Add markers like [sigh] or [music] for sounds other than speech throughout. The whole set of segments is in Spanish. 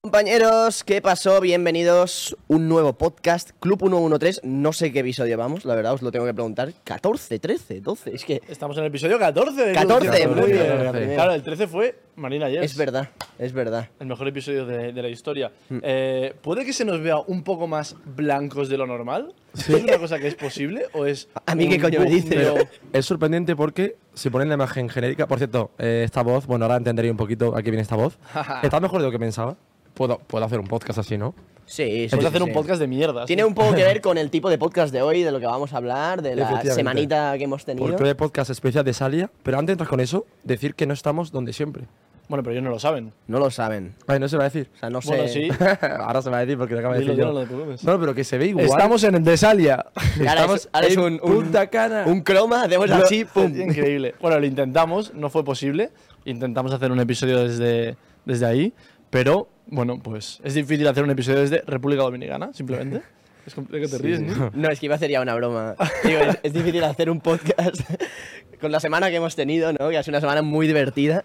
Compañeros, ¿qué pasó? Bienvenidos a un nuevo podcast, Club 113. No sé qué episodio vamos, la verdad os lo tengo que preguntar. 14, 13, 12, es que Estamos en el episodio 14 de 14, Club muy bien. 14. Claro, el 13 fue Marina Yes. es verdad, Mm. es verdad. El mejor episodio de, de la historia. Eh, ¿Puede que se nos vea un poco más blancos de lo normal? ¿Es una cosa que es posible o es.? A mí qué un coño me bug dices. de [laughs] lo- Pero- Es sorprendente porque si ponen la imagen genérica, por cierto, eh, esta voz, bueno, ahora entendería un poquito a qué viene [laughs] esta voz. Está mejor de lo que pensaba. Puedo, puedo hacer un podcast así, ¿no? Sí, sí. Puedes sí, hacer sí. un podcast de mierda. Tiene un poco que ver con el tipo de podcast de hoy, de lo que vamos a hablar, de la Efectivamente. semanita que hemos tenido. Porque hoy hay podcast especial de Salia, pero antes de entrar con eso, decir que no estamos donde siempre. Bueno, pero ellos no lo saben. No lo saben. Ay, no se va a decir. O sea, no sé. Bueno, [laughs] sí. [laughs] ahora se va a decir porque lo acaba de Dilo, decir. dilo, yo. no te preocupes. No, pero que se ve igual. en Desalia. Ahora es- Estamos ahora es en un, un- Punta Cana. un croma, [laughs] hacemos así, pum. Increíble. Bueno, lo intentamos, no fue posible. Intentamos hacer un episodio desde, desde ahí, pero bueno, pues es difícil hacer un episodio desde República Dominicana, [laughs] simplemente. Es complicado que te ríes, Nick. No, es que iba a hacer ya una broma. Digo, es, es difícil hacer un podcast [laughs] con la semana que hemos tenido, ¿no? Que ha sido una semana muy divertida.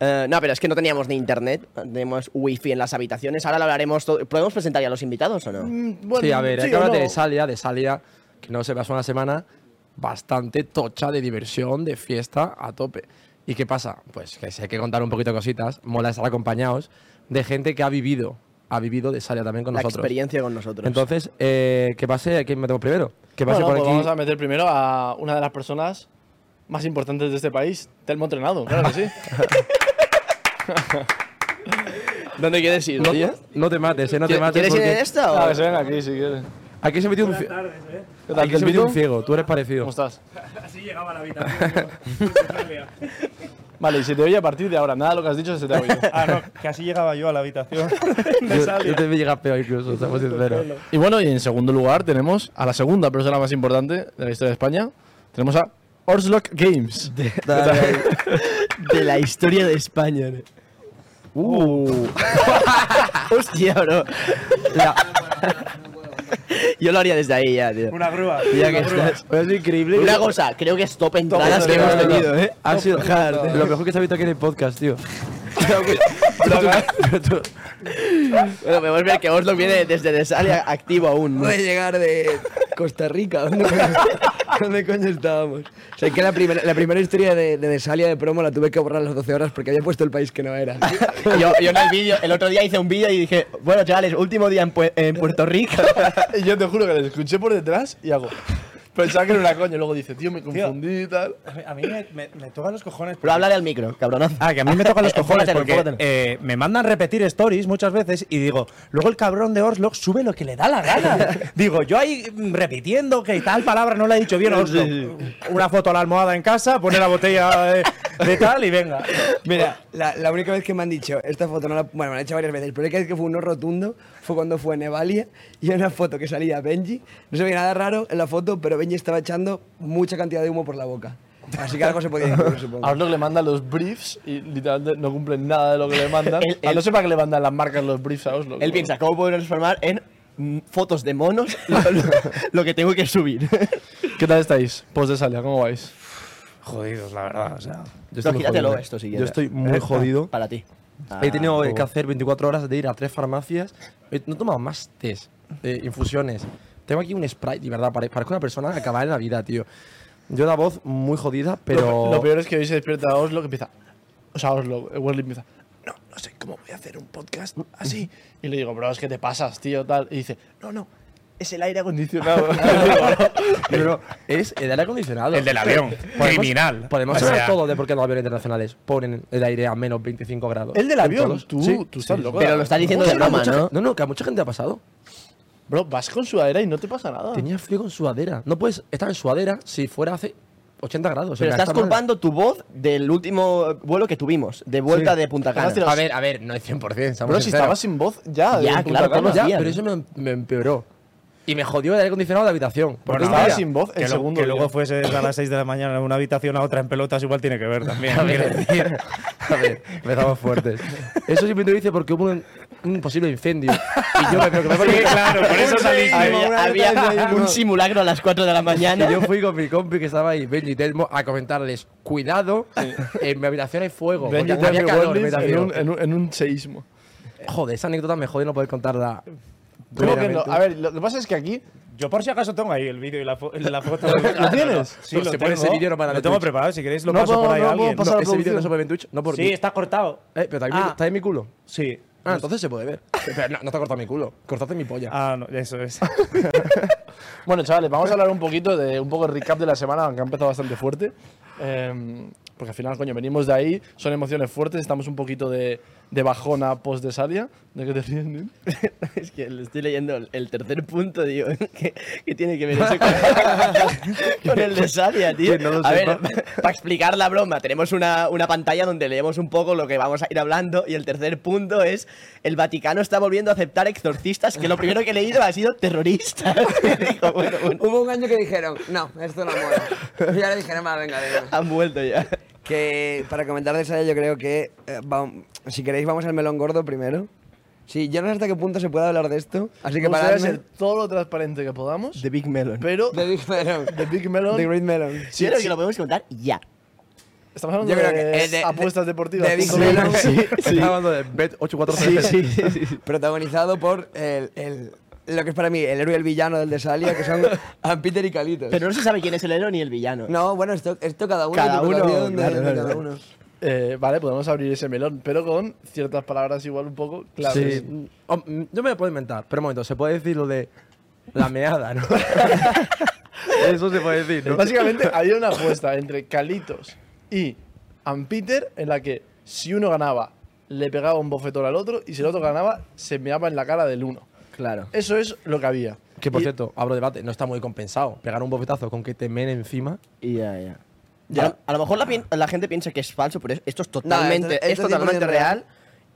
Eh, no, pero es que no teníamos ni internet, tenemos wifi en las habitaciones. Ahora lo hablaremos todo. ¿Podemos presentar ya a los invitados o no? Mm, bueno, sí, a ver, hay que o hablar no. de Salia, de Salia, que no se pasó una semana bastante tocha de diversión, de fiesta a tope. ¿Y qué pasa? Pues que si hay que contar un poquito de cositas, mola estar acompañados de gente que ha vivido, ha vivido de Salia también con La nosotros. experiencia con nosotros. Entonces, eh, ¿qué pase? ¿A quién metemos primero? ¿Qué pase Bueno, por pues aquí? vamos a meter primero a una de las personas más importantes de este país, Telmo Trenado, claro [laughs] que sí. ¿Dónde quieres ir, tío? No te mates, eh, no te ¿Qui- mates. ¿Quieres ir en Porque esta o- Ah, que se ven aquí si quieres. aquí se metió un, ciego. ¿Qué tal, aquí se metió Telmito? un ciego, tú eres parecido. ¿Cómo estás? Así llegaba a la [laughs] habitación. yo. Vale, y se te oye a partir de ahora. Nada de lo que has dicho se te ha oído. ah, no, que así llegaba yo a la [laughs] habitación. Yo, yo te voy a llegar peor incluso, seamos sinceros. Y bueno, y en segundo lugar tenemos a la segunda persona más importante de la historia de España. Tenemos a Orslock Games. [laughs] De la historia de España. ¿no? Uh, [laughs] Hostia, bro. La- Yo lo haría desde ahí ya, tío. Una [laughs] grúa. Ya que una grúa. estás. Es increíble. Una cosa, creo que es top entradas Las que hemos tenido, ¿eh? Ha sido lo mejor que se ha visto aquí en el podcast, [laughs] tío. [laughs] Bueno, podemos ver que Oslo viene desde Desalia activo aún. [laughs] ¿no? de llegar de Costa Rica. ¿Dónde coño, dónde coño estábamos? O sea, que la, primera- la primera historia de, de Desalia de promo la tuve que borrar a las 12 horas porque había puesto el país que no era. Yo, yo en el vídeo, el otro día hice un vídeo y dije, bueno chavales, último día en, Pue- en Puerto Rico. [laughs] yo te juro que le escuché por detrás y hago. Pensaba que era una coña. y Luego dice, tío, me confundí y tal. A mí- A mí me, me, me tocan los cojones. Pero háblale al micro, cabronazo. Ah, que a mí [laughs] me tocan los cojones Enfócatelo, porque enfócatelo. eh, me mandan repetir stories muchas veces y digo, luego el cabrón de Orslog sube lo que le da la [laughs] gana. digo, yo ahí mm, repitiendo que tal palabra no la he [laughs] dicho bien Orslog. Una foto a la almohada en casa, pone la botella de, [laughs] de tal y venga. Mira, la, la única vez que me han dicho esta foto, no la, bueno, me la han hecho varias veces, pero la única vez que fue un no rotundo fue cuando fue en Evalia y era una foto que salía Benji. No se veía nada raro en la foto, pero Benji estaba echando mucha cantidad de humo por la boca. Así que algo se podía incluir, A supongo. Orslock le mandan los briefs y literalmente no cumplen nada de lo que le mandan. El- A el- no sepa que le mandan las marcas los briefs a Oslo. Él piensa, ¿cómo puedo transformar en mm, fotos de monos [laughs] lo, lo- lo que tengo que subir? ¿Qué tal estáis? Post de salida, ¿cómo vais? Jodidos, la verdad. O sea. Yo No, muy quítatelo jodido. eh. esto si quieres. Yo estoy muy jodido. Para ti. Ah, He tenido eh, que hacer 24 horas de ir a tres farmacias. Eh, No he tomado más test, eh, infusiones. Tengo aquí un sprite, de verdad. pare- Parezco una persona acabada en la vida, tío. Yo la voz muy jodida, pero. Lo, pe- lo peor es que hoy se despierta Oslo que empieza. O sea, Oslo, eh, Wesley empieza. No, no sé cómo voy a hacer un podcast así. Y le digo, bro, es que te pasas, tío, tal. Y dice, no, no, es el aire [laughs] acondicionado. [laughs] Pero no, es el aire acondicionado. El del avión. [laughs] Podemos- Criminal. Podemos O hablar sea. todo de por qué los aviones internacionales ponen el aire a menos 25 grados. ¿El del En avión? todos. Tú- tú estás loco. Pero lo estás diciendo de Sí, no, broma, mucha ¿no? gen- No, no, que a mucha gente ha pasado. bro, vas con sudadera y no te pasa nada. Tenía frío con sudadera. No puedes estar en sudadera si fuera hace 80 grados. Pero o sea, estás está mal. culpando tu voz del último vuelo que tuvimos, de vuelta Sí. de Punta Cana. Además, te lo- A ver, a ver, no es 100%, Bro, estamos si estabas sin voz ya. Ya, de puta claro, cara. todos los Ya, días. pero eso me, em-, me empeoró. Y me jodió el aire acondicionado de la habitación. Bueno, Porque un estaba día- [laughs] sin voz el que, lo- segundo que luego día. fuese a las 6 de la mañana de una habitación a otra en pelotas, igual tiene que [laughs] ver también. Quiero decir, a ver, empezamos fuertes. Eso simplemente lo hice porque hubo un, un posible incendio. Y yo me creo que me Sí, claro, por eso saliste. había había un simulacro a las 4 de la mañana. Y yo fui con mi compi que estaba ahí, Benji y Telmo, a comentarles, cuidado, en mi habitación hay fuego. Ven, porque yo te había hago calor en mi Wendy's en habitación. un- en un- en un seísmo. Joder, esa anécdota me jode no poder contarla. ¿Cómo que no? plenamente. A ver, lo lo que pasa es que aquí. Yo por si acaso tengo ahí el vídeo y la, fo- la foto. ¿Lo tienes? Sí, No, lo se tengo. pone ese vídeo, no para lo la tengo Twitch. preparado, si queréis lo No paso puedo- por ahí no a puedo alguien. pasar- No, la ese vídeo producción. no se puede ver en Twitch, no por sí, mí. está cortado. Eh, pero también Ah. está en mi culo. Sí. Ah, entonces se puede ver. Pero no, no te ha cortado mi culo, cortaste mi polla. Ah, no, eso es. Bueno, chavales, vamos a hablar un poquito de un poco de recap de la semana, aunque ha empezado bastante fuerte. Em, porque al final, coño, venimos de ahí, son emociones fuertes, estamos un poquito de, de bajona post de Sadia. ¿De qué te ríes, Nin? [laughs] Es que le estoy leyendo el- el tercer punto, digo, [laughs] que, que tiene que ver eso con, con el de Sadia, tío. Que no lo a sepa. ver, [laughs] para explicar la broma, tenemos una, una pantalla donde leemos un poco lo que vamos a ir hablando y el tercer punto es el Vaticano está volviendo a aceptar exorcistas, que lo primero que he leído ha sido terroristas. [laughs] Digo, bueno, bueno, Hubo un año que dijeron, no, esto no mola. Y ahora dijeron, más, venga, venga. han vuelto ya. Que para comentar de esa yo creo que, eh, va- si queréis, vamos al melón gordo primero. Sí, yo no sé hasta qué punto se puede hablar de esto, así que Vamos a para ser [laughs] todo lo transparente que podamos, The Big Melon. pero The Big Melon. The Big Melon. The Great Melon. Sí, Quiero sí. que lo podemos contar ya. Estamos hablando Yo creo de, que, eh, de- apuestas de- deportivas. de Big punto Melon. com. Sí, Estaba hablando de Bet 843. Protagonizado por el, el- lo que es para mí el héroe y el villano del de Salia, que son Ampeter y Calitos. Pero no se sabe quién es el héroe ni el villano. No, bueno, esto, esto cada uno. Cada interpretación uno, de- claro, de claro, cada claro. uno. Eh, vale, podemos abrir ese melón, pero con ciertas palabras igual un poco claves. Sí. Hom- mm, Yo me lo puedo inventar, pero un momento, se puede decir lo de la [laughs] meada, ¿no? Eso se puede decir, ¿no? Básicamente [laughs] había una apuesta entre Calitos y Ampeter en la que si uno ganaba le pegaba un bofetón al otro y si el otro ganaba se meaba en la cara del uno. Claro. Eso es lo que había. Que por Y- cierto, abro debate, no está muy compensado. Pegar un bofetazo con que te men encima. Ya, ya. A, lo, a lo mejor la, pi- la gente piensa que es falso, pero es- esto es totalmente, esto- esto es es totalmente 100% real. real.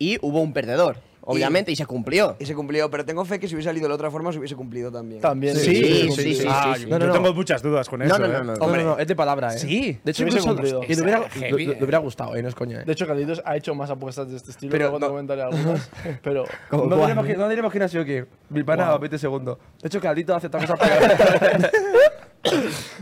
y hubo un perdedor, obviamente, y, se cumplió. Y se cumplió, pero tengo fe que si hubiese salido de la otra forma, se hubiese cumplido también. También. Sí, sí, sí, sí, sí, Ah, sí. No, yo no, no. tengo muchas dudas con No, eso. no, no, ¿eh? no, no. No, Hombre. no, no, es de palabra, ¿eh? Sí. De hecho, Me hubiese incluso cumplido. y le hubiera, Heavy, le- le- eh. le hubiera gustado, ¿eh? No es coña, ¿eh? De hecho, Calitos ha hecho más apuestas de este estilo, Pero pero luego te no- comentaré algunas. pero no, diremos que, no diremos quién ha sido quién. Mi pana, 20 segundos. De hecho, Caldito hace [laughs] tantas cosas.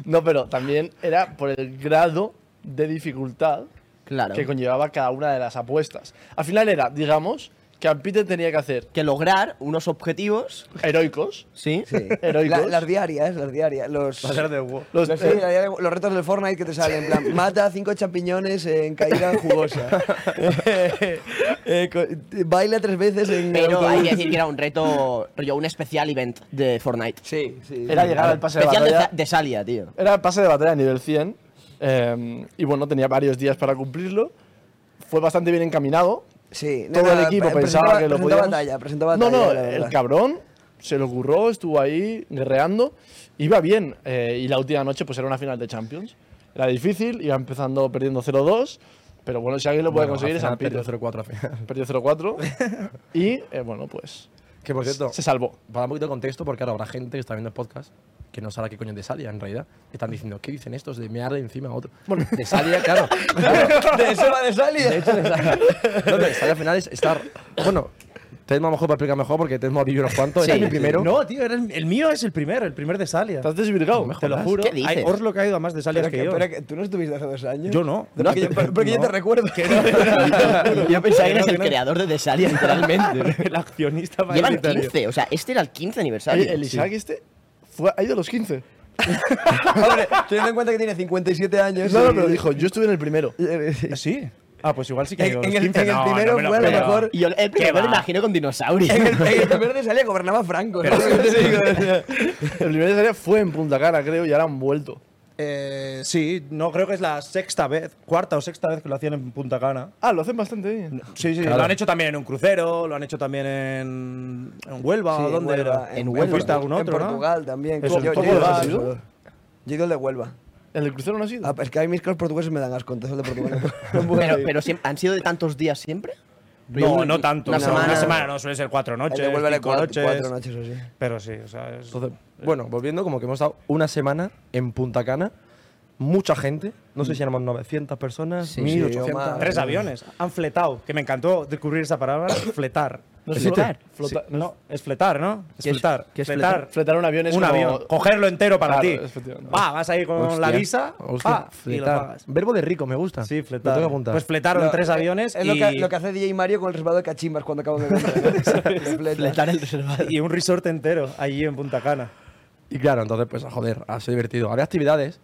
no, pero también era por el grado de dificultad Claro. que Que, conllevaba cada una de las apuestas. Al final era, digamos, que Ampeter tenía que hacer lograr unos objetivos. heroicos, Sí. Sí. Heroicos. [laughs] La- las diarias, las diarias. Los, de huevo. los, eh. Sí, la diaria- los retos del Fortnite que te salen. En plan, mata cinco champiñones en caída jugosa. [laughs] [laughs] Eh, eh, co- baila tres veces [laughs] en. Pero hay que autobús. decir que era un reto, rollo, un especial event de Fortnite. Sí, sí. Era llegar al pase de especial de, batalla. Sa- de Salia, [laughs] tío. Era el pase de batalla a nivel 100. eh, y bueno, tenía varios días para cumplirlo. Fue bastante bien encaminado. Sí, Todo no, el no, equipo pre- pensaba presentó- que lo presentó podíamos... batalla, presentó batalla, No, no, la verdad. el cabrón se lo curró, estuvo ahí guerreando. Iba bien. eh, y la última noche pues era una final de Champions. Era difícil, iba empezando perdiendo 0-2. Pero bueno, si alguien lo [laughs] puede conseguir es Ampeter. Perdió 0-4 al final. Perdió [laughs] 0-4. y eh, bueno, pues Que por [laughs] cierto, se salvó. para dar un poquito de contexto, porque ahora habrá gente que está viendo el podcast que no sabe qué coño es de Salia en realidad. Están diciendo, ¿qué dicen estos de mear de encima a otro? Bueno, de Salia, claro. claro. De eso va de Salia. De hecho, de Salia, no, de Salia al final es estar. Bueno, Tedmo a lo mejor va a explicar mejor porque Tedmo ha vivido unos cuantos. era mi primero. No, tío, era el, el mío es el primero, el primer de Salia. Estás desvirgado. Te lo juro. ¿Qué dices? Hay Oslo que ha ido a más de Salia Pero que que- yo. pero que- ¿Tú no estuviste hace dos años? Yo no. No, que yo- porque, yo te recuerdo. Yo pensaba que eras que el no. creador de The Salia, literalmente. el [laughs] accionista Llevan mayoritario. 15, o sea, este era el 15 aniversario. Oye, el Isaac este fue, ha ido a los 15. [laughs] Hombre, teniendo en cuenta que tiene 57 años. No, no, y- [laughs] pero dijo, yo estuve en el primero. Sí. Ah, pues igual sí que ha ido En, a en los el, 15. en el No, no primero me lo fue a lo creo. mejor. Y yo, el primero me va? imagino con dinosaurios. En [laughs] el, en el primero de Salia gobernaba Franco. ¿no? [laughs] El primer día fue en Punta Cara, creo, y ahora han vuelto. Eh, sí, no creo que es la sexta vez, cuarta o sexta vez que lo hacían en Punta Cana. Ah, lo hacen bastante bien. Sí, sí, lo han hecho también en un crucero, lo han hecho también en, en Huelva Sí, o dónde Huelva, era. En Huelva. Fuiste a algún en otro, ¿no? Portugal también. Eso, Yo- ¿en yo he Portugal ido has al- ido? yo he ido al de Huelva. ¿El del crucero no ha sido? Ah, es que a mí mis claros portugueses me dan asco, entonces el de Portugal. [laughs] no puedo Pero, ir. pero siem- ¿han sido de tantos días siempre? No, no tanto. Una no, semana. una semana no, suele ser cuatro noches. El de vuelve de cinco cuatro, noches. cuatro noches o sí. Pero sí, o sea, es- Entonces, Bueno, volviendo, como que hemos estado una semana en Punta Cana, mucha gente, no sé si éramos 900 personas, Sí, sí, 1800. yo Tres aviones. Han fletado, que me encantó descubrir esa palabra, [coughs] fletar. No sé, Fletar. flota- Sí. No, es fletar, ¿no? Es ¿Qué es- fletar. qué es fletar. fletar un avión es un como- [laughs] avión. Cogerlo entero para Claro, ti. efectivamente. Va, vas a ir con la Hostia, visa. hostia, pa, Ah, y lo fletar. pagas. Verbo de rico, me gusta. Sí, Lo fletar. tengo que apuntar. Pues fletaron Lo- eh, tres aviones Es y, lo que, lo que hace DJ Mario con el reservado de cachimbas cuando acaban de ver. Fletar el reservado. y un resort entero allí en Punta [laughs] Cana. y claro, entonces, pues, joder, ha sido divertido. Había actividades.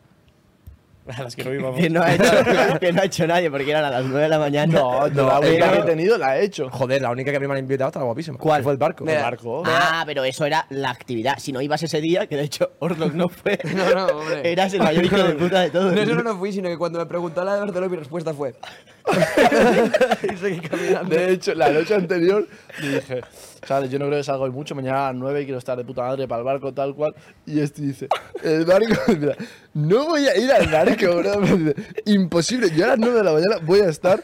A [laughs] las que no [laughs] íbamos. Que no, ha hecho, que no ha hecho nadie porque eran a las 9 de la mañana. No, no, la eh, única que he claro. tenido la he hecho. Joder, la única que a mí me han invitado estaba guapísima. ¿Cuál? Fue el barco. Mira, Barco. Ah, pero eso era la actividad. Si no ibas ese día, que de hecho Orlok no fue. No, no, hombre. Eras el mayor hijo de puta de todos. No, eso no, no fui, sino que cuando me preguntó la de Barcelona, mi respuesta fue. y seguí caminando. De hecho, la noche anterior le dije, ¿sabes? Yo no creo que salga hoy mucho, mañana a las 9 y quiero estar de puta madre para el barco, tal cual. Y este dice, el barco, [laughs] mira, no voy a ir al barco, bro. [laughs] Me dice, imposible, yo a las 9 de la mañana voy a estar.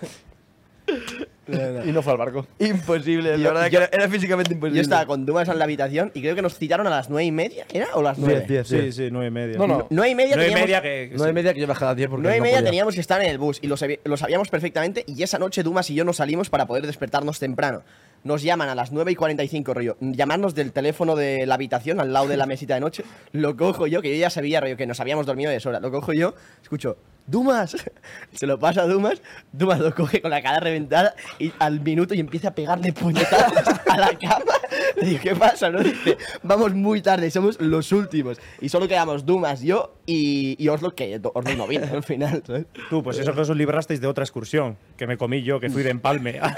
Y no fue al barco. Imposible, la verdad que era, era físicamente imposible. Yo estaba con Dumas en la habitación y creo que nos citaron a las 9 y media, ¿era? ¿O las 9? 10, 10, Sí, sí, nueve y media. No, no. 9 y media Nueve y teníamos, media que. No hay media que yo bajaba a 10 porque nueve y no media podía. teníamos que estar en el bus y lo, sabi- lo sabíamos perfectamente y esa noche Dumas y yo nos salimos para poder despertarnos temprano. Nos llaman a las 9 y 45, rollo. Llamarnos del teléfono de la habitación al lado de la mesita de noche. Lo cojo yo, que yo ya sabía, rollo, que nos habíamos dormido de deshora. Lo cojo yo, escucho, Dumas. [laughs] Se lo pasa a Dumas. Dumas lo coge con la cara reventada y al minuto y empieza a pegarle puñetazos a la cama. Le digo, ¿qué pasa? No dice, vamos muy tarde, somos los últimos. Y solo quedamos Dumas, yo y, y Oslo, que Oslo no vino al final, ¿sabes? Tú, pues eso que os librasteis de otra excursión que me comí yo, que fui de empalme [laughs] a,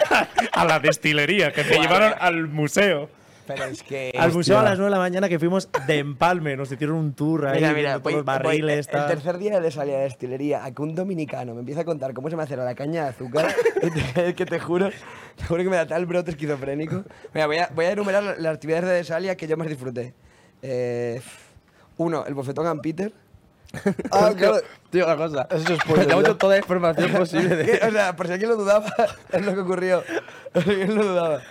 a la destilería, que me llevaron al museo. Pero es que. Al museo a las 9 de la mañana que fuimos de empalme, nos hicieron un tour ahí, Mira, mira, viendo voy- todos los voy- barriles, el tal. tercer día de salida de destilería, a que un dominicano me empieza a contar cómo se me hace la caña de azúcar, [laughs] que te- que te juro, te juro que me da tal brote esquizofrénico. Mira, voy a, voy a enumerar las actividades de Desalia que yo más disfruté. Eh, uno, el bofetón [laughs] a Peter. Ah, claro. Tío, la cosa. Eso es Te spoiler, hemos ya. hecho toda la información posible. de- [laughs] Que, o sea, por si alguien lo dudaba, [laughs] es lo que ocurrió. [laughs] Por si alguien lo dudaba.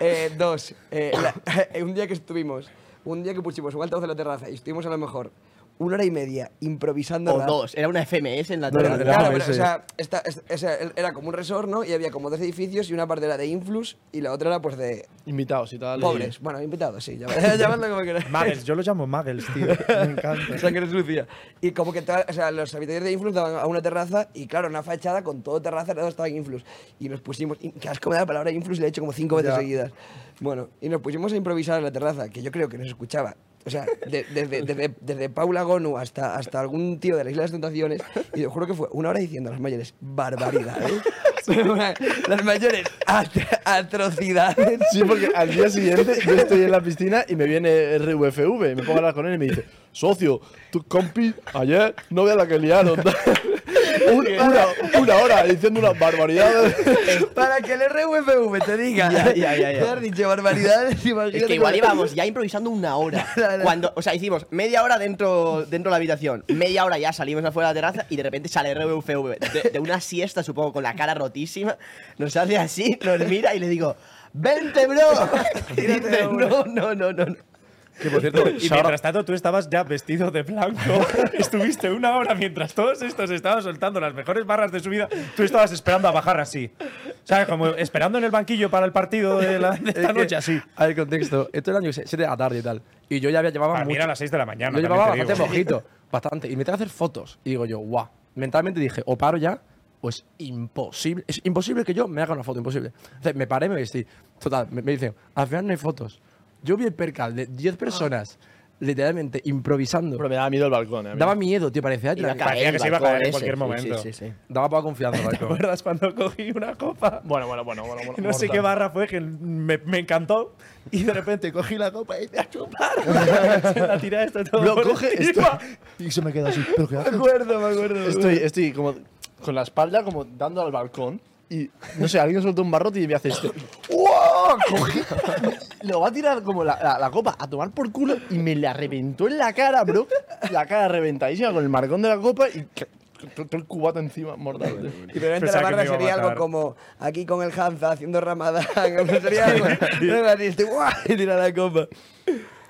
Eh, dos, eh, la- [laughs] un día que estuvimos, un día que pusimos un altavoz en la terraza y estuvimos a lo mejor una hora y media improvisando. O rap. dos, era una FMS en la No, no, tarde. era- [laughs] claro, pero, ese. o sea, esta- es- o sea, el- era como un resort, ¿no? Y había como dos edificios y una parte era de Influx y la otra era pues de Invitados y tal. y- pobres. Bueno, invitados, [laughs] sí. [laughs] llam- Llamadlo como queráis. Muggles, yo los llamo Muggles, [laughs] tío. Me encanta. Sangre sucia. Y como que toda- o sea, los habitadores de Influx daban a una terraza y claro, una fachada con todo terraza, al lado estaba Influx. Y nos pusimos, y qué asco me da la palabra Influx, la he hecho como cinco veces Ya. seguidas. Bueno, y nos pusimos a improvisar en la terraza, que yo creo que nos escuchaba. O sea, de- desde, desde- desde Paula Gonu hasta, hasta algún tío de la Isla de las Tentaciones. Y te juro que fue una hora diciendo las mayores barbaridades. [laughs] Pero una- las mayores at- atrocidades. Sí, porque al día siguiente yo estoy en la piscina y me viene RVFV y me pongo a hablar con él y me dice, socio, tu compi ayer no veas la que liaron. [laughs] Un- una, una hora diciendo unas barbaridades. [laughs] Para que el RVFV te diga. Ya, ya, ya, ya. Te has dicho barbaridades, imagínate. Es que igual cuando- [laughs] íbamos ya improvisando una hora. Claro. Cuando, o sea, hicimos media hora dentro, dentro de la habitación, media hora ya salimos afuera de la terraza y de repente sale RBFV de, de una siesta, supongo, con la cara rotísima, nos hace así, nos mira y le digo, ¡vente, bro! Y dice, no, no, no, no. no". Que por cierto, [laughs] Y Sara- mientras tanto, tú estabas ya vestido de blanco. [laughs] Estuviste una hora mientras todos estos estaban soltando las mejores barras de su vida. Tú estabas esperando a bajar así. O sea, como esperando en el banquillo para el partido de, la, de Es esta que, noche así. eh, A ver, contexto. Esto era 7 de la tarde y tal. Y yo ya había llevaba Para mí mucho. era a las 6 de Ah, la mañana. yo también llevaba te digo. bastante mojito. Bastante. Y me tengo que hacer fotos. Y digo yo, guau. Mentalmente dije, o paro ya, o es imposible. Es imposible que yo me haga una foto, imposible. Entonces me paré, me vestí. Total, me, me dicen, al final no hay fotos. Yo vi el percal de 10 personas, literalmente improvisando. Pero me daba miedo el balcón. eh, a mí. Daba miedo, tío, parecía. Y la la- cagué Parecía en que el se iba a balcón caer en ese, cualquier momento. Sí, sí, sí. daba poca confianza el ¿Te balcón. acuerdas cuando cogí una [laughs] copa? Bueno, bueno, bueno, bueno. bueno No sé mortal. qué barra fue que me, me encantó y de repente cogí la copa y me a chupar. [laughs] Se la tiré a esto todo. Lo por coge [laughs] esto. encima. Y se me queda así. ¿Pero qué haces? Me acuerdo, me acuerdo. me Estoy, estoy como con la espalda como dando al balcón y no sé, alguien soltó un barrote y me hace este. ¡Wow! estaba cogido. Lo va a tirar como la, la- la copa a tomar por culo y me la reventó en la cara, bro. La cara reventadísima con el marcón de la copa y que- todo todo el cubato encima, mortal. Y probablemente Pensaba que la barra me iba a sería algo matar. como aquí con el Hanza haciendo [laughs] ramadán. o sea, [laughs] sería algo, algo así, este, ¡guau! y tira la copa.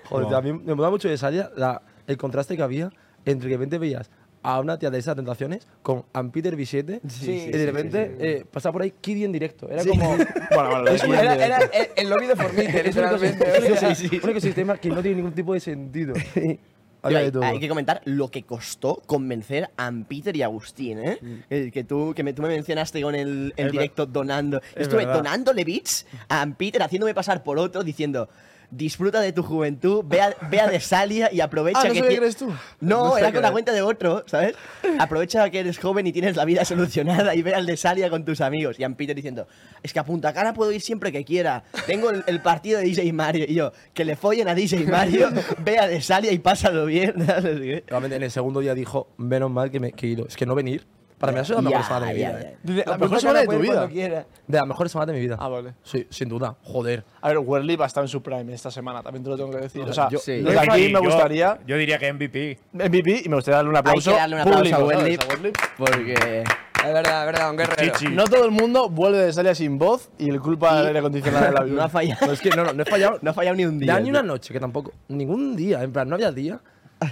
Joder, a mí me mudaba mucho de salida la- el contraste que había entre que de repente veías a una tía de esas tentaciones con a Peter Vicente y de repente eh, pasaba por ahí Kiddy en directo. Era como. Bueno, bueno, Es una- [laughs] Era, era el, el lobby de [laughs] Fornite, es un literalmente. ecosistema- [laughs] o sea, un ecosistema que no tiene ningún tipo de sentido. Tío, Había hay, de todo. hay que comentar lo que costó convencer a Peter y a Agustín, ¿eh? El que tú, que me, tú me mencionaste con el, el directo donando. Yo estuve verdad. donándole bits a Peter, haciéndome pasar por otro, diciendo. Disfruta de tu juventud, ve a, ve a Desalia y aprovecha Ah, no que. sabía ti- que eres tú. No, No sabía era que con la era. cuenta de otro, ¿sabes? Aprovecha que eres joven y tienes la vida [laughs] solucionada y ve al Desalia con tus amigos. Y a Peter diciendo: Es que a Punta Cara puedo ir siempre que quiera. Tengo el, el partido de DJ Mario. Y yo, que le follen a DJ [laughs] Mario, ve a Desalia y pásalo bien. [laughs] ¿sabes? Realmente en el segundo día dijo, menos mal que me que he ido. Es que no venir, para mí ha sido la mejor Ya, semana de mi ya, vida. ya. eh. La dice, "Pues mejor saca semana de tu cuenta vida". cuando quiera. De la mejor semana de mi vida. Ah, vale. Sí, sin duda. Joder. A ver, Werlip ha estado en su prime esta semana, también te lo tengo que decir. O sea, Yo- desde sí. aquí me gustaría Yo, diría que MVP. MVP y me gustaría darle un aplauso. Hay que darle un aplauso público, a ¿sabes? Werlip. A Werlip. Porque. Es verdad, es verdad, un guerrero. Chichi. No todo el mundo vuelve de salir sin voz y el culpa del aire [laughs] acondicionado del avión. No ha fallado. No, pues, es que no, no, no he fallado. [laughs] No ha fallado ni un día. Ya ni una noche, que tampoco. Ningún día, en plan, no había día.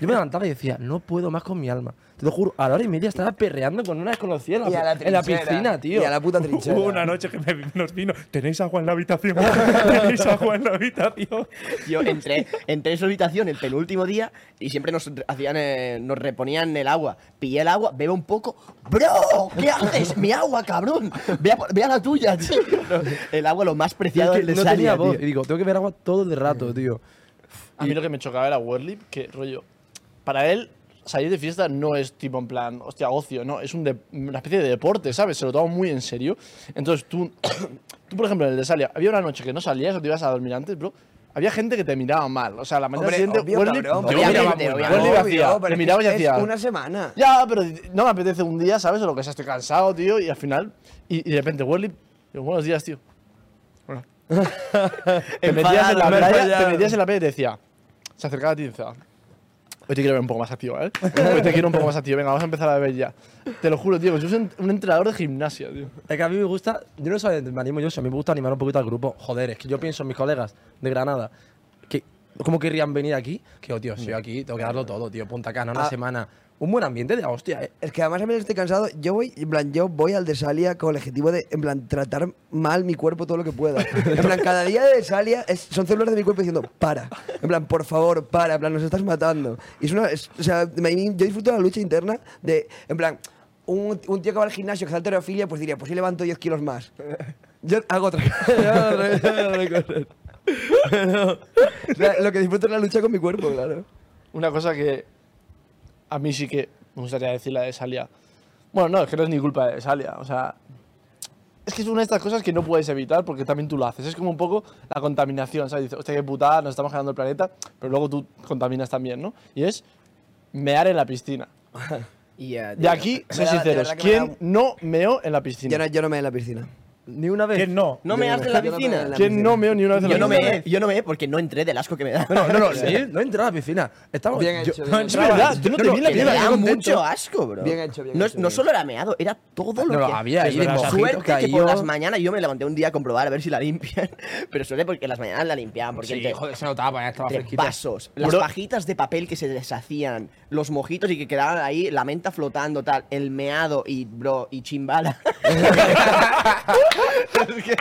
Yo me levantaba y decía, no puedo más con mi alma. Te lo juro, a la hora y media estaba perreando con una desconocida en la, Y a la en la trinchera, piscina, tío. Y a la puta trinchera. Hubo una noche que me- nos vino. ¿Tenéis agua en la habitación? [laughs] ¿Tenéis agua en la habitación? Yo entré, entré en su habitación el penúltimo día y siempre nos hacían eh, nos reponían el agua. Pillé el agua, bebo un poco. ¡Bro! ¿Qué haces? ¡Mi agua, cabrón! Ve a, por- ve a la tuya, tío. El agua lo más Y es preciado que del de no tenía Salia, voz. Y tío. digo, tengo que ver agua todo el rato, tío. A mí lo que me chocaba era Werlip, que rollo. Para él, salir de fiesta no es tipo en plan, hostia, ocio, no. Es un de- una especie de deporte, ¿sabes? Se lo toma muy en serio. Entonces tú, [coughs] tú por ejemplo, en el de Salia, había una noche que no salías o te ibas a dormir antes, bro. Había gente que te miraba mal. O sea, la mañana Hombre, siguiente, obvio, Werlip. cabrón, yo obviamente, miraba muy mal. obviamente. Werlip Obvio, hacía. pero Me es que miraba y es hacía. una semana. Ya, pero no me apetece un día, ¿sabes? O lo que sea, estoy cansado, tío, y al final. Y, y de repente, Werlip, digo, buenos días, tío. Hola. [laughs] te, metías en la Enfadado, playa, enfadado. te metías en la playa y te decía, se acercaba a ti y decía, hoy te quiero ver un poco más activo, ¿eh? Hoy te quiero un poco más activo, venga, vamos a empezar a beber ya. Te lo juro, tío, yo soy un- un entrenador de gimnasia, tío. Es que a mí me gusta, yo no soy me animo yo, si a mí me gusta animar un poquito al grupo. Joder, es que yo pienso en mis colegas de Granada, que cómo querrían venir aquí, que, oh, tío, si yo aquí tengo que darlo todo, tío, Punta Cana, una Mm. Ah. semana. Un buen ambiente de la hostia, eh. Es que además a mí estoy cansado. Yo voy, en plan, yo voy al de Salia con el objetivo de, en plan, tratar mal mi cuerpo todo lo que pueda. En plan, cada día de Salia es- son células de mi cuerpo diciendo, para. En plan, por favor, para. En plan, nos estás matando. Y es una, es- o sea, me- yo disfruto de la lucha interna de, en plan, un, un tío que va al gimnasio, que es alterofilia, pues diría, pues sí levanto 10 kilos más. Yo hago otra [laughs] yo hago otra- yo hago otra cosa. Pero, o sea, lo que disfruto es la lucha con mi cuerpo, claro. Una cosa que a mí sí que me gustaría decir la de Salia. Bueno, no, es que no es ni culpa de Salia. O sea, es que es una de estas cosas que no puedes evitar porque también tú lo haces. Es como un poco la contaminación, ¿sabes? Dices, hostia, qué putada, nos estamos ganando el planeta, pero luego tú contaminas también, ¿no? Y es mear en la piscina. Ya, tío. De aquí, Me soy da- de sinceros, verdad que me ¿quién da- no meó en la piscina? Yo no, yo no me en la piscina. Ni una vez. Que no. ¿No me Yo has no de me- la yo no me- piscina? la- ¿Quién no meó ni una vez en la Yo no piscina? me yo no me porque no entré del asco que me da. No, no, [laughs] no, ni- no he entrado a la piscina. Estaba, Bien yo- [laughs] hecho, no, bien es hecho. verdad, yo no te vi en la que me piscina. da yo contento. mucho ah, asco, bro. Bien hecho, bien no, hecho, no bien solo era meado, era todo lo No, que había ahí Es verdad, el mojito Suerte que por cayó. las mañanas yo me levanté un día a comprobar a ver si la limpian, [laughs] pero suerte porque las mañanas la limpiaban porque Sí, entre- joder, se notaba, eh, estaba entre fresquita. vasos, las Bro. pajitas de papel que se deshacían, los mojitos y que quedaban ahí, la menta flotando, tal, el meado y bro, y chimbala. [laughs] Es que-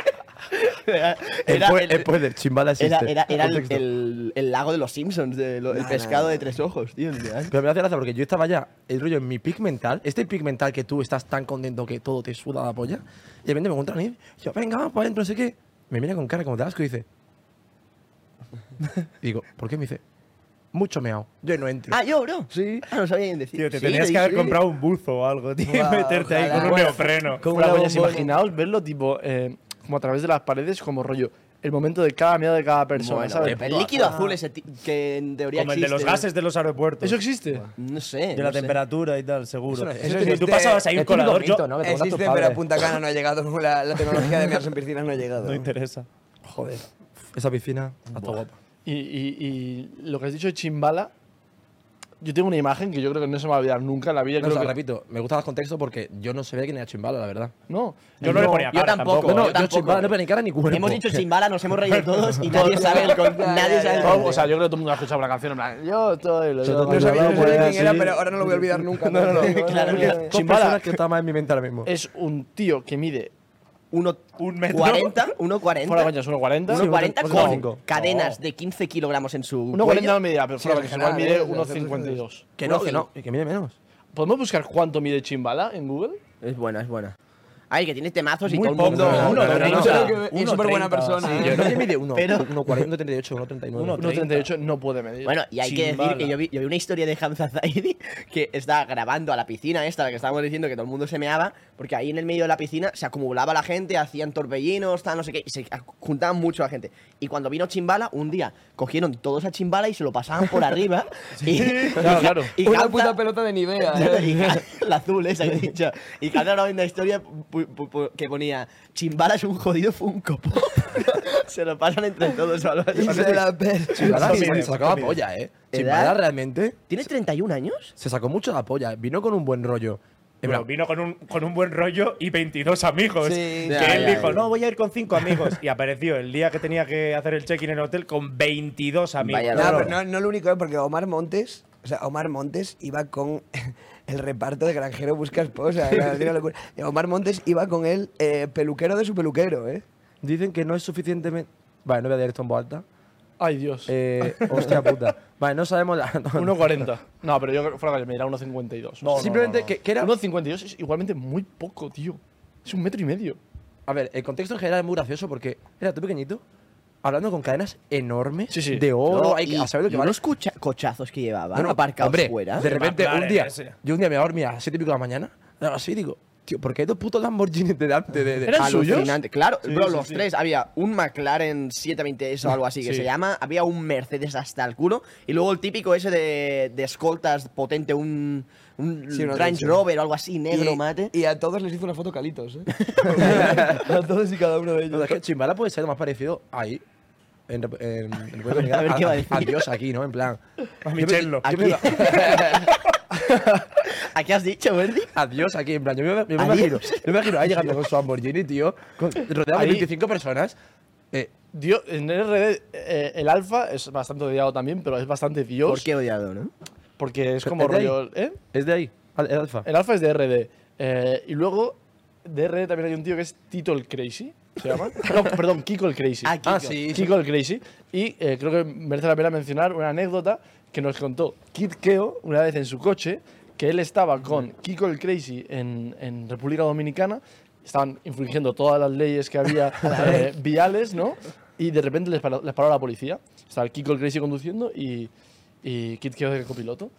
era, El era pue- el- el poder, chimbala era- existe. era- era el, Contexto. el- el lago de los Simpsons, de lo- el Nah, pescado nah, de tres ojos, tío. en plan. Pero me hace gracia porque yo estaba ya, el rollo en mi pic mental, este pic mental que tú estás tan contento que todo te suda la polla, y de repente me encuentran y yo, venga, vamos para adentro, no sé qué. Me mira con cara como de asco y dice. [laughs] y digo, ¿por qué? Me dice, mucho meao. Yo no entro. [laughs] Ah, yo, bro. Sí. Ah, no sabía quién decir. Tío, te Sí, tenías sí, que haber sí. comprado un buzo o algo, tío. Guau, y meterte ahí ojalá. con un neopreno. Como Una una cosa, bombona. imaginaos verlo tipo, eh, como a través de las paredes, como rollo, el momento de cada miedo de cada persona, Bueno, ¿sabes? el líquido azul ese ti- que en teoría Ah. Como el de los existe. gases de los aeropuertos. Eso existe. No sé. de la no sé. temperatura y tal, seguro. Eso no- eso Sí, existe- tú pasabas ahí un Es típico colador. yo- mito, ¿no? Que te contan tus Existe, pero padres. [laughs] a Punta Cana no ha llegado, la, la tecnología de mearse en piscinas no ha llegado. No interesa. Joder. Esa piscina, hasta guapa. Y, y- y lo que has dicho de Chimbala, yo tengo una imagen que yo creo que no se me va a olvidar nunca en la vida. No, o creo sea, que- repito, me gusta el contexto porque yo no sabía quién era Chimbala, la verdad. No, Yo no le ponía Yo cara tampoco, No, no, yo yo tampoco. Chimbala no ponía ni cara ni cuerpo. [laughs] Hemos dicho chimbala, nos hemos reído todos [laughs] y nadie sabe el con- nadie sabe el Todo- o contexto. sea, yo creo que todo el mundo ha escuchado la canción en plan, yo estoy... lo- Yo yo- No sabía, no Pues sabía quién sí. era, pero ahora no lo voy a olvidar nunca. No, no, no. Claro, Porque claro. Chimbala. dos Eh, personas que está más en mi mente ahora mismo. Es un tío que mide, Uno, Un metro. 40, fuera 1,40. coñas, 1,40. Sí, 1,40 Pues vos- vos cinco. con cadenas Oh. de 15 kilogramos en su. 1,40 no cuello. medía, pero fuera en coñas, igual general, mide ¿eh? O sea, 1,52. Que no, Uno, que no. Y que mide menos. ¿Podemos buscar cuánto mide Chimbala en Google? Es buena, es buena. Ay, que tienes temazos y Muy todo el mundo. poco, Uno, uno, pero no, no. o sea, Es súper buena persona. ¿eh? Yo creo que mide 1, Pero- 1,40, 38, 1,39. 1,38 no puede medir. Bueno, y hay que Chimbala. decir que yo vi, yo vi una historia de Hamza Zaidi [laughs] que está grabando a la piscina esta, la que estábamos diciendo que todo el mundo se meaba, porque ahí en el medio de la piscina se acumulaba la gente, hacían torbellinos, tal, no sé qué, y se ac- juntaban mucho la gente. Y cuando vino Chimbala, un día cogieron todos a Chimbala y se lo pasaban por [laughs] arriba. y, claro, claro. y Una Hamza- puta pelota de Nivea. ¿eh? [laughs] [laughs] Y Cal- la azul esa que he dicho. Y Carlos grabó una historia pu- pu- pu- que ponía Chimbala es un jodido Funko Pop". [laughs] Se lo pasan entre todos. o algo así. Hijo de la per- Chimbala Eso mide, se sacaba eso polla, ¿eh? ¿Edad? Chimbala realmente ¿Tienes 31 años? se sacó mucho la polla. Vino con un buen rollo. En Bueno, plan, vino con un, con un buen rollo y 22 amigos. Sí. que Ya, él ya, dijo, ya. no, voy a ir con 5 amigos. Y apareció el día que tenía que hacer el check-in en el hotel con 22 amigos. Vaya, No, pero no, no lo único es porque Omar Montes, o sea, Omar Montes iba con [laughs] el reparto de granjero busca esposa. era una locura. Omar Montes iba con el eh, peluquero de su peluquero, ¿eh? Dicen que no es suficientemente. Vale, no voy a leer esto en voz alta. Ay, Dios. Eh, hostia puta. Vale, no sabemos la. no, no. 1,40. [laughs] No, pero yo creo que fuera coñas, medirá 1,52. No, Simplemente Que, que era. 1,52 es igualmente muy poco, tío. Es un metro y medio. A ver, el contexto en general es muy gracioso porque era tú pequeñito, hablando con cadenas enormes Sí, sí. de oro. No, hay que, y- a saber lo y que vale. unos cucha- cochazos que llevaba No, no, aparcados hombre, fuera. De repente, McLaren un día. ese. Yo un día me dormía a las 7 y pico de la mañana. Algo así digo, tío, ¿por qué hay dos putos Lamborghinis delante? De, de- ¿Eran suyos? Alucinante. Claro, Sí, bro, sí, los sí. tres. Había un McLaren 720S o algo así que Sí. se llama. Había un Mercedes hasta el culo. Y luego el típico ese de, de escoltas potente, un, un Sí, una Range Range. Rover o algo así, negro y, mate. Y a todos les hizo una foto calitos, ¿eh? a todos y cada uno de No, es ellos. que Chimbala puede ser lo más parecido ahí. En, Rep- [laughs] en, en República A ver, ¿qué va a decir? Adiós aquí, ¿no? En plan. [laughs] A Michello. Aquí, ¿A qué has dicho, Verdi? [laughs] Adiós aquí, en plan. Yo me, yo me Adiós. imagino. Yo me imagino ahí llegando con su Lamborghini, tío. con- rodeado de Ahí. 25 personas. Eh, Dios, en RD eh, el alfa es bastante odiado también, pero es bastante Dios. ¿Por qué odiado, no? Porque es como ¿Es de ahí? rollo. ¿eh? es de ahí, al- el alfa. El alfa es de RD. Eh, y luego, de RD también hay un tío que es Tito el Crazy. ¿Se [laughs] llama? no, perdón, Kiko el Crazy. Ah, Kiko. Ah, sí. Kiko el Crazy. Y eh, creo que merece la pena mencionar una anécdota que nos contó Kid Keo una vez en su coche, que él estaba con Kiko el Crazy en, en República Dominicana, estaban infringiendo todas las leyes que [laughs] había eh, viales, ¿no? Y de repente les paró, les paró la policía. Estaba el Kiko el Crazy conduciendo y, y Kid Keo de copiloto.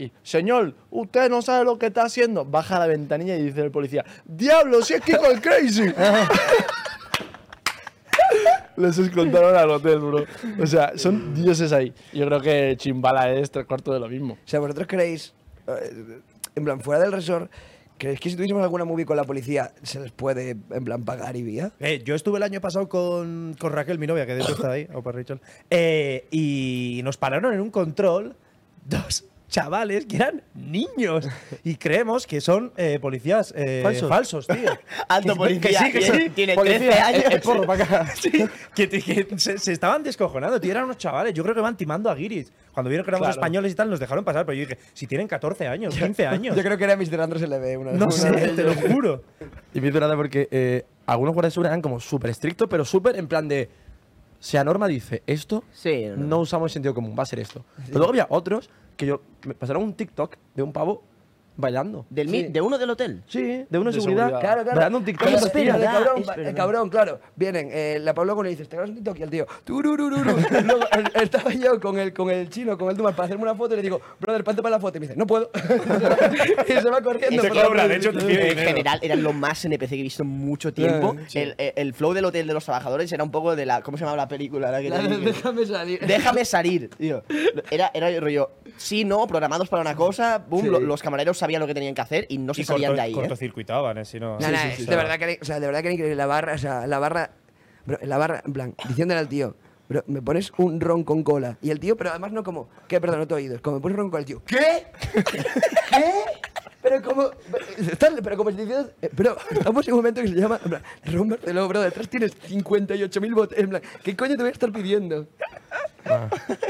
Y, señor, usted no sabe lo que está haciendo. Baja la ventanilla y dice el policía, ¡Diablo, si es Kiko el [laughs] Crazy! Les escoltaron al hotel, bro. O sea, son dioses ahí. Yo creo que Chimbala es tres cuartos de lo mismo. O sea, vosotros creéis, eh, en plan, fuera del resort, ¿creéis que si tuviésemos alguna movie con la policía se les puede, en plan, pagar y vía? Eh, yo estuve el año pasado con, con Raquel, mi novia, que de hecho está ahí, opa, Rachel, eh, y nos pararon en un control dos chavales que eran niños y creemos que son eh, policías eh, Falsos. [laughs] falsos. tío. Alto Que- que policía. sí, que sí. tiene- Tiene Policía, 13 años. el- el porro [laughs] para acá. Sí, que, te- que se, se estaban descojonando, tío, eran unos chavales. Yo creo que van timando a guiris. Cuando vieron que éramos Claro. españoles y tal, nos dejaron pasar, pero yo dije, si tienen 14 años, 15 años. Yo creo que era Mr. Andros LB una no una sé, vez. te lo juro. Y me hizo nada porque eh, algunos guardias de seguridad eran como súper estrictos, pero súper en plan de. Si la norma dice esto, Sí, no, no, no. usamos el sentido común, va a ser esto. Pero luego había otros que yo. Me pasaron un TikTok de un pavo bailando. Del mi- De uno del hotel. Sí, de una De seguridad. seguridad. Claro, Ah, claro. Bailando un TikTok. Oye, Es en espera, verdad, el cabrón, es va- el verdad. cabrón, claro. Vienen, eh, la Pablo con le dices, ¿te grabas un TikTok? Y el tío, tururururu. [laughs] Y Luego el- estaba yo con el, con el chino, con el Dumas, para hacerme una foto y le digo, brother, pante para la foto. Y me dice, no puedo. [laughs] y se va corriendo. Te por la cobra, de puerta. hecho, te en pide dinero. general eran los más NPC que he visto en mucho tiempo. el, el- el flow del hotel de los trabajadores era un poco de la. ¿Cómo se llamaba la película? La que te Claro, dije? [laughs] Déjame salir. Déjame salir, tío. Era, era el rollo, sí, no, programados para una cosa, boom, lo- los camareros sabían lo que tenían que hacer y no se Y salían de ahí. ¿eh? Ah, cortocircuitaban, ¿eh? Si no, No, no, de verdad que era- o sea, de verdad que era increíble. La barra, o sea, la barra bro, en la barra, en plan, diciéndole al tío, bro, me pones un ron con cola. Y el tío, pero además no como, que perdón, no te he oído, es como me pones ron con el tío. ¿Qué? ¿Qué? Pero como, estás- pero como si te hicieras- eh, pero estamos en un momento que se llama, en plan, ron Barceló, bro, detrás tienes 58.000 botellas, en plan, ¿qué coño te voy a estar pidiendo?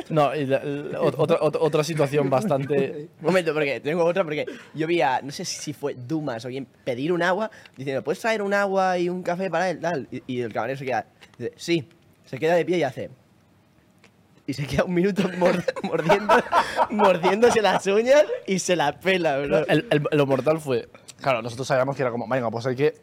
No, y la- la- ot- otra, ot- otra situación bastante. Un momento, porque tengo otra, porque yo vi a, no sé si fue Dumas o bien pedir un agua, diciendo, ¿puedes traer un agua y un café para él? Tal. Y, y el camarero se queda, dice, sí, se queda de pie y hace... Y se queda un minuto mord- [laughs] mordiendo, mordiéndose las uñas y se la pela, bro. [laughs] El- el- lo mortal fue. Claro, nosotros sabíamos que era como, venga, pues hay que.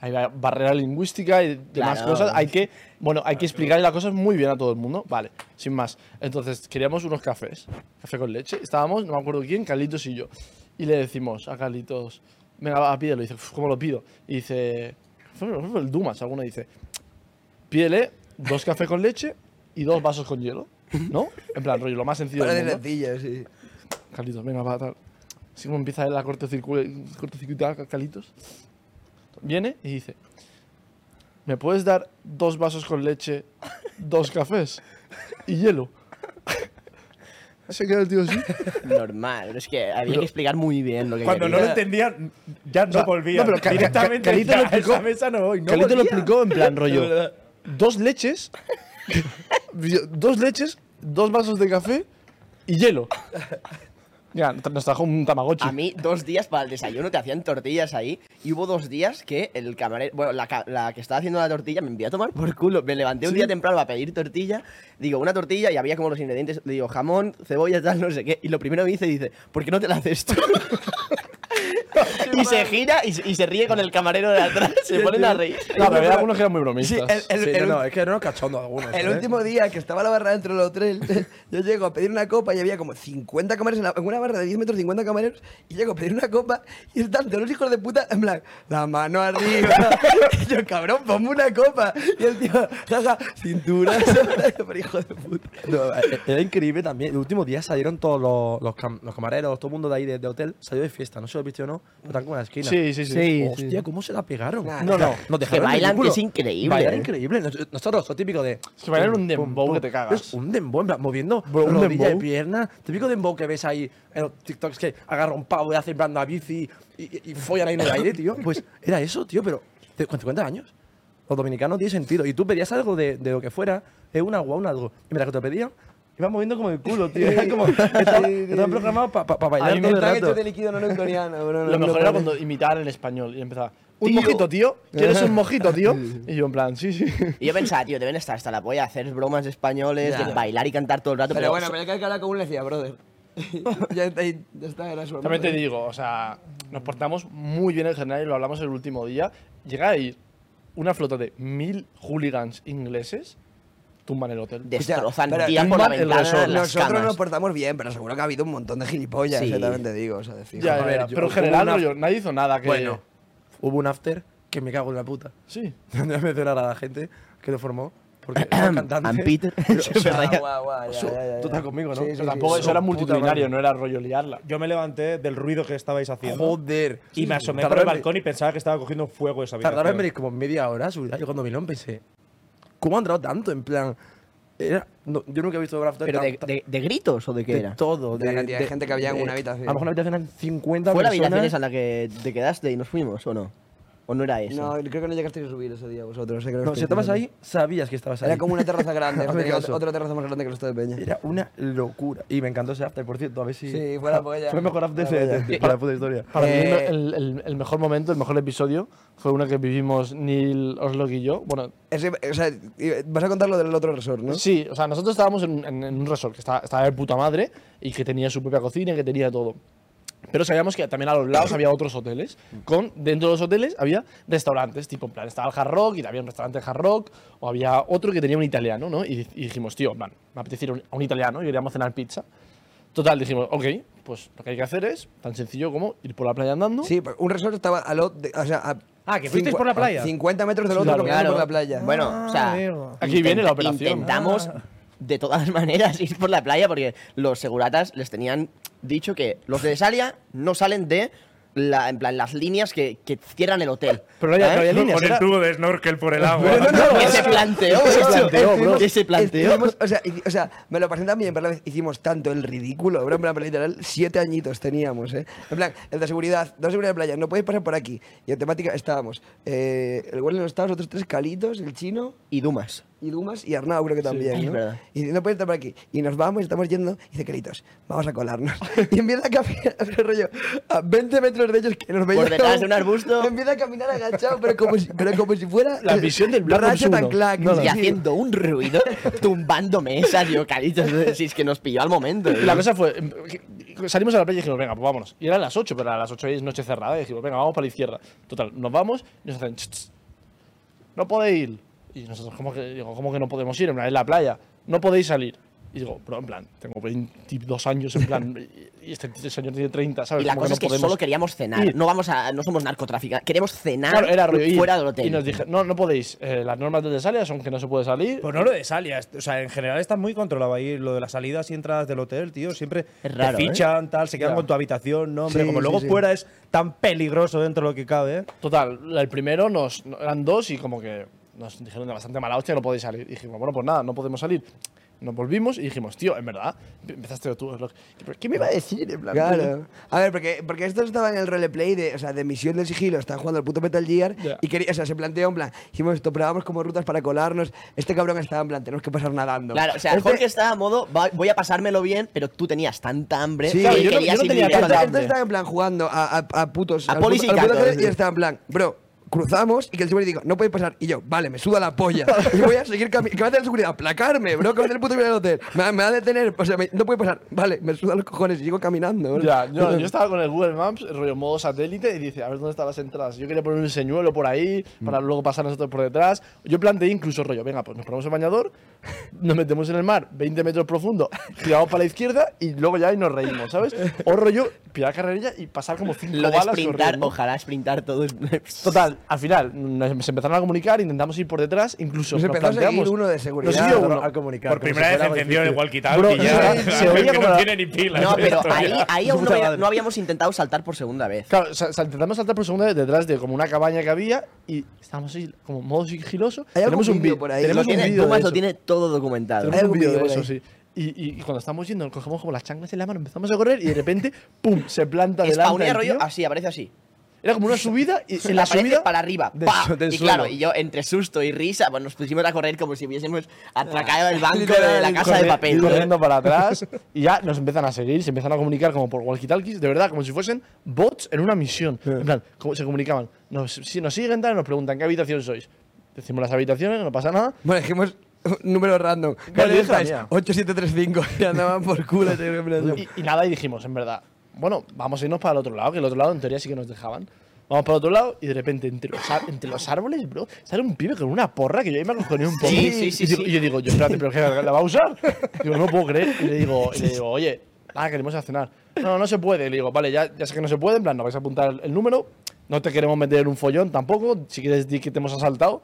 Hay la barrera lingüística y demás Claro. cosas. Hay que. Bueno, hay que explicarle las cosas muy bien a todo el mundo. Vale, sin más. Entonces, queríamos unos cafés. Café con leche. Estábamos, no me acuerdo quién, Carlitos y yo. Y le decimos a Carlitos, venga, va, pídelo. Y dice, "Uf, ¿cómo lo pido? Y dice, fue fue el Dumas, alguno dice, pídele dos cafés con leche y dos vasos con hielo. ¿No? En plan, rollo, lo más sencillo. Para del de mundo. lentillas, sí. Carlitos, venga, va, tal. Así como empieza él a cortocircu- cortocircuitar a Carlitos. Viene y dice, ¿me puedes dar dos vasos con leche, dos cafés y hielo? [laughs] Se queda el tío así. Normal, pero es que había Pero- que explicar muy bien lo que Cuando no quería. lo entendían, ya no sea, volvían. no, pero Ca- Ca- Directamente Carlito ya lo a explicó. esa mesa no voy. No Carlitos lo volvían. explicó en [laughs] plan rollo. Dos leches, dos leches, dos vasos de café y hielo. Ya, nos trajo un tamagotchi. A mí, dos días para el desayuno te hacían tortillas ahí. Y hubo dos días que el camarero. Bueno, la, ca- la que estaba haciendo la tortilla me envió a tomar por culo. Me levanté un día temprano para pedir tortilla. Digo, una tortilla y había como los ingredientes. Le digo, jamón, cebolla, tal, no sé qué. Y lo primero que dice, dice, ¿por qué no te la haces [laughs] tú? y se gira y, se- y se ríe con el camarero de atrás. Se ponen a reír. No, pero había algunos que eran muy bromistas. el- Sí, el- no, no, es que eran unos cachondos algunos. El ¿eh? último día que estaba la barra dentro del hotel, [laughs] yo llego a pedir una copa y había como 50 camareros en, la- en una barra de 10 metros, 50 camareros, y llego a pedir una copa y están todos los hijos de puta, en plan, la mano arriba. [laughs] y yo, cabrón, ponme una copa. Y el tío, jaja, cintura, [laughs] pero hijo de puta. [laughs] No, eh, era increíble también. El último día salieron todos los, los, cam- los camareros, todo el mundo de ahí de, de hotel, salió de fiesta. No sé si lo viste o no, pero están como en la esquina. Sí, sí, sí. Hostia, ¿cómo se la pegaron? Nah, no, no, nos que dejaron en bailan, que ridículo. es increíble. Bailar ¿eh? increíble. Nos- Nosotros, lo típico de. Es que bailar pum, un pum, dembow pum. que te cagas. Es un dembow, en plan, moviendo Bro, un rodilla de dembow. pierna. Típico dembow que ves ahí en los TikToks que agarra un pavo y hace en plan una bici y, y- y follan ahí en el aire, tío. Pues era eso, tío, pero. ¿te- ¿Con 50 años? Los dominicanos tiene sentido. Y tú pedías algo de, de lo que fuera, eh, un agua, un algo. Y mira que te lo pedían. Iba moviendo como el culo, [laughs] tío. Era como. Estaba, estaba programado para A bailar mí me todo el está rato. líquido no coreano, bro. Lo mejor era cuando imitaban el español y empezaba. Un mojito, tío. ¿Quieres un mojito, tío? Y yo en plan, [laughs] sí, sí. Y yo pensaba, tío, deben estar hasta la polla, hacer bromas españoles, de bailar y cantar todo el rato. Pero bueno, pero hay que hablar como un decía, brother. [laughs] ya, está, ahí, ya está, era [laughs] su También te hermano. digo, o sea, nos portamos muy bien en general y lo hablamos el último día. Llega ahí una flota de mil hooligans ingleses, tumban el hotel. destrozan pero tiran por la tumban el ventana resort. las Nosotros camas. nos portamos bien, pero seguro que ha habido un montón de gilipollas, Sí. yo también te digo, o sea, de fijo. Ya, ya, Joder, ya, yo- pero en hubo general, una- rollo, nadie hizo nada que. Bueno, hubo un after que me cago en la puta. [laughs] Sí. No voy a mencionar a la gente que lo formó. Porque [coughs] [laughs] era cantante. And Peter. Se [laughs] me raya. Guau, guau, ya, Eso, ya, ya, tú ya. estás conmigo, ¿no? Sí, sí, Pero sí, tampoco sí. eso era Puta multitudinario, madre. no era rollo liarla. Yo me levanté del ruido que estabais haciendo. Joder. Y me asomé por Tardaron el en- balcón y pensaba que estaba cogiendo fuego esa vida. Tardaron en venir como media hora a subir. Yo cuando vinieron pensé, ¿cómo han entrado tanto? En plan, era, no, yo nunca he visto un after ¿Pero tan- de, tan- de- de gritos o de qué de era? todo. De la cantidad de gente que había en una habitación. A lo mejor una habitación eran 50 ¿Fue la personas. habitación esa en la que te quedaste y nos fuimos o no? ¿O no era eso? No, creo que no llegasteis a subir ese día vosotros. eh, creo que No, estoy si estabas ahí, pensando. sabías que estabas ahí. Era como una terraza grande, Hazme tenía caso. otra terraza más grande que el resto de Peña. [laughs] Era una locura. Y me encantó ese after, por cierto. A ver si. Sí, fue la polla. Fue mejor after Fue la de- polla. de- para la puta historia. Para mí Eh, el, el- el mejor momento, el mejor episodio, fue uno que vivimos Neil Oslock y yo. Bueno, Ese- o sea, y- vas a contar lo del otro resort, ¿no? Sí, o sea, nosotros estábamos en, en- en un resort que estaba, estaba de puta madre y que tenía su propia cocina y que tenía todo. Pero sabíamos que también a los lados había otros hoteles. Con, dentro de los hoteles había restaurantes, tipo, en plan, estaba el Hard Rock y había un restaurante de Hard Rock, o había otro que tenía un italiano, ¿no? Y, y dijimos, tío, en plan, me apetece ir a un, a un italiano y queríamos cenar pizza. Total, dijimos, ok, pues lo que hay que hacer es tan sencillo como ir por la playa andando. Sí, pero un resort estaba al otro. O sea, a Ah, que fuisteis cincu- por la playa. 50 metros del otro, Claro, caminando por la playa. Bueno, o sea, amigo. Aquí viene la operación. Intentamos de todas [laughs] maneras ir por la playa porque los seguratas les tenían dicho que los de Salia no salen de la- en plan, las líneas que, que cierran el hotel. ¿Eh? Pero no, ya no había líneas. ¿Eh? Con el era- tubo de snorkel por el agua. Que se planteó, Eso eso. planteó, bro. Que se planteó. Estuvimos- o, sea, y- o sea, me lo presentan bien, pero a la vez hicimos tanto el ridículo, bro, en plan, pero literal, siete añitos teníamos, ¿eh? En plan, el de seguridad, dos de seguridad de playa, no podéis pasar por aquí. Y en temática estábamos, eh, el guardia no estaba, los otros tres calitos, el chino Y Dumas. y Dumas y Arnau creo que también, es ¿no? verdad. Y dice, no puedes estar por aquí. Y nos vamos, estamos yendo, y dice, queridos, vamos a colarnos. [laughs] y empieza a caminar, [laughs] pero rollo, a 20 metros de ellos que nos veían. detrás como- [laughs] de un arbusto. Empieza a caminar agachado, pero como si, pero como si fuera... La visión del Black Ops Ratchet and uno. Clank, No, no. sí, Y sí. haciendo un ruido, [laughs] tumbando mesas y eucaliptos. Si es que nos pilló al momento. ¿eh? La cosa fue, em, que- salimos a la playa y dijimos, venga, pues vámonos. Y eran las 8, pero a las 8 es noche cerrada. Y dijimos, venga, vamos para la izquierda. Total, nos vamos y nos hacen, "Ch, ch, no podéis ir. Y nosotros, ¿cómo que, digo, ¿cómo que no podemos ir? En plan, es la playa, no podéis salir. Y digo, pero en plan, tengo 22 años, en plan, [laughs] y este señor tiene 30, ¿sabes? Y la Como cosa es que no podemos. solo queríamos cenar. ir. No vamos a, no somos narcotraficantes. Queremos cenar Claro, era rollo ir. fuera del hotel. Y nos dije, no, no podéis. eh, las normas de salida son que no se puede salir. Pues no lo de salidas. O sea, en general está muy controlado ahí lo de las salidas y entradas del hotel, tío. Siempre Es raro, te fichan, tal, se quedan Ya. con tu habitación, no, hombre. Sí, como sí, luego sí. fuera es tan peligroso dentro de lo que cabe, ¿eh? Total, la- el primero nos no- eran dos y como que nos dijeron de bastante mala hostia, no podéis salir. Y dijimos, bueno, pues nada, no podemos salir. Nos volvimos y dijimos, tío, en verdad, em, empezaste tú. es lo que- ¿Pero ¿Qué me iba a decir? En plan, Claro. A ver, porque, porque esto estaba en el roleplay de, o sea, de misión del sigilo, estaban jugando al puto Metal Gear Ya. y quería, o sea, se planteó en plan, hicimos esto, probábamos como rutas para colarnos. Este cabrón estaba en plan, tenemos que pasar nadando. Claro, o sea, Este- Jorge estaba a modo, va- voy a pasármelo bien, pero tú tenías tanta hambre Sí, que claro, yo no- querías yo no ir tenía directo Este, tanta al- este hambre. estaba en plan jugando a, a- a putos. A al polis puto- y al puto gatos, hotel, y sí. estaba en plan, bro, cruzamos y que el seguridad dijo, no podéis pasar. Y yo, vale, me suda la polla. Y voy a seguir caminando. ¿Qué va a hacer el seguridad? Aplacarme, bro, que va a hacer el puto del hotel. Me, va- me va a detener, o sea, me- no puede pasar. Vale, me suda los cojones y sigo caminando. bro. Ya, yo, yo estaba con el Google Maps, rollo modo satélite, y dice, a ver dónde están las entradas. Yo quería poner un señuelo por ahí, para luego pasar nosotros por detrás. Yo planteé incluso rollo, venga, pues nos ponemos el bañador, [laughs] nos metemos en el mar, 20 metros profundo, [laughs] giramos para la izquierda y luego ya y nos reímos, [laughs] ¿sabes? O rollo, pillar carrerilla y pasar como 5 Lo de balas sprintar, corriendo. ojalá sprintar todo. [laughs] es- Total, al final nos- se empezaron a comunicar, intentamos ir por detrás, incluso Nos nos, empezó a seguir planteamos- uno de seguridad, Nos siguió ¿no? uno. a comunicar. Por como si primera vez fuera algo encendió el difícil. Bro, walkie-talkie. ya. se- La se gente [laughs] oía que como no la- tiene ni pilas. No, pero esto, ahí, ya. [laughs] ahí aún no, había- no habíamos intentado saltar por segunda vez. Claro, sa- sa- intentamos saltar por segunda vez detrás de como una cabaña que había y estábamos así como modo sigiloso. Hay algún Tenemos un vídeo vídeo por ahí. Tenemos Lo un tiene, vídeo de Dumas lo eso. tiene todo documentado. Tenemos un algún vídeo de vídeo por eso, sí. Y, y- y cuando estamos yendo, nos cogemos como las chanclas en la mano, empezamos a correr y de repente, ¡pum! se planta delante. Spawnea del rollo tío. así, aparece así. Era como una subida y en la la [laughs] aparece subida. para arriba. del ¡pa! su- del y claro, suelo. y yo entre susto y risa, pues nos pusimos a correr como si hubiésemos atracado el banco de la casa de correr- papel. ¿eh? ¿no? corriendo para atrás y ya nos empiezan a seguir, se empiezan a comunicar como por walkie-talkies, de verdad, como si fuesen bots en una misión. En plan, como se comunicaban. Nos, si nos siguen, tal, nos preguntan qué habitación sois. Decimos las habitaciones, no pasa nada. Bueno, dijimos número random. Claro, ¿Cuál hija es? mía. [laughs] 8735. Y andaban por culo. te digo, en plan, Y, y nada, y dijimos, en verdad, bueno, vamos a irnos para el otro lado, que el otro lado en teoría sí que nos dejaban. Vamos para el otro lado y de repente entre los, ar- entre los árboles, bro, sale un pibe con una porra que yo ahí me acojoné un poco. Sí, sí, sí, y, digo- sí. y yo digo, yo espérate, pero ¿qué, ¿la va a usar? Digo, no lo puedo creer. Y le digo, y le digo oye, ah, queremos ir a cenar. No, no se puede. Y le digo, vale, ya, ya sé que no se puede, en plan, no vais a apuntar el número, no te queremos meter en un follón tampoco, si quieres di que te hemos asaltado,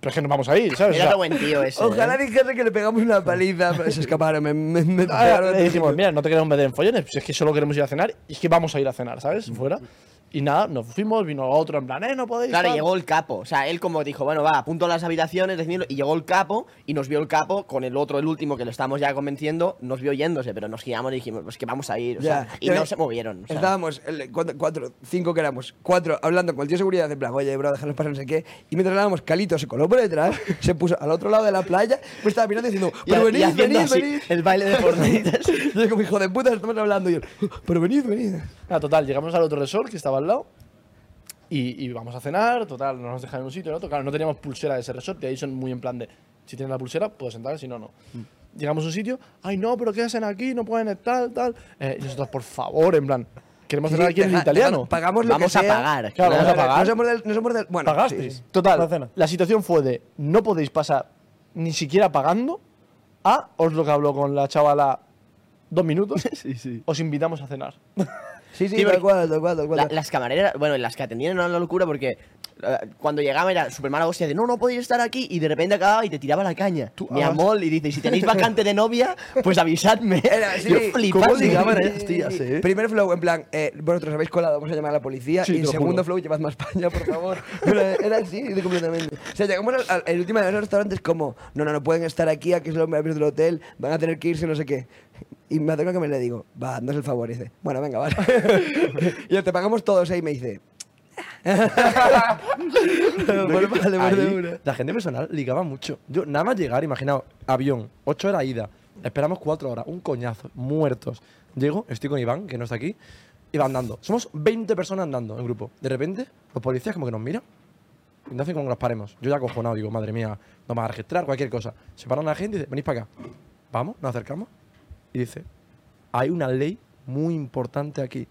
pero es que nos vamos a ir, Era ¿sabes? O sea, otro buen tío ese. Ojalá ¿eh? dijese que le pegamos una paliza. pero Se escaparon. Me, me, me Ah, pegaron. le dijimos, mira, no te queremos meter en follones, pues es que solo queremos ir a cenar y es que vamos a ir a cenar, ¿sabes? Fuera. Y nada, nos fuimos, vino otro en plan, eh, no podéis. Claro, tal". llegó el capo. O sea, él como dijo, bueno, va, apunto las habitaciones, decidlo, y llegó el capo y nos vio el capo con el otro, el último que lo estábamos ya convenciendo, nos vio yéndose, pero nos giramos y dijimos, pues que vamos a ir. o sea, Ya. y Ya no ves, se movieron. o sea. Estábamos el- cuatro, cuatro, cinco que éramos, cuatro hablando con el tío de seguridad, en plan, oye, bro, déjanos pasar, no sé qué. Y mientras hablábamos, Calito se coló por detrás, [laughs] se puso al otro lado de la playa, pues estaba mirando y diciendo, Y ha- pero y venid, haciendo venid, así, venid. el baile de Fortnite. Y yo como, hijo de puta, estamos hablando. Y yo, pero venid, venid. Nada, total, llegamos al otro resort que estaba al lado y, y vamos a cenar, total, no nos dejan en un sitio, en otro. Claro, no teníamos pulsera de ese resort y ahí son muy en plan de, si tienes la pulsera, puedes entrar, si no, no. Mm. Llegamos a un sitio, ay, no, pero ¿qué hacen aquí? No pueden estar, tal. Eh, y nosotros, por favor, en plan, queremos cenar aquí en Deja- italiano. deja- Pagamos lo Vamos que a sea. pagar, Claro, vamos a Claro, pagar. No somos del, no somos del- bueno, sí, ¿Pagasteis? sí. La cena. Total, la situación fue de no podéis pasar ni siquiera pagando a os lo que habló con la chavala dos minutos, os invitamos a cenar. Sí, sí, Sí, tal porque- cual, tal cual, tal cual. La- las camareras, bueno, las que atendían eran una locura porque eh, cuando llegaba era súper mala hostia de no, no podéis estar aquí y de repente acababa y te tiraba la caña. Mi ah. amor, y dice, si tenéis vacante de novia, pues [laughs] avisadme. [laughs] Era, sí, Yo flipaba. ¿Cómo llegaban a esas tías, eh? Primer flow, en plan, eh, vosotros habéis colado, vamos a llamar a la policía. Sí, y en te lo segundo juro. flow, llevad más paña, por favor. [laughs] Pero era así, de completamente. O sea, llegamos al, al- el último de los restaurantes como, no, no, no pueden estar aquí, aquí es lo abierto del hotel, van a tener que irse, no sé qué. Y me acerco a que me le digo, va, no es el favor. Y dice, bueno, venga, vale. [laughs] y yo, te pagamos todos, eh, y me dice... [laughs] Bueno, vale, vale, Ahí, una. la gente personal ligaba mucho. Yo nada más llegar, imaginaos, avión, 8 horas ida, esperamos 4 horas, un coñazo, muertos. Llego, estoy con Iván, que no está aquí, y va andando. Somos 20 personas andando en grupo. De repente, los policías como que nos miran. Y no hacen como que nos paremos. Yo ya acojonado, digo, madre mía, nos van a registrar, cualquier cosa. Se paran la gente y dice, venís para acá. Vamos, nos acercamos. Y dice, hay una ley muy importante aquí,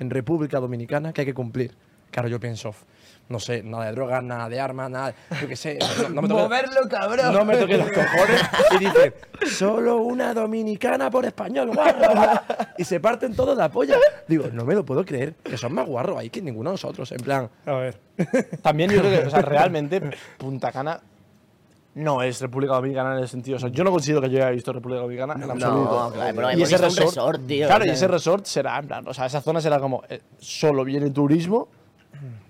en República Dominicana, que hay que cumplir. Claro, yo pienso, "F, no sé, nada de drogas, nada de armas, nada, yo qué sé. No, no me toques- ¡Moverlo, cabrón! no me toques los cojones. Y dice, solo una dominicana por español, guarro. Y se parten todos la polla. Digo, no me lo puedo creer, que son más guarros ahí que ninguno de nosotros. En plan, A ver. También yo creo que, o sea, realmente Punta Cana no es República Dominicana en el sentido. o sea, yo no considero que yo haya visto República Dominicana en absoluto. claro, pero hemos visto un resort, tío, Claro, o y sea. ese resort será, en plan, o sea, esa zona será como eh, solo viene turismo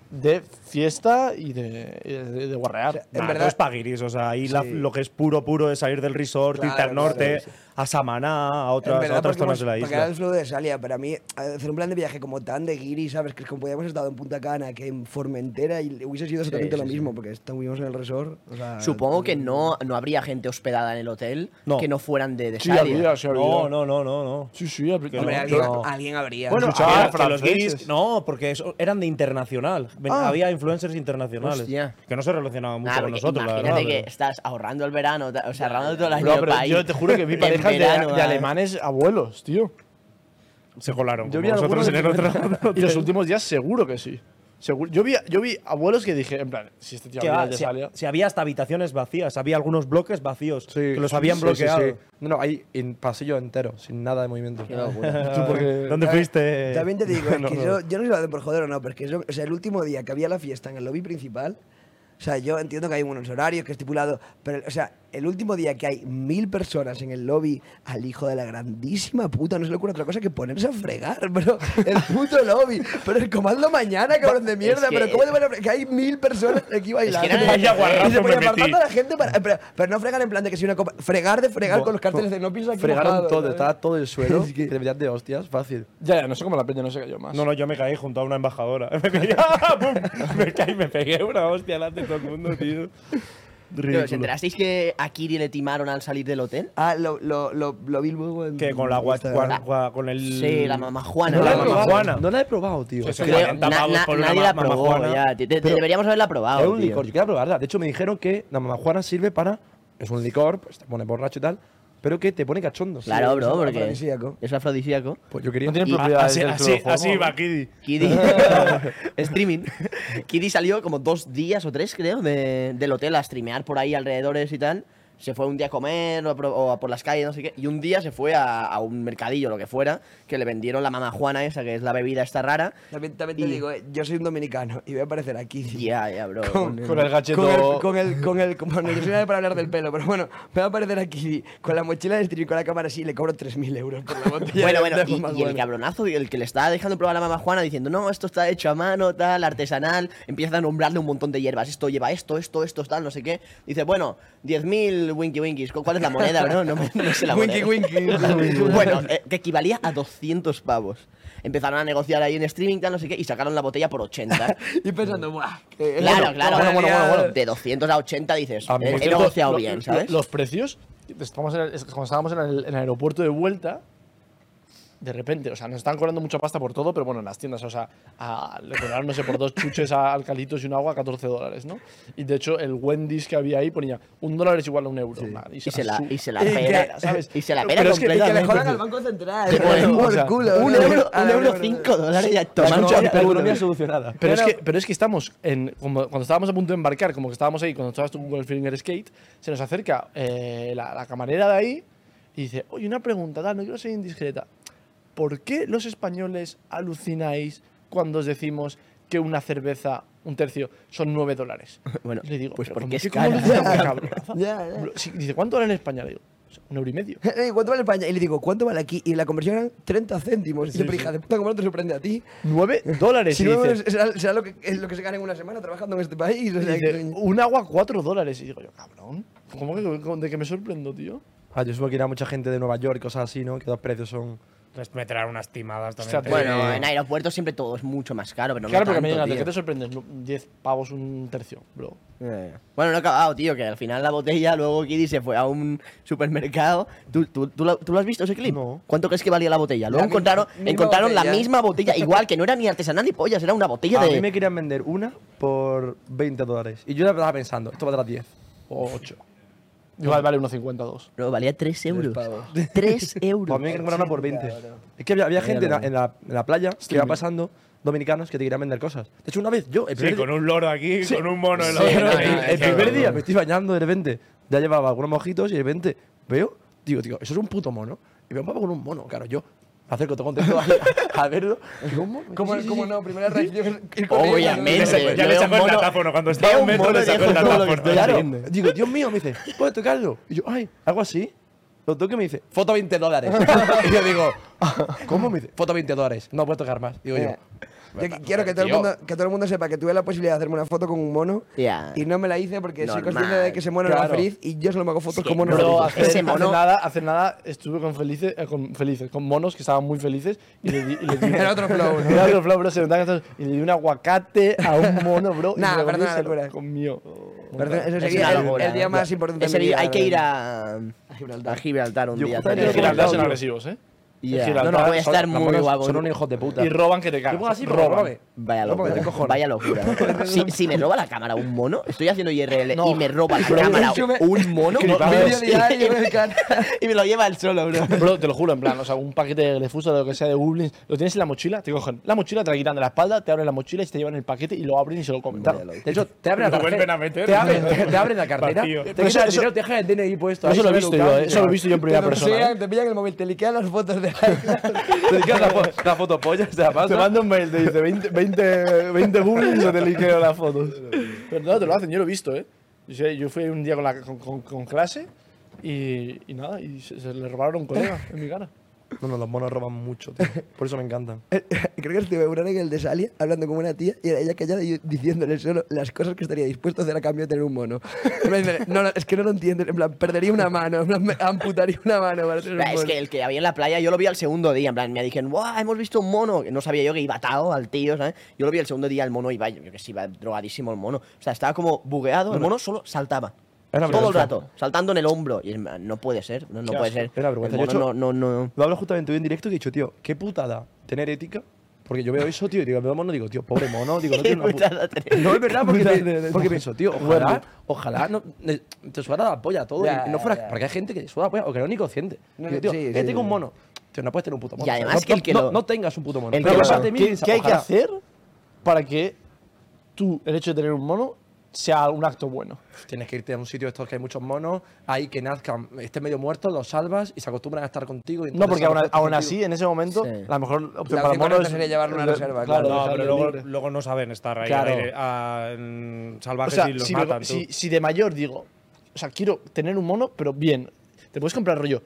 de fiesta y de, y de- de guarrear. En En verdad- verdad es paguiris, o sea, ahí la- lo que es puro, puro es salir del resort, irte Claro, al norte, claro, a Samaná, a En otras, verdad, a otras porque zonas hemos- de la porque era isla. el flow de salida, para mí, hacer un plan de viaje como tan de guiri, ¿sabes? Que es como podíamos haber estado en Punta Cana, que en Formentera, y hubiese sido exactamente lo mismo, porque estuvimos en el resort. o sea, Supongo que no, no habría gente hospedada en el hotel No. que no fueran de, de Sí, Sadia. había, sí, había. No, no, no, no, no. Sí, sí, había. Hombre, no, alguien, yo- alguien habría. Bueno, Ah, había que los franceses. guiris- no, porque eso- eran de internacional. Ven- Ah. Había influencers internacionales. Hostia. Que no se relacionaban mucho Nah, con porque nosotros, la imagínate verdad. que pero- estás ahorrando el verano, ta- o sea, ahorrando todo el año Bro, para pero ir yo te juro que [laughs] vi en parejas de, verano ¿eh? de a- alemanes abuelos, tío. Se colaron. Yo Yo vi algunos nosotros en el otro. y los últimos días seguro que sí. Seguro. Yo, vi, yo vi abuelos que dije, en plan, si este tío Que habla va, de si, Salia- si había hasta habitaciones vacías, había algunos bloques vacíos que los habían sí, sí, bloqueado. sí. No, no, hay en pasillo entero, sin nada de movimiento. ¿Dónde fuiste? Ah, También [laughs] te digo, es que yo, yo no sé si lo hacen por joder o no, pero es que yo- o sea, el último día que había la fiesta en el lobby principal, o sea, yo entiendo que hay unos horarios que he estipulado, pero, o sea, el último día que hay mil personas en el lobby al hijo de la grandísima puta, no se le ocurre otra cosa que ponerse a fregar, bro. El puto lobby. Pero el comando mañana, cabrón de mierda, que- pero ¿cómo te van a fregar? Que hay mil personas aquí bailando. eran- Vaya y se guarrazo me ponían metí. apartando a la gente para. Pero, pero no fregar en plan de que si una copa. Fregar de fregar con los carteles de no piensa que. Fregaron mojado", todo, ¿sabes? estaba todo el [laughs] suelo, Es que- te metías de hostias, fácil. Ya, ya, no sé cómo la peña no se cayó más. No, no, yo me caí junto a una embajadora. [laughs] Me caí, ¡ah! ¡Pum! me caí, me pegué una hostia delante de todo el mundo, tío. Pero, ¿Os enterasteis que a Kiri le timaron al salir del hotel? Ah, lo, lo, lo, lo vi luego en. Que con la gua- Instagram. gua- gua- con el. Sí, la mamá Juana. No la ¿no? he mamá probado. Juana. No la he probado, tío. Eso Es que- Creo- 40 na- pavos na- por una nadie la mamá probó Juana. ya. tío. Te- te- deberíamos haberla probado. Es un tío. licor, yo quería probarla. De hecho, me dijeron que la mamá Juana sirve para. Es un licor, pues te pone borracho y tal, pero que te pone cachondo. Claro, bro, es porque afrodisíaco. es afrodisíaco. Pues yo quería. No tiene Y- propiedades Así, del así, cloroformo, así ¿no? va, Kiddy. Kiri, [laughs] streaming. Kiri salió como dos días o tres, creo, de- del hotel a streamear por ahí alrededores y tal. Se fue un día a comer o a, pro- o a por las calles, no sé qué. Y un día se fue a, a un mercadillo, lo que fuera, que le vendieron la mamá Juana esa, que es la bebida esta rara. También, también te Y- digo, eh, yo soy un dominicano y voy a aparecer aquí. Ya, ya, bro. Con el gacheto. Con el, con el, con el, con- bueno, yo soy nadie para hablar del pelo, pero bueno, me va a aparecer aquí con la mochila de stream y con la cámara así y le cobro 3.000 [laughs] euros por la botella. Bueno, de- bueno, de y, Fumas y el Bueno. cabronazo, y el que le está dejando probar a la mamá Juana diciendo, no, esto está hecho a mano, tal, artesanal, empieza a nombrarle un montón de hierbas, esto lleva esto, esto, esto, tal, no sé qué. Dice, bueno, 10.000 winky winkies, ¿cu- ¿cuál es la moneda, bro? No, me- no sé [laughs] la Winky, moneda. winky. [laughs] bueno, eh, que equivalía a 200 pavos. Empezaron a negociar ahí en streaming, tal, no sé qué, y sacaron la botella por [laughs] 80. Y pensando, ¡buah! que- claro, claro, Bueno, bueno, bueno, bueno. De 200 a 80 dices, A mí, he, por he cierto, negociado lo- bien, lo- ¿sabes? Los precios, estamos en el- es- cuando estábamos en el, en el aeropuerto de vuelta, de repente, o sea, nos están cobrando mucha pasta por todo, pero bueno, en las tiendas, o sea, a- le cobraron, no sé, por dos chuches a alcalitos y un agua, 14 dólares, ¿no? Y de hecho, el Wendy's que había ahí ponía un dólar es igual a un euro. Nah, y se la, y se la Y que- pera, ¿sabes? Y se la pera Pero es que- y que Que le completamente. jodan al Banco Central. Te ponen, por o sea, culo. Ah, un ¿no? euro, A un la euro broma. [laughs] cinco dólares ya La tomando escucha, ya. la economía solucionada. Pero, es que, pero es que estamos, en, como cuando estábamos a punto de embarcar, como que estábamos ahí, cuando estabas tú con el Finger Skate, se nos acerca eh, la, la camarera de ahí y dice, oye, una pregunta, tal, no quiero ser indiscreta. ¿por qué los españoles alucináis cuando os decimos que una cerveza, un tercio, son 9 dólares? [laughs] Bueno, Y le digo, pues "¿Pero porque cómo es que cómo cara. alucináis, [laughs] cabrón?". Ya, ya. Bro, sí, Dice, ¿cuánto vale en España? Le digo, un euro y medio. Ey, Eh, ¿Cuánto vale España? Y le digo, ¿cuánto vale aquí? Y la conversión eran 30 céntimos. y yo, pero hija de puta, ¿cómo no te sorprende a ti? 9 dólares. Si y no, dices, es- será, será lo, que, es lo que se gana en una semana trabajando en este país. o Y sea, dice, que- un agua 4 dólares. Y digo yo, cabrón, ¿cómo que de que me sorprendo, tío? Ah, yo supongo que irá mucha gente de Nueva York, cosas así, ¿no? Que los precios son. Les meterán Pues unas timadas Hostia, también. te digo. Bueno, en aeropuertos siempre todo es mucho más caro, pero no claro, porque tanto, me digan, ¿de tío. qué te sorprendes? No, 10 pavos un tercio, bro. Ya, ya. Eh. Bueno, no he acabado, tío, que al final la botella, luego Kiddy se fue a un supermercado. ¿Tú, tú, tú lo, tú lo has visto ese clip? No. ¿Cuánto crees que valía la botella? Luego La mi- encontraron, misma encontraron la botella. misma botella, igual, que no era ni artesanal ni pollas, era una botella A de... mí me querían vender una por 20 dólares. Y yo la estaba pensando, esto valdrá 10 o 8. Igual vale 1,52. Bro, valía 3 euros. [laughs] pavos. 3 Pues a euros. mí me querían comprar una por 20. Es que había, había gente en la, en la- en la playa que iba pasando, dominicanos, que te querían vender cosas. De hecho, una vez yo, el Sí, primer, con un loro aquí, con un mono en la Sí, otra. no, el, el Qué primer día cabrón. me estoy bañando de repente. Ya llevaba algunos mojitos y de repente veo, digo, tío, eso es un puto mono. Y veo un papá con un mono, claro, yo. Me acerco, todo [laughs] contento a, a verlo. Digo, ¿un mono? ¿Cómo, Sí, sí, cómo sí. no? [laughs] Primera reacción es ir Oh, [laughs] corriendo. Obviamente. Ya yo le veo sacó un el mono- datáfono. Cuando estaba veo un metro le y sacó dejo el todo lo que datáfono. estoy Claro, haciendo. digo, Dios mío, me dice, ¿puedo tocarlo? Y yo, ay, hago así. Lo toco y me dice, foto 20 dólares. [laughs] y yo digo, ¿cómo me dice? Foto 20 dólares. No puedo tocar más. Digo yo, Eh, Ya. Yo qu- quiero que todo, el tío. mundo, que todo el mundo sepa que tuve la posibilidad de hacerme una foto con un mono Ya. y no me la hice porque soy Normal, consciente de que ese mono no claro. era feliz y yo solo me hago Sí, fotos con monos bro, Bro, felices. [laughs] Ese hace, hace mono- nada, hace nada estuve con felices, eh, con felices, con monos que estaban muy felices y le di. Y le di Era otro flow, ¿no? Era otro flow, bro. Se notaban que estos- y le di un aguacate a un mono, bro. y Nah, me lo comí perdona, y se lo locura. comió. Perdón, eso Es sería una el- el, locura, día ¿no? más importante Ese de mi día vida. hay que ahora ir mismo. a, a Gibraltar un Yo día. justo tío. Los gigantes son agresivos, ¿eh? Ya. Gibraltar No, no, voy a son- estar los muy monos guapo. Son unos hijos de puta. Y roban que te cagas. Yo pongo así, pero roban. róbame. Vaya No, porque locura. te cojones. Vaya [laughs] locura. si, si me roba la cámara un mono, estoy haciendo IRL y me roba [laughs] la Bro, cámara sube- un mono. Flipados. Medio diario [laughs] en el canal. [laughs] y me lo lleva él solo, [laughs] bro. Bro, te lo juro, en plan, o sea, un paquete de Glefusa o lo que sea de Goblins, lo tienes en la mochila, te cogen la mochila, te la quitan de la espalda, te abren la mochila y te llevan el paquete y lo abren y se lo comen. Claro, De hecho, te abren la Lo vuelven a cartera. [laughs] meter. Te abren, te, te abren la cartera. Vacío. Te Pero quitan eso- el dinero, eso- te dejan el DNI puesto. Yo ahí, eso lo he se ve visto educado yo, eh, y te eso lo he vas. visto yo en Te primera lo persona. sean, eh. Te pillan el móvil, te liquean las fotos de like. Te quitan la, fo- la foto polla, te la Te pasan. mando un mail, te dice 20, 20, 20 Goblins o te liqueo las fotos. Pero no, te lo hacen, yo lo he visto, ¿eh? Yo, sé, yo fui un día con, la, con, con- con clase y, y nada, y se, se le robaron a un colega en mi cara. No, no, los monos roban mucho, tío. Por eso me [laughs] encantan. [laughs] Creo que estuve una hora en el de Salia hablando con una tía y era ella callada y yo diciéndole solo las cosas que estaría dispuesto a hacer a cambio de tener un mono. [laughs] En plan, diciéndole, no, no, es que no lo entiendes. En plan, perdería una mano, en plan, me amputaría una mano para tener un Ah, Es mono. que el que había en la playa, yo lo vi al segundo día. En plan, me dijeron, ¡guau! Hemos visto un mono. Que No sabía yo que iba atado al tío, ¿sabes? Yo lo vi el segundo día, el mono iba, yo que sé, iba drogadísimo el mono. O sea, estaba como bugueado. El mono solo saltaba. Era Todo el vergüenza. rato, saltando en el hombro. Y en plan, no puede ser, no, no Qué puede asco. ser. Era vergüenza. El Yo mono he hecho- no, no, no. Lo hablo justamente hoy en directo y he dicho, tío, qué putada tener ética. Porque yo veo eso, tío, y digo, veo mono, digo, tío, pobre mono, digo, no Qué tiene una pu- putada tener No, es verdad, porque, Putada te- tener porque ética. pienso, tío, ojalá, ojalá no, ne- te suda la polla todo. y no fuera, Porque hay gente que suda la polla o que no es ni consciente. No, digo, tío, sí, que sí, tengo un sí. mono. Tío, no puedes tener un puto mono. Y además no, que el no- que no, lo- no tengas un puto mono. el Pero que lo- aparte, ¿Qué, piensa, qué hay que ojalá. hacer para que tú, el hecho de tener un mono, sea un acto bueno? Tienes que irte a un sitio de estos que hay muchos monos, ahí que nazcan, estén medio muertos, los salvas y se acostumbran a estar contigo. y No, entonces porque se aún, adaptan [laughs] aún contigo. así, en ese momento, Sí. la mejor opción para La el última mono renta es. sería llevarlo a una reserva, claro. No, dejarlo pero luego, libre. luego no saben estar ahí, Claro. al aire, a- en O salvajes sea, y los si, me- matan. tú. si- si de mayor digo, o sea, quiero tener un mono, pero bien, te puedes comprar rollo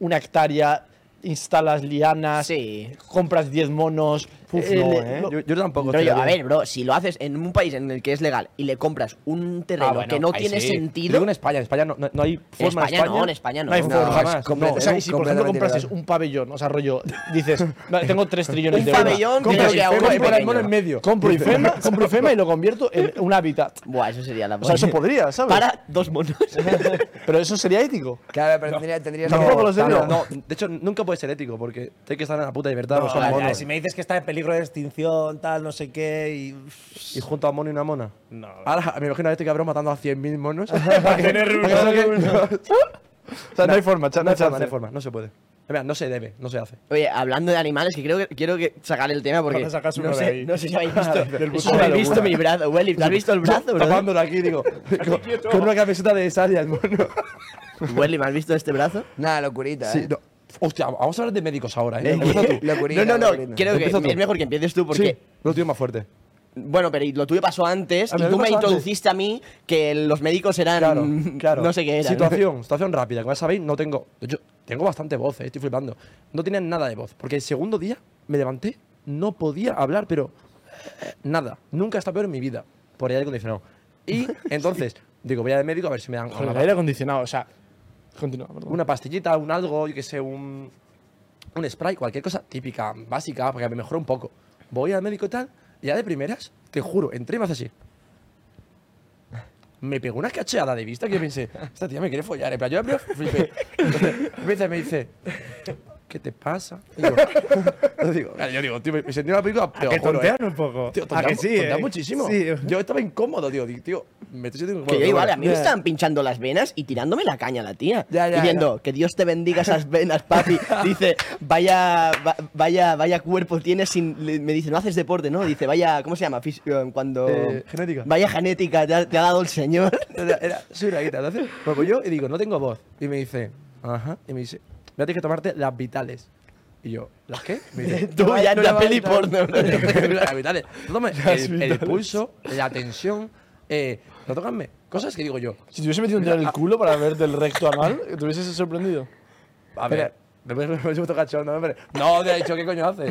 una hectárea, instalas ah, lianas, Sí. compras 10 monos. Puf, eh, no, le- eh. lo- Yo, yo tampoco. Rollo, tío, a yo- ver, bro, si lo haces en un país en el que es legal y le compras un terreno Ah, bueno, que no ahí tiene sí. sentido. Digo en España, en España no, no- no hay en forma España, no, en España no. No hay forma. jamás. o sea, y si por ejemplo completamente comprases ilegal. un pabellón, o sea, rollo, dices, vale, tengo 3 trillones Un de euros. pabellón, compro creo que a uno Ifema y muy pongo el pequeño. mono en medio. Compro Ifema, compro Ifema y lo convierto en un hábitat. Buah, eso sería la O sea, eso polla. podría, ¿sabes? Para dos monos. Pero eso sería ético. Claro, pero tendría- tendrías No, que- Tampoco lo sé, no, tío. no, de hecho, nunca puede ser ético porque tienes que estar en la puta libertad. No, pues, son ya, monos. si me dices que está en peligro de extinción, tal, no sé qué, y. Y junto a un mono y una mona. No. Ahora me imagino a este cabrón matando a 100.000 [laughs] monos. Para tener Porque uno. no sé qué- [laughs] no, O sea, no, hay forma, cha- no hay forma, no chance. hay forma, no se puede. Mira, no se debe, no se hace. Oye, hablando de animales, que creo que quiero que sacar el tema porque Ahora sacas uno no, de sé, ahí. no sé si habéis visto, Del si buzón de habéis la visto locura. mi brazo, Welly, ¿tú has visto el brazo, bro? Tapándolo [laughs] aquí, digo. con, con una camiseta de Saria, el mono. Welly, ¿me has visto este brazo? Nada, locurita. Sí, eh. no. Hostia, vamos a hablar de médicos ahora, ¿eh? [laughs] Empieza [laughs] tú. Locurina, No, no, no. locurina. Creo que Empieza tú. es mejor que empieces tú porque. Sí, lo tuyo más fuerte. Bueno, pero y lo tuyo pasó antes Ah, y ¿me tú pasó me antes? introduciste a mí que los médicos eran. Claro, claro. Mm, No sé qué eran. Situación, situación rápida. Como ya sabéis, no tengo. Yo tengo bastante voz, eh, estoy flipando. No tenía nada de voz. Porque el segundo día me levanté, no podía hablar, pero nada. Nunca he estado peor en mi vida. Por el aire acondicionado. [laughs] Y entonces, digo, voy al médico a ver si me dan Joder, el una, aire acondicionado, o sea. Continúa, perdón. una pastillita, un algo, yo qué sé, un. Un spray, cualquier cosa típica, básica, para que me mejore un poco. Voy al médico y tal, y ya de primeras, te juro, entré y me hace así. me pegó una cacheada de vista que yo pensé, esta tía me quiere follar. En plan, yo la primera flipé. Entonces, me dice, ¿qué te pasa? Y yo, [laughs] yo digo, claro, yo digo, tío, me, me sentí en la película, pero Que juro, eh. tontean un poco. Ah, Tío, ¿A tontea, que sí, tontea eh? muchísimo. Sí. Yo estaba incómodo, tío. Digo, tío, me estoy sintiendo Que incómodo. yo pero igual, bueno. a mí me estaban pinchando las venas y tirándome la caña a la tía. Ya, ya, y viendo, que Dios te bendiga esas venas, papi. Dice, vaya, va- vaya, vaya cuerpo tienes sin. le- Me dice, no haces deporte, ¿no? Dice, vaya, ¿cómo se llama? Fis- eh, Cuando. Eh, genética. Vaya genética, te ha, te ha dado el señor. Era, era- soy una guita. Entonces, me apoyó y digo, no tengo voz. Y me dice, ajá. Y me dice, ya tienes que tomarte las vitales. Y yo, ¿las qué? Me [laughs] dice, Tú ya en la peli porno. las vitales. [laughs] Tócame el, el pulso, la tensión, eh, no tócame. Cosas que digo yo. Si te hubiese metido un dedo en el culo para ver del recto anal, te hubiese sorprendido. A ver. Me me- me he puesto cachondo, hombre. No, te he dicho, ¿qué coño haces?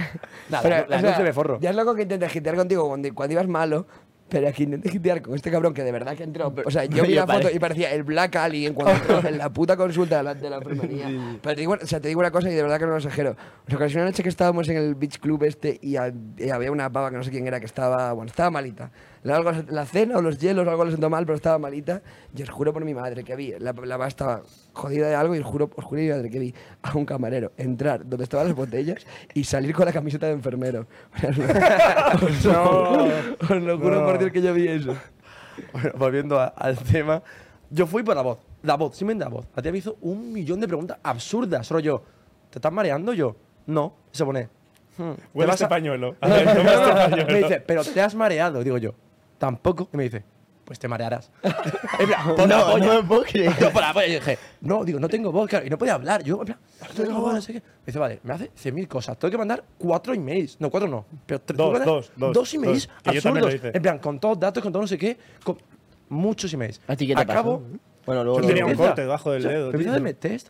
Nada, Pero, la o noche sea, me forro. Ya es loco que intentes gitear contigo cuando, cuando ibas malo, pero que intentes gitear con este cabrón que de verdad que entró. O sea, yo vi la foto y parecía el Black Alien cuando entró en la puta consulta de la, de la enfermería. Pero te digo, o sea, te digo una cosa y de verdad que no lo exagero. O sea, que una noche que estábamos en el beach club este y, ha- y había una pava que no sé quién era que estaba, bueno, estaba malita. Le algo- la cena o los hielos o algo le sentó mal, pero estaba malita. Y os juro por mi madre que vi, la, la pava estaba jodida de algo y os juro, os juro por mi madre que vi a un camarero entrar donde estaban las botellas y salir con la camiseta de enfermero. [laughs] os, lo, [laughs] os lo juro por Dios que yo vi eso. Bueno, volviendo a- al tema. Yo fui por la voz. La voz, simplemente la voz. La tía me hizo un millón de preguntas absurdas. Solo yo, ¿te estás mareando yo? No. Y [laughs] se pone. hmm, ¿te Huele vas este a- [laughs] pañuelo. A No, ver, no, ¿cómo este no, no. pañuelo? Me dice, pero te has mareado. Digo yo, tampoco. Y me dice, pues te marearás. En plan, por la No, polla. no me puedo creer. Yo por la polla. Y dije, no, digo, no tengo voz, claro. Y no podía hablar. Yo, en plan, no tengo voz, no sé qué. Me dice, vale, me hace 100.000 cosas. Tengo que mandar cuatro emails. No, cuatro no. Pero tres, Dos, tengo que mandar dos, dos, Dos emails dos. Que yo también lo absurdos. hice. En plan, con todos datos, con todo no sé qué. Con muchos emails. ¿A ti qué te Acabo, pasó? Bueno, luego. Yo lo- tenía un empieza- corte debajo del o sea, dedo. Me empieza a tío. hacerme test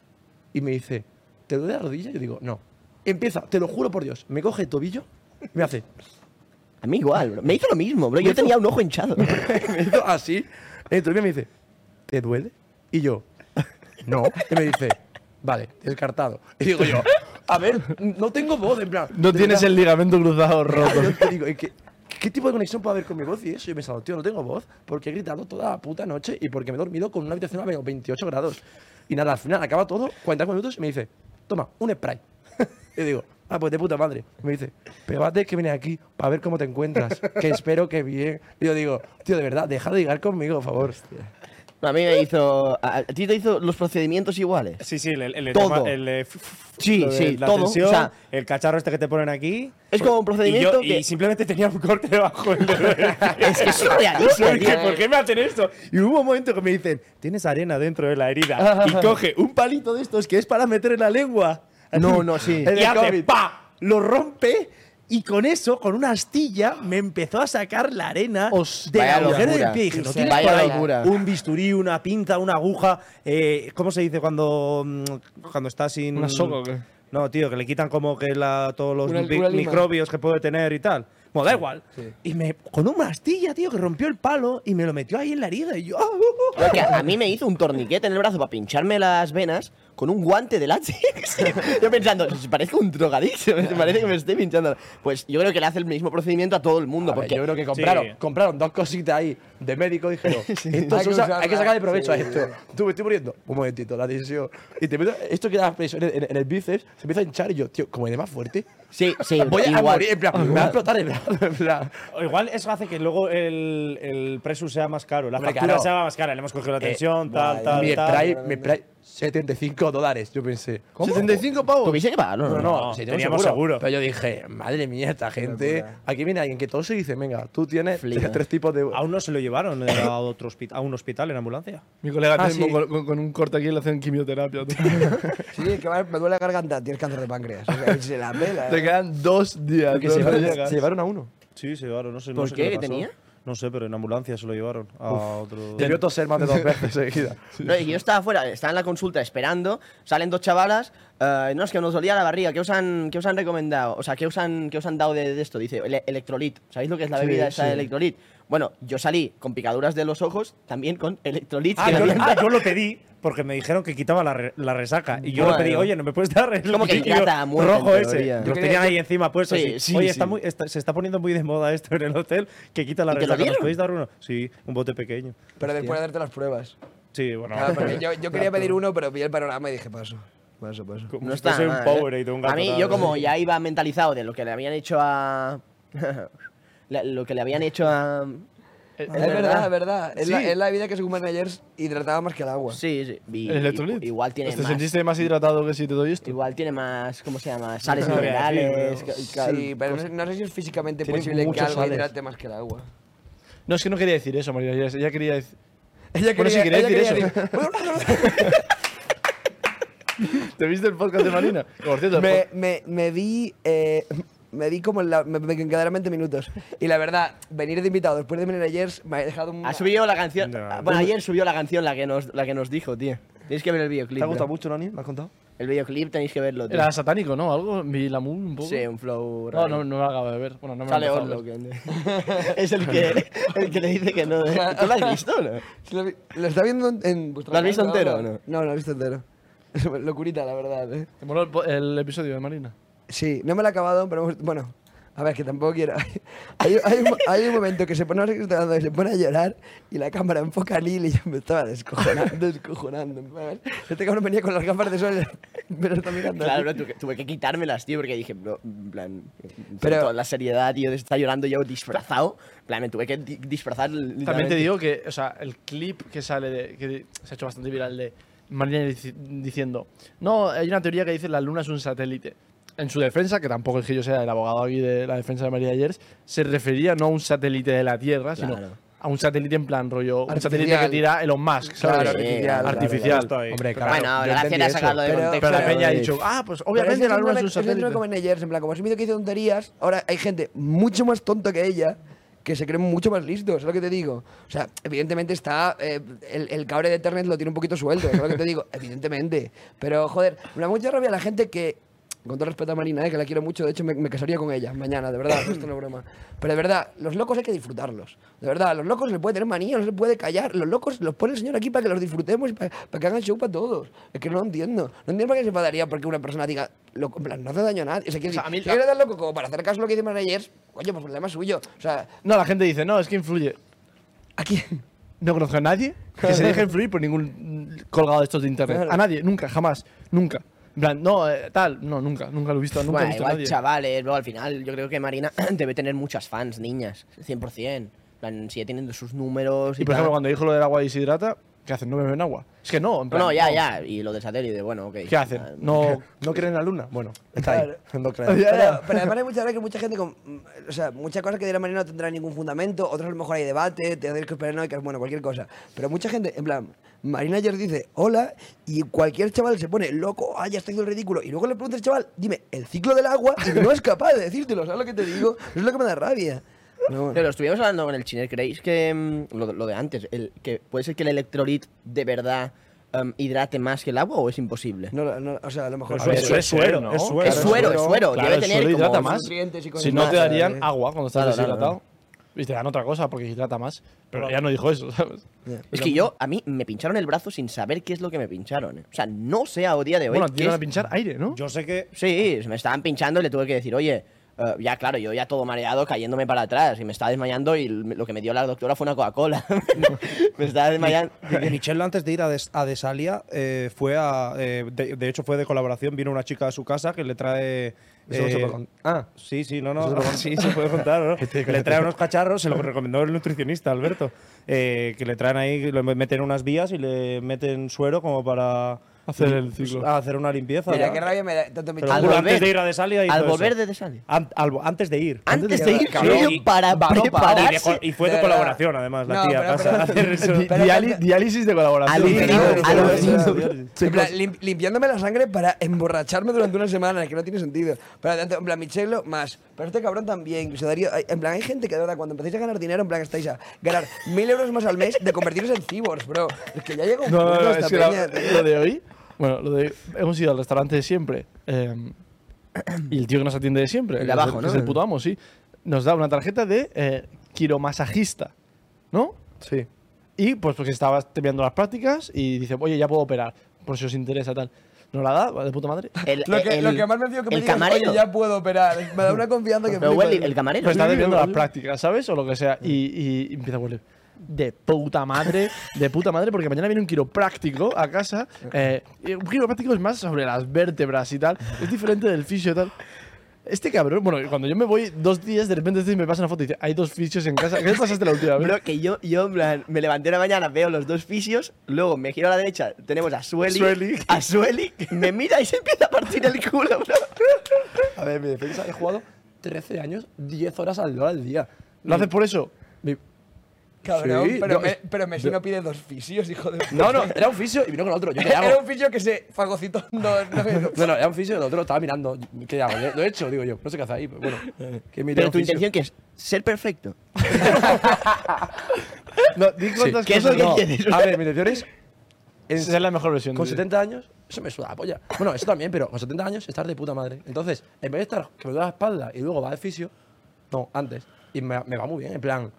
y me dice, ¿te duele la rodilla? Yo digo, no. Empieza, te lo juro por Dios. Me coge el tobillo, me hace. [laughs] A mí igual, bro. Me hizo lo mismo, bro. Yo tenía un ojo hinchado. me hizo así. El tobillo me dice, ¿te duele? Y yo, no. Y me dice, vale, descartado. Y digo yo, a ver, no tengo voz, en plan. No de tienes el verdad. ligamento cruzado [laughs] roto. [laughs] Yo te digo, ¿y ¿qué, ¿qué tipo de conexión puede haber con mi voz y eso? Yo he pensado, tío, no tengo voz porque he gritado toda la puta noche y porque me he dormido con una habitación a menos 28 grados. Y nada, al final acaba todo, 40 minutos, y me dice, toma, un spray. [laughs] Y digo, ah, pues de puta madre. Y me dice, pero antes que vienes aquí para ver cómo te encuentras, que espero que bien. Y yo digo, tío, de verdad, deja de ligar conmigo, por favor. No, A mí me hizo. ¿A a ti te hizo los procedimientos iguales? Sí, sí, el, el, el Todo. tema- el, eh, f- f- Sí, lo de sí, la todo, tensión, o sea- el cacharro este que te ponen aquí. Es como un procedimiento y yo- que- Y simplemente tenía un corte debajo del dedo. [laughs] [laughs] Es que es [laughs] surrealista, Yo dije, tío. ¿por qué me hacen esto? Y hubo un momento que me dicen, tienes arena dentro de la herida. [laughs] Y coge un palito de estos que es para meter en la lengua. No, no, sí. Y hace pa, lo rompe y con eso, con una astilla, me empezó a sacar la arena Os- del Vaya agujero del locura. pie. Y dije, no Sí, tienes vaya por ahí locura. un bisturí, una pinza, una aguja. eh, ¿Cómo se dice cuando, mm, cuando está sin. ¿Una soga o qué? No, tío, que le quitan como que la- todos los Una- mi- una lima. microbios que puede tener y tal. Bueno, da igual. Y me, con una astilla, tío, que rompió el palo y me lo metió ahí en la herida. Y yo. [laughs] ah, uh, uh, Porque a a mí me hizo un torniquete en el brazo para pincharme las venas con un guante de látex. [laughs] yo pensando, "Si parezco un drogadicto, me parece que me estoy pinchando. Pues yo creo que le hace el mismo procedimiento a todo el mundo. A ver, porque Ah, yo creo que compraron, Sí. compraron dos cositas ahí de médico y dijeron, esto se Hay que usa- hay, que usarla, sacarle provecho sí. a esto. Tú me estoy muriendo. Un momentito, la tensión. Y te meto, esto queda preso en, el- en el bíceps, se empieza a hinchar y yo, tío, como de más fuerte. Sí, sí, [laughs] Voy a igual. morir, en plan, me va a explotar el brazo, en plan. O Igual eso hace que luego el, el presus sea más caro, la Hombre, factura claro. sea más cara. Le hemos cogido la tensión, Eh, tal, tal, me tal. trae, me trae 75 dólares. Yo pensé, ¿cómo? 75 pavos. ¿Tuviste que pagarlo? "Oh". No, no, sí, tengo teníamos seguro. Pero yo dije, madre mía, esta gente. Aquí viene alguien que todo se dice, venga, tú tienes Flipa. tres tipos de. Aún no se lo llevaron eh, a, otro hospi- a un hospital en ambulancia. Mi colega Ah, Telmo sí. con, con- con un corte aquí le hacen quimioterapia. [laughs] tú. Sí, que va- me duele la garganta, tienes cáncer de páncreas. O sea, se la pela. eh. Te quedan dos días. Que ¿no? se, llevaron, Llegas. se llevaron a uno. Sí, se llevaron. No sé, ¿Por no sé qué? le ¿Qué pasó. tenía? No sé, pero en ambulancia se lo llevaron a otro. Debió toser más de [laughs] dos veces seguida. No, y yo estaba afuera, estaba en la consulta esperando, salen dos chavalas, eh, no, es que nos dolía la barriga, ¿qué os han, qué os han recomendado? O sea, ¿qué os han, qué os han dado de, de esto? Dice, ele- electrolit, ¿sabéis lo que es la bebida esa de electrolit? Bueno, yo salí con picaduras de los ojos, también con electrolit. Ah, que me yo, habían ah, dado. yo lo pedí porque me dijeron que quitaba la, re- la resaca. Y yo Bueno. le pedí, oye, no me puedes dar el Como que líquido hidrata a muerte, rojo en ese. teoría. Yo Los quería- tenían ahí encima puestos. Sí, y, sí, oye, sí. Está muy, está- se está poniendo muy de moda esto en el hotel, que quita la ¿Y te lo resaca. ¿Nos dieron? podéis dar uno? Sí, un bote pequeño. Pero después de darte las pruebas. Sí, bueno. Ah, Claro, porque yo, yo quería pedir uno, pero vi el panorama y dije, paso. Paso, paso. como No si está fuese mal, un ¿eh? Powerade o un ¿eh? A mí, gatorade. yo como ya iba mentalizado de lo que le habían hecho a... [laughs] la- lo que le habían hecho a... Es, verdad, es verdad. Es, la, es la vida que según managers hidrataba más que el agua. Sí, sí. y- ¿El electrolit? Igual tiene Pues ¿Te más... sentiste más hidratado que si te doy esto? Igual tiene más, ¿cómo se llama? Sales No sabría minerales. ca- ca- Sí, pues pero no sé- no sé si es físicamente Tiene posible que muchos algo sales. hidrate más que el agua. No, es que no quería decir eso, María. Ella ella quería decir. Ella Bueno, sí, quería ella decir quería eso. [laughs] decir- ¿Te viste el podcast de Marina? [laughs] Que, Por cierto, me, me, me vi. eh, me vi como en la. Me, me quedaron 20 minutos. Y la verdad, venir de invitado después de managers me ha dejado un. Ha subido la canción. No. Bueno, ayer subió la canción la que nos, la que nos dijo, tío. Tenéis que ver el videoclip. ¿Te ha gustado bro. mucho, Nani? ¿Me has contado? El videoclip tenéis que verlo, tío. Era satánico, ¿no? Algo. Vi la moon un poco. Sí, un flow. No, raro. no, no me acabo de ver. Bueno, no me Sale lo he empezado a Orlo. que- ver. [laughs] es el que, el que le dice que no. ¿eh? ¿Tú lo has visto o no? Sí, Lo, vi- lo está viendo en- en vuestra ¿Lo has visto casa, entero ¿no? o no? No, lo he visto entero. [laughs] Locurita, la verdad. ¿eh? ¿Te moló el, po- el episodio de Marina? Sí, no me lo he acabado, pero hemos- bueno. A ver, que tampoco quiero. [laughs] Hay, hay un, hay un momento que se pone, no sé qué está dando, que se pone a llorar y la cámara enfoca a Lil y yo me estaba descojonando, [laughs] descojonando. ¿sabes? Este cabrón venía con las gafas de sol, [laughs] pero está mirando. Claro, así. bro, tuve, tuve que quitármelas, tío, porque dije, bro, en plan. Pero. Pero- Toda la seriedad, tío, de estar llorando yo disfrazado. En plan, me tuve que di- disfrazar. También literalmente. te digo que, o sea, el clip que sale, de, que se ha hecho bastante viral de Marina dici- diciendo, no, hay una teoría que dice la luna es un satélite. En su defensa, que tampoco es que yo sea el abogado aquí de la defensa de María Ayers, se refería no a un satélite de la Tierra, Claro. sino a un satélite en plan rollo, un Artificial. satélite que tira Elon Musk, ¿sabes? Claro, Sí, artificial. artificial. Está ahí. Hombre, claro. Bueno, yo la gracia entendí era eso. sacarlo de pero- contexto. Pero la Claro. peña ha de- dicho, ah, pues Pero obviamente eso la es luna una- es un eso Es una satélite. como en ayer, en plan, como has visto que hizo tonterías, ahora hay gente mucho más tonta que ella que se creen mucho más listos, es lo que te digo. O sea, evidentemente está. eh, el, el cabre de Ethernet lo tiene un poquito suelto, es lo que te digo, [laughs] evidentemente. Pero, joder, me da mucha rabia la gente que. Con todo respeto a Marina, eh, que la quiero mucho, de hecho me, me casaría con ella mañana, de verdad, esto no es broma. Pero de verdad, los locos hay que disfrutarlos. De verdad, los locos se les puede tener manía, no se les puede callar. Los locos los pone el señor aquí para que los disfrutemos y para, para que hagan show para todos. Es que no lo entiendo. No entiendo por qué se enfadaría porque una persona diga, loco, en plan, no hace daño a nadie. O sea, quiero sea, a mí decir, si la- eres tan loco como para hacer caso a lo que dice Managers, coño, pues problema suyo. O sea, No, la gente dice, no, es que influye. aquí. No conozco a nadie que se deje influir por ningún mm, colgado de estos de internet. Claro. A nadie, nunca, jamás, nunca. En plan, no, eh, tal, no, nunca, nunca lo he visto, nunca he Bueno, visto a igual, nadie. chavales, luego al final yo creo que Marina [clears throat] debe tener muchas fans, niñas, 100%. En plan, si ya tienen sus números y, Y por ejemplo, tal. cuando dijo lo del agua deshidrata, ¿qué hacen? No beben agua. Es que no, en plan. No, no, ya, ya. Y lo del satélite, bueno, ok. ¿Qué hacen? Ah, No. ¿No creen en la luna? Bueno, está ahí. [laughs] No creen. Pero, pero además hay muchas veces que mucha gente con. O sea, muchas cosas que dirá Marina no tendrán ningún fundamento, otras a lo mejor hay debate, te haces que paranoicas, bueno, cualquier cosa. Pero mucha gente, en plan, Marina ayer dice hola y cualquier chaval se pone loco, ah, ya está haciendo el ridículo. Y luego le preguntas al chaval, dime, el ciclo del agua, y no es capaz de decírtelo, ¿sabes lo que te digo? Eso es lo que me da rabia. Pero bueno. Pero estuvimos hablando con el chiner, ¿creéis que mm, lo, lo de antes, el, que puede ser que el electrolit de verdad em, hidrate más que el agua o es imposible? No, no, o sea, a lo mejor. Pues A ver, eso es suero, ¿no? es suero. es suero, es suero. Claro, debe el tener suelo como- hidrata más. nutrientes y cosas Si no, más, te darían ¿sabes? agua cuando estás Claro, claro, deshidratado. Y te dan otra cosa porque hidrata más. Pero ella no dijo eso, ¿sabes? Es que yo, a mí me pincharon el brazo sin saber qué es lo que me pincharon. eh. O sea, no sé a día de hoy. Bueno, qué te iban a es- pinchar aire, ¿no? Yo sé que Sí, se me estaban pinchando y le tuve que decir, oye, eh, ya claro, yo ya todo mareado, cayéndome para atrás y me estaba desmayando y l- lo que me dio la doctora fue una Coca-Cola. [laughs] me estaba desmayando. Michelle antes de ir a, Des- a Desalia eh, fue a eh, de, de hecho fue de colaboración vino una chica a su casa que le trae Eso no se eh, puede con- Ah, sí sí no no sí se puede [laughs] contar ¿no? Este le trae unos cacharros se lo recomendó el nutricionista Alberto eh, que le traen ahí le meten unas vías y le meten suero como para Hacer el ciclo. a hacer una limpieza. Mira, ya. qué rabia me da tanto mi Pero Al Google antes volver- de ir a Desalia hizo al eso. volver de Desalia. An- al- antes de ir. Antes de ir Cabrón, solo y- para varón, Y, de prepararse. co- y fue de, De verdad. colaboración, además, la No, tía. pero- pasa a pero- [laughs] hacer eso. Di- Pero- Diali- diálisis de colaboración. Alucino, Pero- alucino. En plan, lim- limpiándome la sangre para emborracharme durante una semana, que no tiene sentido. Pero tanto, en plan, Michelo, más. Pero este cabrón también, incluso Darío. hay- En plan, hay gente que de verdad, cuando empecéis a ganar dinero, en plan, estáis a ganar mil euros más al mes de convertiros en cyborgs, bro. Es que ya llega un No, no, punto no, esta es que la- peña, tío. lo de hoy. Bueno, lo de Hemos ido al restaurante de siempre. eh, y el tío que nos atiende de siempre. El de que es abajo, que ¿no? Es el puto amo, sí. Nos da una tarjeta de eh, quiromasajista. ¿No? Sí. Y pues porque estaba terminando las prácticas y dice, oye, ya puedo operar. Por si os interesa, tal. Nos la da, de puta madre. El- Lo que, lo el- que más me dio que me el digas, camarero. oye, ya puedo operar. Me da una confianza que Pero flipas. [laughs] Welly, el camarero. Pues está Sí, teniendo las prácticas, ¿sabes? O lo que sea. Y, y empieza a volver. De puta madre, de puta madre, porque mañana viene un quiropráctico a casa. eh, y un quiropráctico es más sobre las vértebras y tal. Es diferente del fisio y tal. Este cabrón, bueno, cuando yo me voy dos días, de repente este me pasa una foto y dice: Hay dos fisios en casa. ¿Qué te pasaste la última vez? Bro, que yo, yo en plan, me levanté una mañana, veo los dos fisios, luego me giro a la derecha, tenemos a Sueli, Sueli. a Sueli, me mira y se empieza a partir el culo, bro. A ver, mi defensa, he jugado 13 años, 10 horas al día al día. ¿Lo haces por eso? Mi- Cabrón, Sí, pero, no, me, es- pero Messi no pide dos fisios, hijo de No, no, era un fisio y vino con otro. Yo [laughs] qué Era hago. un fisio que se fagocitó. [laughs] No, no, No, no, era un fisio y el otro lo estaba mirando. ¿Qué hago? Lo he hecho, digo yo. No sé qué hace ahí, pero bueno. Que mire Pero un tu fisio. intención que es ser perfecto. No, di cuántas ¿Qué es lo cosas- que no. quieres? A ver, mi intención es. en- Esa es la mejor versión. Con de- 70 años, eso me suda la polla. Bueno, eso también, pero con 70 años estar de puta madre. Entonces, en vez de estar que me duele la espalda y luego va al fisio, no, antes. Y me, me va muy bien, en plan.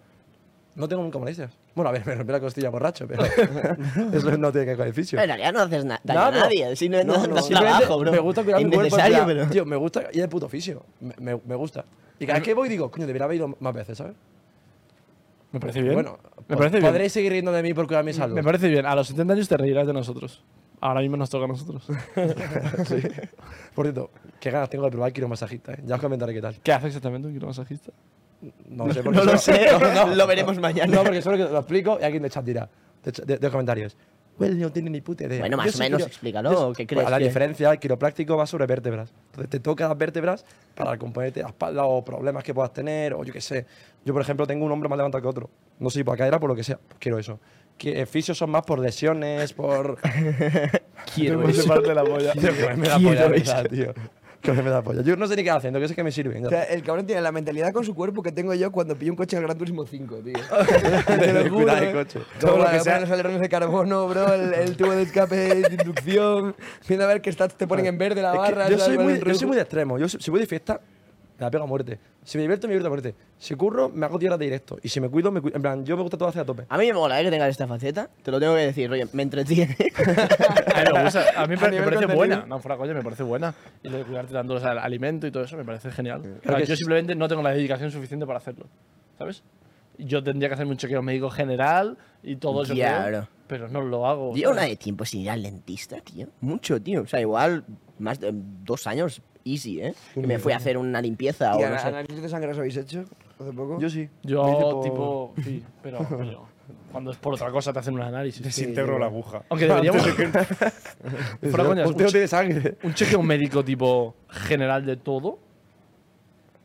No tengo nunca molestias. Bueno, a ver, [laughs] me rompí la costilla [laughs] borracho, pero eso no tiene que ver con el fisio. En realidad no haces na- daño No, a no. nadie, si no, Eh, no, No, no, das simplemente trabajo, bro. Me gusta cuidar mi cuerpo. en Innecesario, plan, pero... Tío, me gusta ir al puto fisio. Me, me- me gusta. Y cada vez que voy digo, coño, debería haber ido más veces, ¿sabes? Me parece bien. Bueno, me pod- parece bien. podréis seguir riendo de mí por cuidar mi salud. Me parece bien. A los 70 años te reirás de nosotros. Ahora mismo nos toca a nosotros. [laughs] Por cierto, qué ganas tengo de probar quiromasajista, ¿eh? Ya os comentaré qué tal. ¿Qué hace exactamente un quiromasajista? No, [laughs] sé por qué No lo solo- sé, [laughs] lo veremos mañana. No, porque solo que lo explico y alguien de chat dirá, de, ch- de- de comentarios. Well, no tiene ni puta idea. Bueno, más Yo o menos, quiro- explícalo, yo ¿qué crees la que- diferencia, el quiropráctico va sobre vértebras. Entonces te toca las vértebras para componerte la espalda o problemas que puedas tener o yo qué sé. Yo, por ejemplo, tengo un hombro más levantado que otro. No sé si por la cadera, por lo que sea. Quiero eso. Que eh, fisios son más por lesiones, por... Quiero eso. parte la polla. Tío, que me da polla, ¿verdad, tío? Que me da polla. Yo no sé ni qué hacen, lo que sé es que me [laughs] [laughs] sirven. O sea, el cabrón tiene la mentalidad con su cuerpo que tengo yo cuando pillo un coche al Gran Turismo 5, tío. Te De lo juro. cuidar el eh. coche. Todo lo que sea. Los alerones de carbono, bro, el, el tubo de escape de inducción. Viendo a ver qué stats te ponen en verde la Es que barra. yo, tal, soy cual, muy, el yo rojo. soy muy de extremo. Yo, si si voy de fiesta, me la pego a muerte. Si me divierto, me divierto a muerte. Si curro, me hago 10 horas de directo. Y si me cuido, me cuido. En plan, yo me gusta todo hacer a tope. A mí me mola eh, que tengas esta faceta, te lo tengo que decir, oye, me entretiene. A mí me, gusta, Ah, pues a mí me nivel parece contenido. buena. No, fuera coña, me parece buena. Y lo de cuidarte tanto o sea, el alimento y todo eso me parece genial. Claro, que yo es- simplemente no tengo la dedicación suficiente para hacerlo. ¿Sabes? Yo tendría que hacerme un chequeo médico general y todo eso. Ya, creo, bro. Pero no lo hago. Llevo una de ¿sabes? tiempo sin ir al dentista, tío. Mucho, tío. O sea, igual más de dos años easy, ¿eh? Que me fui a hacer una limpieza ¿Y o ana- no sé. análisis de sangre os habéis hecho hace poco? Yo sí. Me hice Yo, por- tipo. Sí, [laughs] pero. coño, cuando es por otra cosa, te hacen un análisis. Desintegro la aguja. Aunque deberíamos. [laughs] fuera coña, Un tío un tiene sangre. un chequeo médico tipo general de todo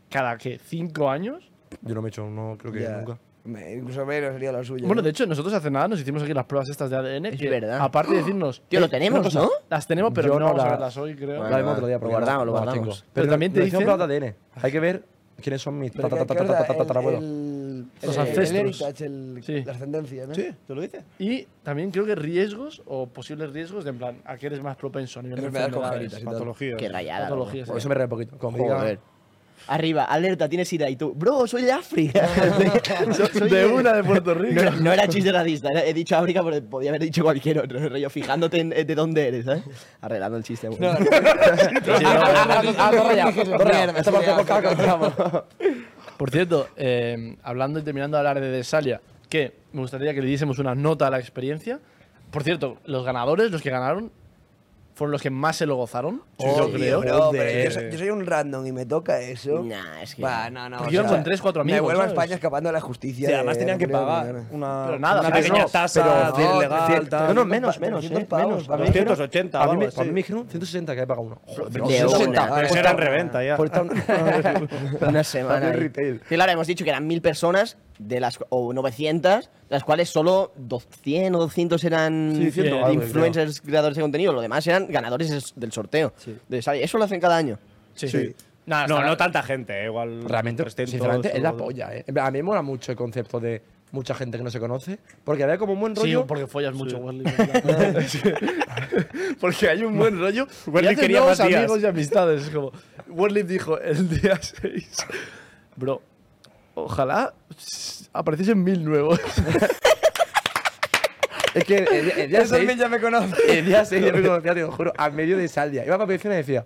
cada que cinco años Yo no me he hecho uno, creo que Ya. nunca. Me- incluso menos sería lo suyo. bueno ¿no? de hecho nosotros hace nada nos hicimos aquí las pruebas estas de ADN Es que, verdad. aparte de decirnos Tío, lo "Eh, tenemos, una cosa, ¿no?" las tenemos pero Yo no, no vamos a las- veremos hoy creo Bueno, Lo haremos otro día, lo porque no- guardamos, lo no las guardamos. tengo. Pero también te nos hicieron dicen- pruebas de ADN. Hay que ver quiénes son mis Pero que- que ahora el- tatatatatatatatarabuelos. el- Los el- ancestros. El heritage, el- Sí. la ascendencia, ¿no? ¿Tú lo dices? y también creo que riesgos o posibles riesgos de en plan a qué eres más propenso a nivel de Enfermedades enfermedades, congénitas. Patología. Qué rayada. bro. patologías Eso me reí un poquito. Como me diga- Joder. Arriba, alerta, tienes ida y tú. Bro, soy de África. [laughs] de una de Puerto No, Rico era- no era chiste racista, era- he dicho África porque podía haber dicho cualquier otro, rollo, fijándote en, eh, de dónde eres, ¿sabes? Arreglando el chiste. bueno. Ah, ah, dos rayados, dos rayados. Mierda, Esta parte sí, por cada sí, sí. cortamos. Por cierto, eh, hablando y terminando de hablar de Desalia, que me gustaría que le diésemos una nota a la experiencia. Por cierto, los ganadores, los que ganaron, fueron los que más se lo gozaron. Tío, yo creo. bro, pero Joder. yo, soy, yo soy un random y me toca eso. Nah, es que- Va, no, no. Porque o yo sea, con tres, cuatro Me amigos, vuelvo a ¿sabes? España escapando de la justicia. Sí, además de- tenían que no creo pagar nada. una, Pero nada, una pero pequeña no, tasa pero no, legal, cien- tal. no, no, menos, menos, 300 eh, pavos, menos. a mí me dijeron- 280 a mí o me- algo a mí así. me dijeron 160 que había pagado uno. Joder, de sí, una, sí, pues, sí. Era en reventa ya. Por tan- una semana. También ahí. retail. Sí, claro, hemos dicho que eran mil personas de las, cu- o 900, de las cuales solo 200 o 200 eran Sí, 100 algo, creo. influencers, creadores de contenido. Lo demás eran ganadores es- del sorteo. De esa- Eso lo hacen cada año. Sí. Nada, no, no [laughs] tanta gente, eh, igual. Realmente, 300 sinceramente, es la o- polla, ¿eh? En plan, A mí me mola mucho el concepto de mucha gente que no se conoce, porque había como un buen Sí, rollo. porque follas mucho, [laughs] Wesley. porque hay un buen [laughs] rollo. Wesley y haces quería nuevos más días. amigos y amistades. Es como, Wesley dijo el día [laughs] 6, bro, ojalá apareciesen mil [laughs] nuevos. Es que el, día- el día Esos 6, mil ya me conocen. el día 6 yo me conocía, te lo juro, a medio de Saldia. Iba para piscina y decía,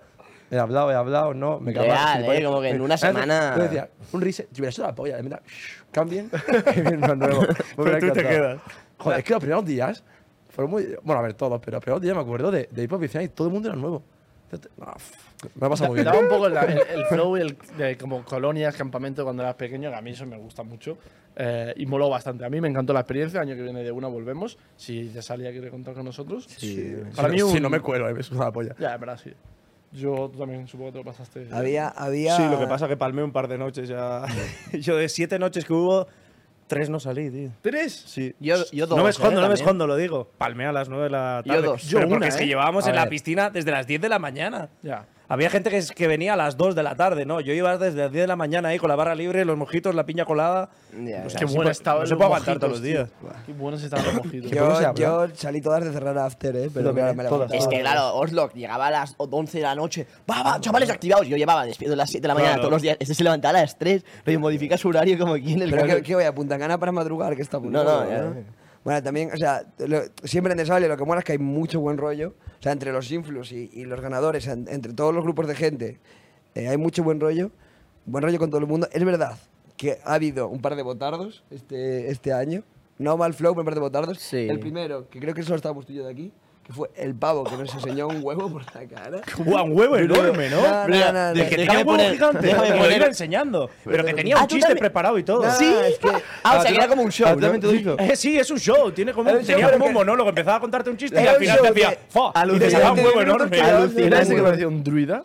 he hablado, he hablado, no, me Real, cagaba, ¿eh? gilipollas. Como que en Me- una semana- Yo decía, un reset, yo hubiera hecho la polla, de verdad, shh, cambien, [laughs] y uno nuevo. Me hubiera tú te encantado. quedas. Joder, es que los primeros días fueron muy. Bueno, a ver, todos, pero los primeros días me acuerdo de, de ir para piscina y todo el mundo era nuevo. Entonces, ah, pff, Me ha pasado muy bien. Daba [laughs] un poco la- el, el flow el- de como colonias, campamento cuando eras pequeño, que a mí eso me gusta mucho. eh, y moló bastante. A mí me encantó la experiencia. El año que viene de una volvemos. Si ya salía, quiere contar con nosotros. Para mí, si, un- no me cuelo, eh, me suda la polla. Ya, en verdad, sí. Yo tú también supongo que te lo pasaste. Había, había. Sí, lo que pasa es que palmé un par de noches ya. [laughs] Yo de siete noches que hubo, tres no salí, tío. ¿Tres? Sí. Yo, yo dos, no me ¿eh? escondo, no me También. escondo, lo digo. Palmé a las 9 de la Yo tarde. dos. Pero Yo porque una, es que ¿eh? llevábamos A en la ver. piscina desde las 10 de la mañana. Ya. Había gente que, es- que venía a las 2 de la tarde, ¿no? Yo iba desde las 10 de la mañana ahí con la barra libre, los mojitos, la piña colada. Ya, Es ya. que bueno estaba no se los puede aguantar mojitos, todos los días. tío. Qué buenos estaban los mojitos. poco se Yo, habla. yo salí todas de cerrar after, ¿eh? Pero claro, me la todas. Es que claro, Oslo llegaba a las 11 de la noche. Va, va, chavales, activados. Yo llevaba despierto a las 7 de la mañana todos los días. Este se levantaba a las 3. Pero modifica su horario como quien el Pero cabrón. que, que voy a Punta Cana para madrugar, que está muy No, no, loco, ya, ya. Bueno, también, o sea, lo- siempre en Desable lo que mola es que hay mucho buen rollo. O sea, entre los influs y, y los ganadores, en- entre todos los grupos de gente, eh, hay mucho buen rollo. Buen rollo con todo el mundo. Es verdad que ha habido un par de botardos este, este año. No mal flow, pero un par de botardos. Sí. El primero, que creo que solo estábamos tú y yo de aquí, que fue el pavo que nos enseñó un huevo por la cara. Guau, un huevo enorme, ¿no? No, no, no, no. El Déjame que tenía un huevo poner- gigante. déjame que lo poner- iba enseñando. Pero que tenía Ah, un tú chiste también- preparado y todo. Sí. Ah, o sea, que era como un show. ¿no? Eh, sí, es un show. Tiene como, Era un- un show, tenía pero como un que- monólogo. Empezaba a contarte un chiste y Era al un final show te decía, que- ¡Fa! Y te alucinante. sacaba un huevo Veinte minutos enorme. que daba- ¿Era ese que parecía un druida?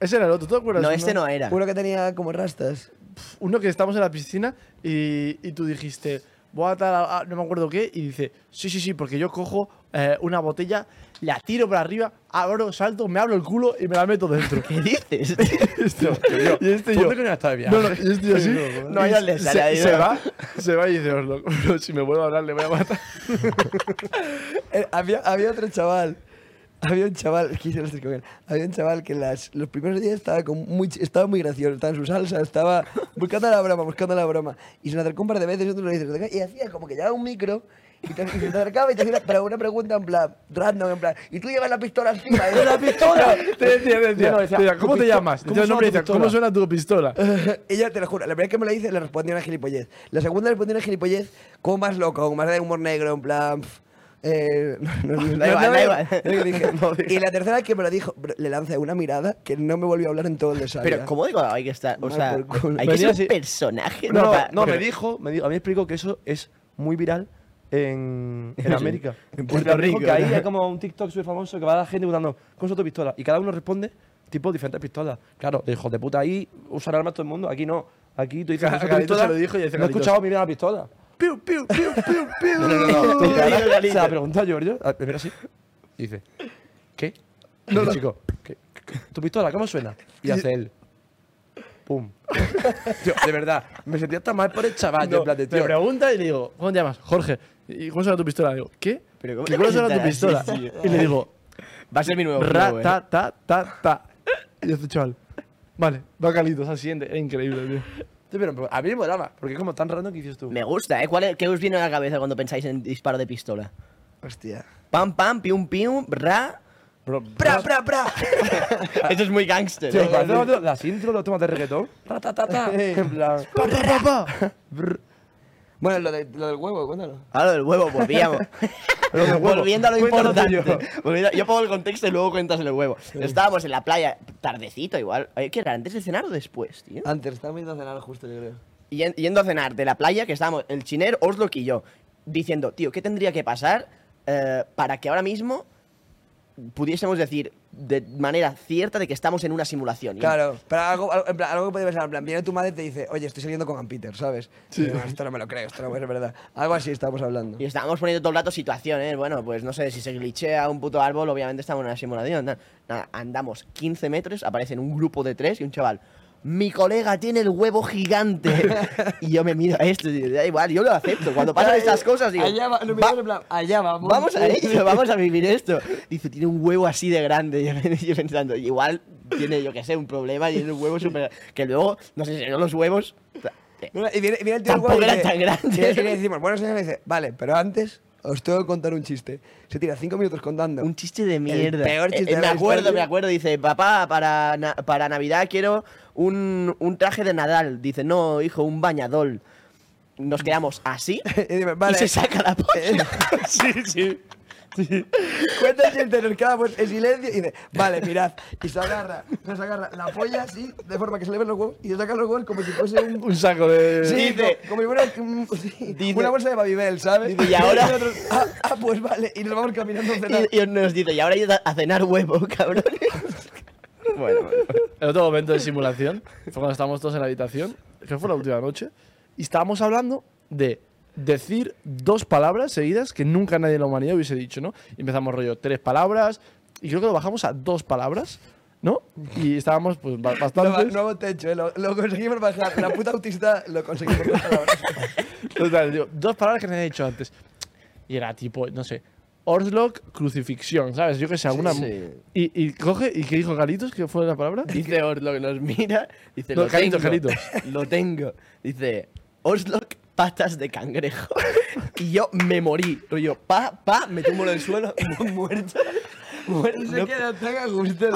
Ese era el otro, ¿tú te acuerdas? No, de este uno? no era. Uno que tenía como rastas. Uno que estábamos en la piscina y, y tú dijiste, voy a tal, a- a- no me acuerdo qué, y dice, sí, sí, sí, porque yo cojo eh, una botella, la tiro para arriba, abro, salto, me abro el culo y me la meto dentro. ¿Qué dices? [laughs] y este yo. Ponte que no estás de viaje. No, no, yo estoy así. No, y ya le sale se, ahí, se ¿no? va, se va y dice, "Os loco, bro, si me vuelvo a hablar le voy a matar. Eh, había, había otro chaval. Había un chaval, es que hice los tres con él. Había un chaval que las, los primeros días estaba, con muy, ch- estaba muy gracioso, estaba en su salsa, estaba buscando la broma, buscando la broma. Y se le acercó un par de veces y otro le dice, "Se acerca", y hacía como que llevaba un micro y, te- y se te acercaba y te hacía una, pero una pregunta en plan, random, en plan, y tú llevas la pistola encima, ¿eh? la pistola! Te decía, te decía, No, no, decía, te decía, ¿cómo "Tu te pisto- llamas? ¿cómo Decía el suena nombre y tu decía, ¿Cómo pistola?". suena tu pistola? [laughs] Ella, te lo juro, la primera vez que me la dice le respondí una gilipollez. La segunda le respondí una gilipollez como más loco, como más de humor negro, en plan... pf, eh, [laughs] no, no, no, Da igual, no, da no, igual. [laughs] no, le dije. No digas. y la tercera vez que me lo dijo, bro, le lancé una mirada que no me volvió a hablar en todo el [laughs] desayuno. Pero ¿cómo digo hay que estar? O Mal sea, por culo. hay que Venía ser así- un personaje. No, Pa- [laughs] no, me dijo, me dijo, a mí me explicó que eso es muy viral [laughs] en, en América. En Puerto plan, dijo Rico, Que ahí ¿no? hay como un TikTok súper famoso que va a la gente preguntando, ¿cómo son tu pistola? Y cada uno responde, tipo, diferentes pistolas. Claro, de hijos de puta, ahí usan armas todo el mundo, aquí no. Aquí tú dices, Ca- "¿Cómo son tu Carlitos se pistola?". lo dijo y dice, No he "Carlitos". escuchado mi vida la pistola. Piu, piu, piu, piu, piu. No, no, no. Digo, Se Carlitos. la pregunta a Giorgio, a- mira así. y Dice, ¿qué? No, chico, ¿qué- qué- ¿tu pistola cómo suena? Y hace él. Pum. [laughs] Tío, de verdad, me sentía tan mal por el Ah, chaval. yo en plan de, me tío, pregunta y le digo, ¿cómo te llamas? Jorge. ¿Y cómo suena tu pistola? Le digo, ¿qué? Pero ¿cómo ¿Y te cómo suena tu presentas pistola? así, tío? Y le digo, Va a ser mi nuevo juego, ra, eh. ta, ta, ta, ta. Y este chaval, vale, va Carlitos al siguiente. Era increíble, tío. Sí, pero a mí me molaba, porque es como tan random que dices tú. Me gusta, ¿eh? ¿Cuál es- ¿Qué os viene a la cabeza cuando pensáis en disparo de pistola? Hostia. Pam, pam, pium, pium, ra. ¡Pra, pra, [laughs] pra! Eso es muy gángster. Tío, ¿eh? cuando hacemos los- las intros, los temas de reggaetón. ta, ta, ta, ta, en plan, Pa, pa, pa, pa. Bueno, lo, de- lo del huevo, cuéntalo. Ah, lo del huevo, [laughs] volvíamos. Volviendo a lo Cuéntalo tú y yo. importante. Volviendo- yo pongo el contexto y luego cuentas el huevo. Estábamos en la playa, tardecito igual. Oye, ¿Qué era? ¿Antes de cenar o después, tío? Antes, estábamos yendo a cenar justo, yo creo. Y en- yendo a cenar de la playa, que estábamos el chiner, Oslo y yo, diciendo, tío, ¿qué tendría que pasar eh, para que ahora mismo pudiésemos decir de manera cierta de que estamos en una simulación? Y- Claro, pero algo, algo- en plan, algo que puede pasar. En plan, viene tu madre y te dice, oye, estoy saliendo con Ann Peter, ¿sabes? Sí. esto no me lo creo, esto no es verdad. Algo así estábamos hablando. Y estábamos poniendo todo el rato situaciones, bueno, pues no sé, si se glitchea un puto árbol, obviamente estamos en una simulación. na- Nada, andamos 15 metros, aparecen un grupo de tres y un chaval, mi colega tiene el huevo [laughs] gigante. y yo me miro a esto y digo, da igual, yo lo acepto. Cuando pasan estas cosas, digo, allá, va, no, "Va- en plan, allá vamos. Vamos a ello, vamos a vivir esto. Dice, tiene un huevo así de grande. [laughs] Y yo pensando, igual tiene, yo qué sé, un problema, tiene un huevo súper... Que luego, no sé, si no los huevos... Mira, Y viene, viene el tío del Tampoco huevo y eran dice- tan grandes. Y le- y le decimos, bueno, señor, y dice, vale, pero antes os tengo que contar un chiste. Se tira cinco minutos contando. Un chiste de mierda. peor chiste Eh, de me la acuerdo, historia. me acuerdo. Dice, papá, para, na- para Navidad quiero un, un traje de Nadal. Dice, no, hijo, un bañador. Nos quedamos [laughs] así [laughs] Y decimos, vale. Eh, y se saca la polla. [laughs] Cuenta el chiste, nos quedamos en silencio y dice, vale, mirad. Y se agarra, nos agarra la polla así, de forma que se le ven los huevos, y se saca los huevos como si fuese [laughs] un... Un saco de. Sí, Dice- como, como si fuera un- sí, Dice- una bolsa de Babybel, ¿sabes? Dice, y ahora- nosotros, ah, ah, pues vale, y nos vamos caminando a cenar. [laughs] Y, y nos dice, y ahora id a cenar huevo, [laughs] cabrón. [laughs] bueno, bueno. El otro momento de simulación fue cuando estábamos todos en la habitación, que fue la última noche, y estábamos hablando de decir dos palabras seguidas que nunca nadie en la humanidad hubiese dicho, ¿no? Y empezamos rollo, tres palabras, y creo que lo bajamos a dos palabras, ¿no? Y estábamos pues ba- Nuevo, bastantes. nuevo techo, eh, lo, lo conseguimos bajar. La puta autista lo conseguimos bajar. Total, digo, dos palabras que nadie ha dicho antes. Y era tipo, no sé, Orslock crucifixión, ¿sabes? Yo que sé, alguna... sí. Y, y coge, ¿y qué dijo Galitos? ¿Qué fue la palabra? Dice Orlok, nos mira, dice, No, lo Carlitos, tengo, [laughs] lo tengo. Dice, Orlok, patas de cangrejo. [laughs] Y yo me morí, rollo, pa, pa, me tumbo en el suelo, [laughs] mu- muerto. muerto. Se No- queda tan a gusto.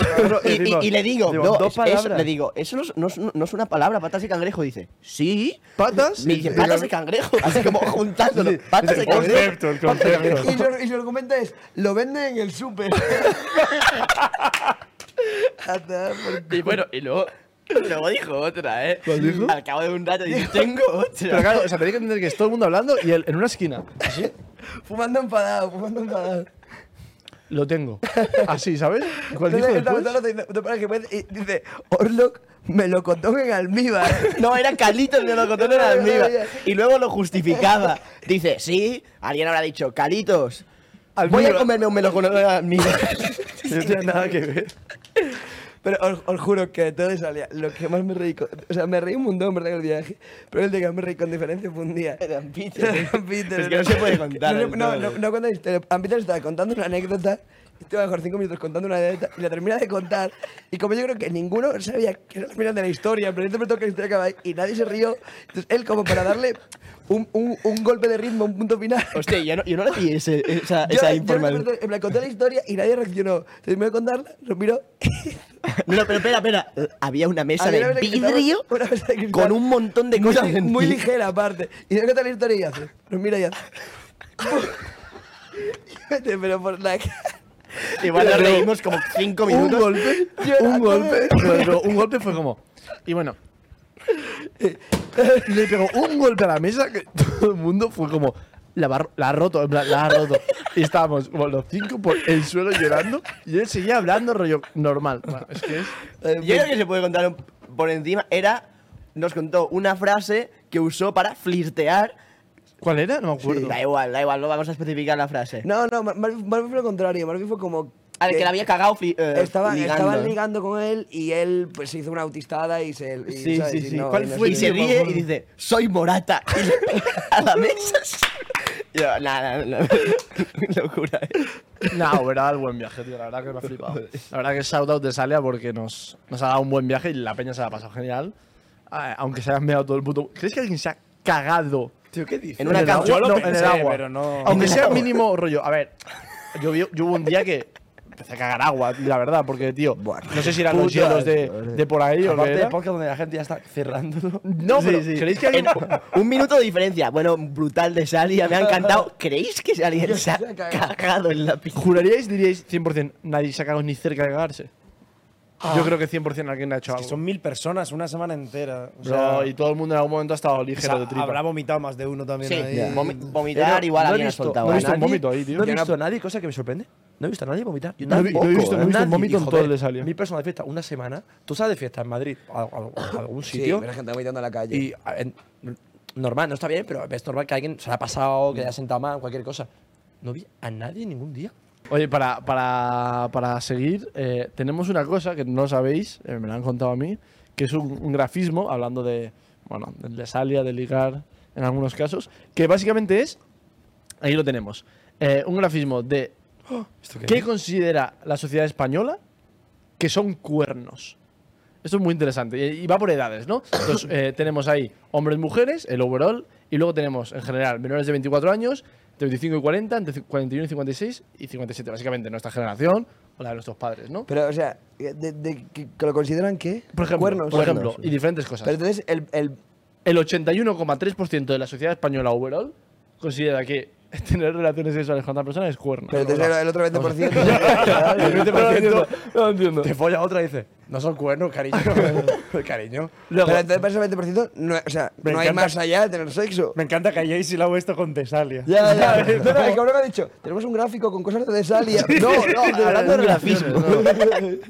y, y- y le digo, digo, no, dos es- eso- palabras. le digo, eso no es, no es- no es una palabra, patas de cangrejo, dice, sí, ¿Patas? me dice, patas de cangrejo, así como juntándolo, patas de El cangrejo. concepto, el concepto. Y su, y su argumento es, lo venden en [laughs] el súper. Anda, por- Y bueno, y luego, luego dijo otra, ¿eh? dijo? Al cabo de un rato dice, tengo otra. Pero claro, o [laughs] sea, tenéis que entender que es todo el mundo hablando y él en una esquina. Así, fumando enfadado, fumando enfadado. lo tengo. Así, ¿sabes? ¿Cuál dijo Entonces, estaba después? todo el rato diciendo- para que puede- y dice, Orlok, me lo contó en almíbar. No, era Calitos de Locotón en No, no, no, almíbar. ya. Y luego lo justificaba. Dice, sí, alguien habrá dicho, Calitos, voy a comerme un melocotón en almíbar. No tiene nada que ver. Pero os, os juro que de todo eso salía. Lo que más me reí. con- o sea, me reí un montón, ¿verdad? En el viaje. Pero el de que más me reí con diferencia fue un día. Era Peter. [laughs] Era Peter, Es que no se puede contar, No, se- el no, todo. no, no cuenta la historia. A Peter estaba contando una anécdota. Estuve a lo mejor cinco minutos contando una anécdota y la termina de contar. Y como yo creo que ninguno sabía que era el final de la historia, pero yo interpretó que la historia acababa ahí y nadie se rió. Entonces él, como para darle un, un- un golpe de ritmo, un punto final. Hostia, yo no, yo no le di ese- esa, Yo- esa yo información. recuerdo- en plan, conté la historia y nadie reaccionó. Terminé de contarla, nos miró No, no, pero espera, espera. Eh, Había una mesa Había una de mesa que estaba- vidrio una mesa de cristal. con un montón de muy, cosas li- en muy ti. ligera aparte. Y yo cuento la historia y hace. Nos mira y hace. [laughs] Vete, pero por la cara. Igual nos reímos como cinco minutos. Un golpe. Llorando. Un golpe. pero- pero un golpe fue como. Y bueno. Eh, Le pegó un golpe a la mesa que todo el mundo fue como. La, va- la ha roto, en plan, la ha roto. Y estábamos como los cinco por el suelo llorando. Y él seguía hablando, rollo normal. Bueno, es que es. Eh, Yo creo que se puede contar un- por encima. Era, nos contó una frase que usó para flirtear. ¿Cuál era? No me acuerdo. Da igual, da igual, no vamos a especificar la frase. No, no, más bien fue lo contrario. Más bien fue como. Al que la había cagado fli- eh, Estaban ligando. estaban ligando con él y él pues se hizo una autistada y se. y, Sí, ¿sabes? sí, Y sí. no- ¿Cuál no fue y sé. se el tema, ríe y Juan? dice, soy morata. Y le pega a la [laughs] mesa. Yo, nada, [laughs] nada, locura. ¿eh? No, era el buen viaje, tío. La verdad que me ha flipado. La verdad que shout out de Salia porque nos, nos ha dado un buen viaje y la peña se la ha pasado genial. Ah, Aunque se haya meado todo el puto. ¿Crees que alguien se ha cagado? Tío, ¿qué dices? En una cama. Yo Yo lo lo en el pensé, agua. pero no- Aunque sea mínimo rollo. A ver, yo, vi- yo hubo un día que. empecé a cagar agua, la verdad, porque, tío, no sé si eran los puta hielos de, de por ahí o Aparte qué de era. podcast donde la gente ya está cerrándolo. No, pero ¿creéis que alguien...? En un minuto de diferencia. Bueno, brutal de Sally, me ha encantado. ¿Creéis que alguien se ha cagado en la piscina? [laughs] ¿Juraríais, diríais 100% nadie se ha cagado ni cerca de cagarse? Yo creo que 100% alguien ha hecho Que algo. son mil personas una semana entera. O Bro, sea, y todo el mundo en algún momento ha estado o ligero sea, de tripa. habrá vomitado más de uno también. Sí, ahí. vomi- vomitar Pero igual no he alguien ha visto- soltado. no he a visto un nadie. vómito ahí, tío. No he Yo no- visto a nadie, cosa que me sorprende. No he visto a nadie vomitar. Yo No he vi- tampoco. no he visto- ¿eh? no he visto un Nadie, vómito en joder. todo el desalió. Mi persona de fiesta, una semana. Tú sabes de fiesta en Madrid, a, a- a algún sitio. Sí, la gente vomitando en la calle. y a- en- normal, no está bien, pero es normal que alguien se le ha pasado, que le haya sentado mal, cualquier cosa. No vi a nadie ningún día. Oye, para, para, para seguir, eh, tenemos una cosa que no sabéis, eh, me la han contado a mí, que es un, un grafismo, hablando de, bueno, de lesalia, de ligar, en algunos casos, que básicamente es, ahí lo tenemos, eh, un grafismo de ¡Oh! ¿Esto qué considera la sociedad española que son cuernos. Esto es muy interesante y y va por edades, ¿no? [coughs] Entonces, eh, tenemos ahí hombres, mujeres, el overall, y luego tenemos en general menores de 24 años, de 25 y 40, entre 41 y 56 y 57, básicamente nuestra generación o la de nuestros padres, ¿no? Pero, o sea, de, de- que, que lo consideran qué? Por ejemplo, Cuernos. por ejemplo Cuernos. y diferentes cosas. Pero entonces, el, el, El 81,3% de la sociedad española overall considera que [laughs] tener relaciones sexuales con otra persona es cuerno. pero entonces el, el otro [laughs] 20%. [laughs] El 20% no lo entiendo, no lo entiendo. Te folla otra y dice, no son cuernos, cariño. cariño. pero entonces, para ese 20%, no, o sea, Me no hay encanta- más allá de tener sexo. Me encanta que hayáis hilado esto con Tesalia. Ya, ya. No, no, el cabrón me ha dicho, tenemos un gráfico con cosas de Salia. No, no, hablando de grafismo.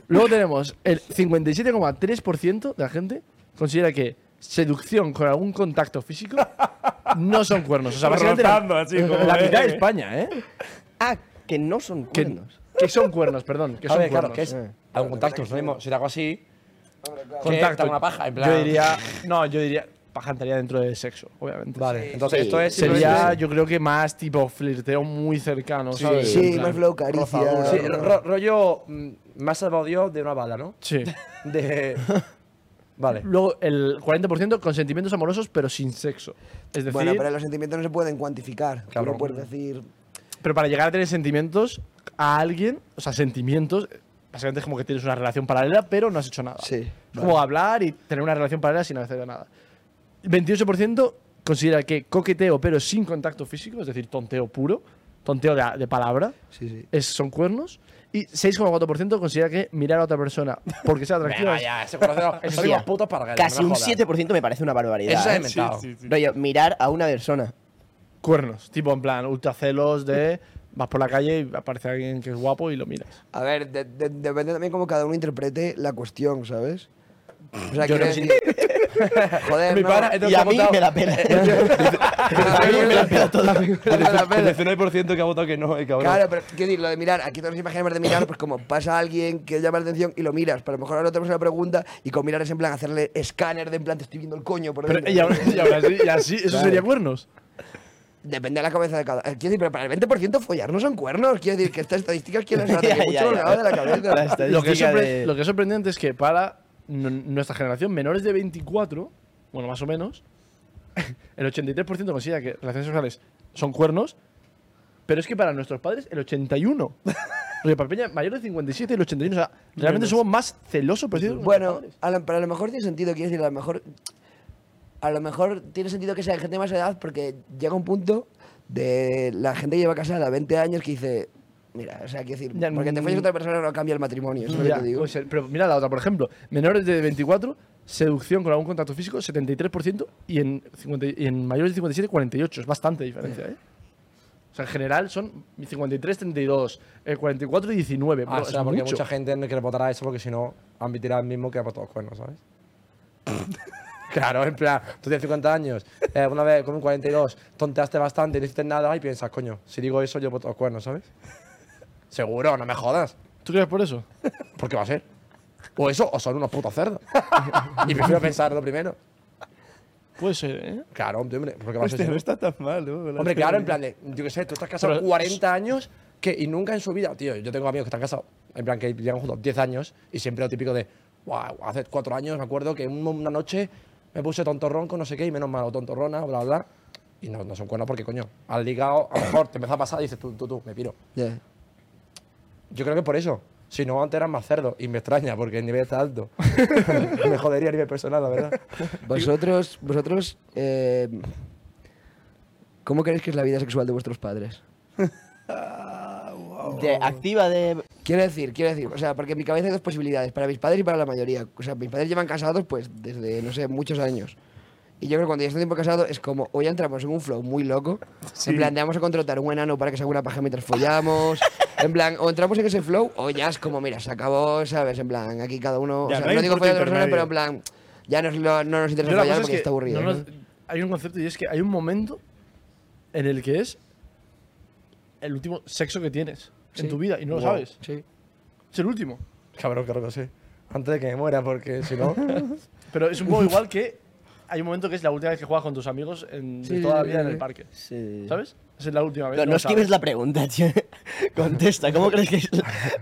Luego tenemos el 57,3% de la gente considera que seducción con algún contacto físico no son cuernos. O [laughs] sea, básicamente Rozando, la, así como, la mitad de eh. España, ¿eh? Ah, que no son Que, cuernos. que son cuernos, perdón. Que A son eh. ver, claro, cuernos. que es algún contacto, es lo mismo. Si te hago así, Contacto. contacto una paja, en plan. Yo diría, no, yo diría, paja entraría dentro de sexo, obviamente. [laughs] Vale, entonces Sí. esto es. Sería, yo creo que más tipo flirteo muy cercano, ¿sabes? Sí, En plan, más flow caricia. rozadura. Sí, ro- rollo. mm, Me ha salvado Dios de una bala, ¿no? Sí. De. [laughs] Vale. Luego el 40% con sentimientos amorosos pero sin sexo. Es decir, Bueno, pero los sentimientos no se pueden cuantificar. Tú Cabrón. no puedes decir. Pero para llegar a tener sentimientos a alguien, o sea, sentimientos, básicamente es como que tienes una relación paralela, pero no has hecho nada. Sí, Es como hablar y tener una relación paralela sin hacer nada. 28% considera que coqueteo, pero sin contacto físico, es decir, tonteo puro, tonteo de, de palabra, Sí, sí. es- son cuernos. Y 6,4% considera que mirar a otra persona porque sea atractiva. Venga, es- ya, ese corazón. Eso Hostia, es puto para Casi un 7% me parece una barbaridad. Eso se ha ¿eh? inventado. Rollo, mirar a una persona. Cuernos, tipo en plan, ultracelos de. Vas por la calle y aparece alguien que es guapo y lo miras. A ver, de- de- depende también cómo cada uno interprete la cuestión, ¿sabes? O sea, Yo quiero no sé. decir. [laughs] Joder, Mi no. [laughs] pana, Y entonces, a ha mí votado- me da pena. [laughs] Claro, [laughs] El 19% que ha votado que no, eh, cabrón. Claro, pero quiero decir, lo de mirar, aquí todos nos imaginamos de mirar, pues como pasa alguien que llama la atención y lo miras, pero a lo mejor ahora tenemos una pregunta y con mirar es en plan hacerle escáner de en plan te estoy viendo el coño por Pero, dentro. y, ahora- y ahora sí- y así, eso Claro. sería cuernos. Depende de la cabeza de cada. eh, Quiero decir, pero para el 20% follar no son cuernos. Quiero decir que estas estadísticas [laughs] quieren saber Ya, que ya, mucho ya. lado de la La cabeza. lo, que es estadística sorpre- de- lo que es sorprendente es que para n- nuestra generación, menores de 24, bueno, más o menos, [laughs] el 83% considera que relaciones sexuales son cuernos, pero es que para nuestros padres, el [laughs] 81%. Porque para Peña, mayor de 57, el 81. O sea, realmente somos más celosos, pero sí de Bueno, nuestros padres. a lo, pero a lo mejor tiene sentido, quiero decir, a lo mejor. A lo mejor tiene sentido que sea gente de más edad porque llega un punto de la gente que lleva casada 20 años que dice. Mira, o sea, quiero decir, Ya, porque te mm. folles a otra persona no cambia el matrimonio, es lo que Ya, te digo. o sea, pero mira la otra, por ejemplo, menores de 24, seducción con algún contacto físico, 73%, y en, 50 y en mayores de 57, 48. Es bastante diferencia, ¿eh? O sea, en general son 53, 32, eh, 44 y 19. Ah, Bro, o sea, es porque mucho. mucha gente no quiere votar a eso porque si no, admitirá el mismo que ha votado cuernos, [laughs] ¿sabes? claro, en plan, tú tienes 50 años, eh, una vez con un 42, tonteaste bastante, no hiciste nada y piensas, coño, si digo eso, yo voto a cuernos, ¿sabes? Seguro, no me jodas. ¿Tú crees por eso? ¿Por qué va a ser? O eso, o son unos putos [laughs] cerdos. y prefiero pensarlo primero. Puede ser, ¿eh? Claro, hombre, hombre, porque va a ser. si Hostia, no no. está tan mal, ¿no? La Hombre, verdad. claro, en plan de, yo qué sé, tú estás casado Pero- 40 años que, y nunca en su vida, tío, yo tengo amigos que están casados, en plan que llevan juntos 10 años y siempre lo típico de, wow, hace 4 años me acuerdo que un- una noche me puse tontorrón con no sé qué y menos mal, o tontorrona, bla, bla, bla. Y no, [laughs] no son cuernos porque, coño, has ligado, a lo mejor te empieza a pasar y dices tú, tú, tú, me piro. Ya. Yo creo que por eso. Si no, antes eran más cerdos. Y me extraña, porque el nivel está alto. [laughs] me jodería a nivel personal, la verdad. Vosotros, vosotros, eh, ¿cómo creéis que es la vida sexual de vuestros padres? De- activa de. Quiero decir, quiero decir, o sea, porque en mi cabeza hay dos posibilidades, para mis padres y para la mayoría. O sea, mis padres llevan casados pues desde, no sé, muchos años. Y yo creo que cuando ya están tiempo casados es como, hoy entramos en un flow muy loco. En plan, de vamos a contratar un enano para que se haga una paja [laughs] mientras follamos. en plan, o entramos en ese flow o ya es como, mira, se acabó, ¿sabes? En plan, aquí cada uno. Ya, o sea, no no, hay un digo punto follar de personas, pero intermedio. en plan, ya nos lo- no nos interesa Yo la follar cosa es porque que está aburrido. no ¿no? nos- hay un concepto y es que hay un momento en el que es el último sexo que tienes en Sí. tu vida y no lo Wow. sabes. Sí. Es el último. Cabrón, claro que sí. Antes de que me muera, porque [laughs] si no. Pero es un poco igual que hay un momento que es la última vez que juegas con tus amigos en, de Sí, toda la sí, vida en sí. el parque. Sí. ¿Sabes? Esa es la última vez. No, no lo esquives sabes. la pregunta, tío. [laughs] Contesta, ¿cómo crees que es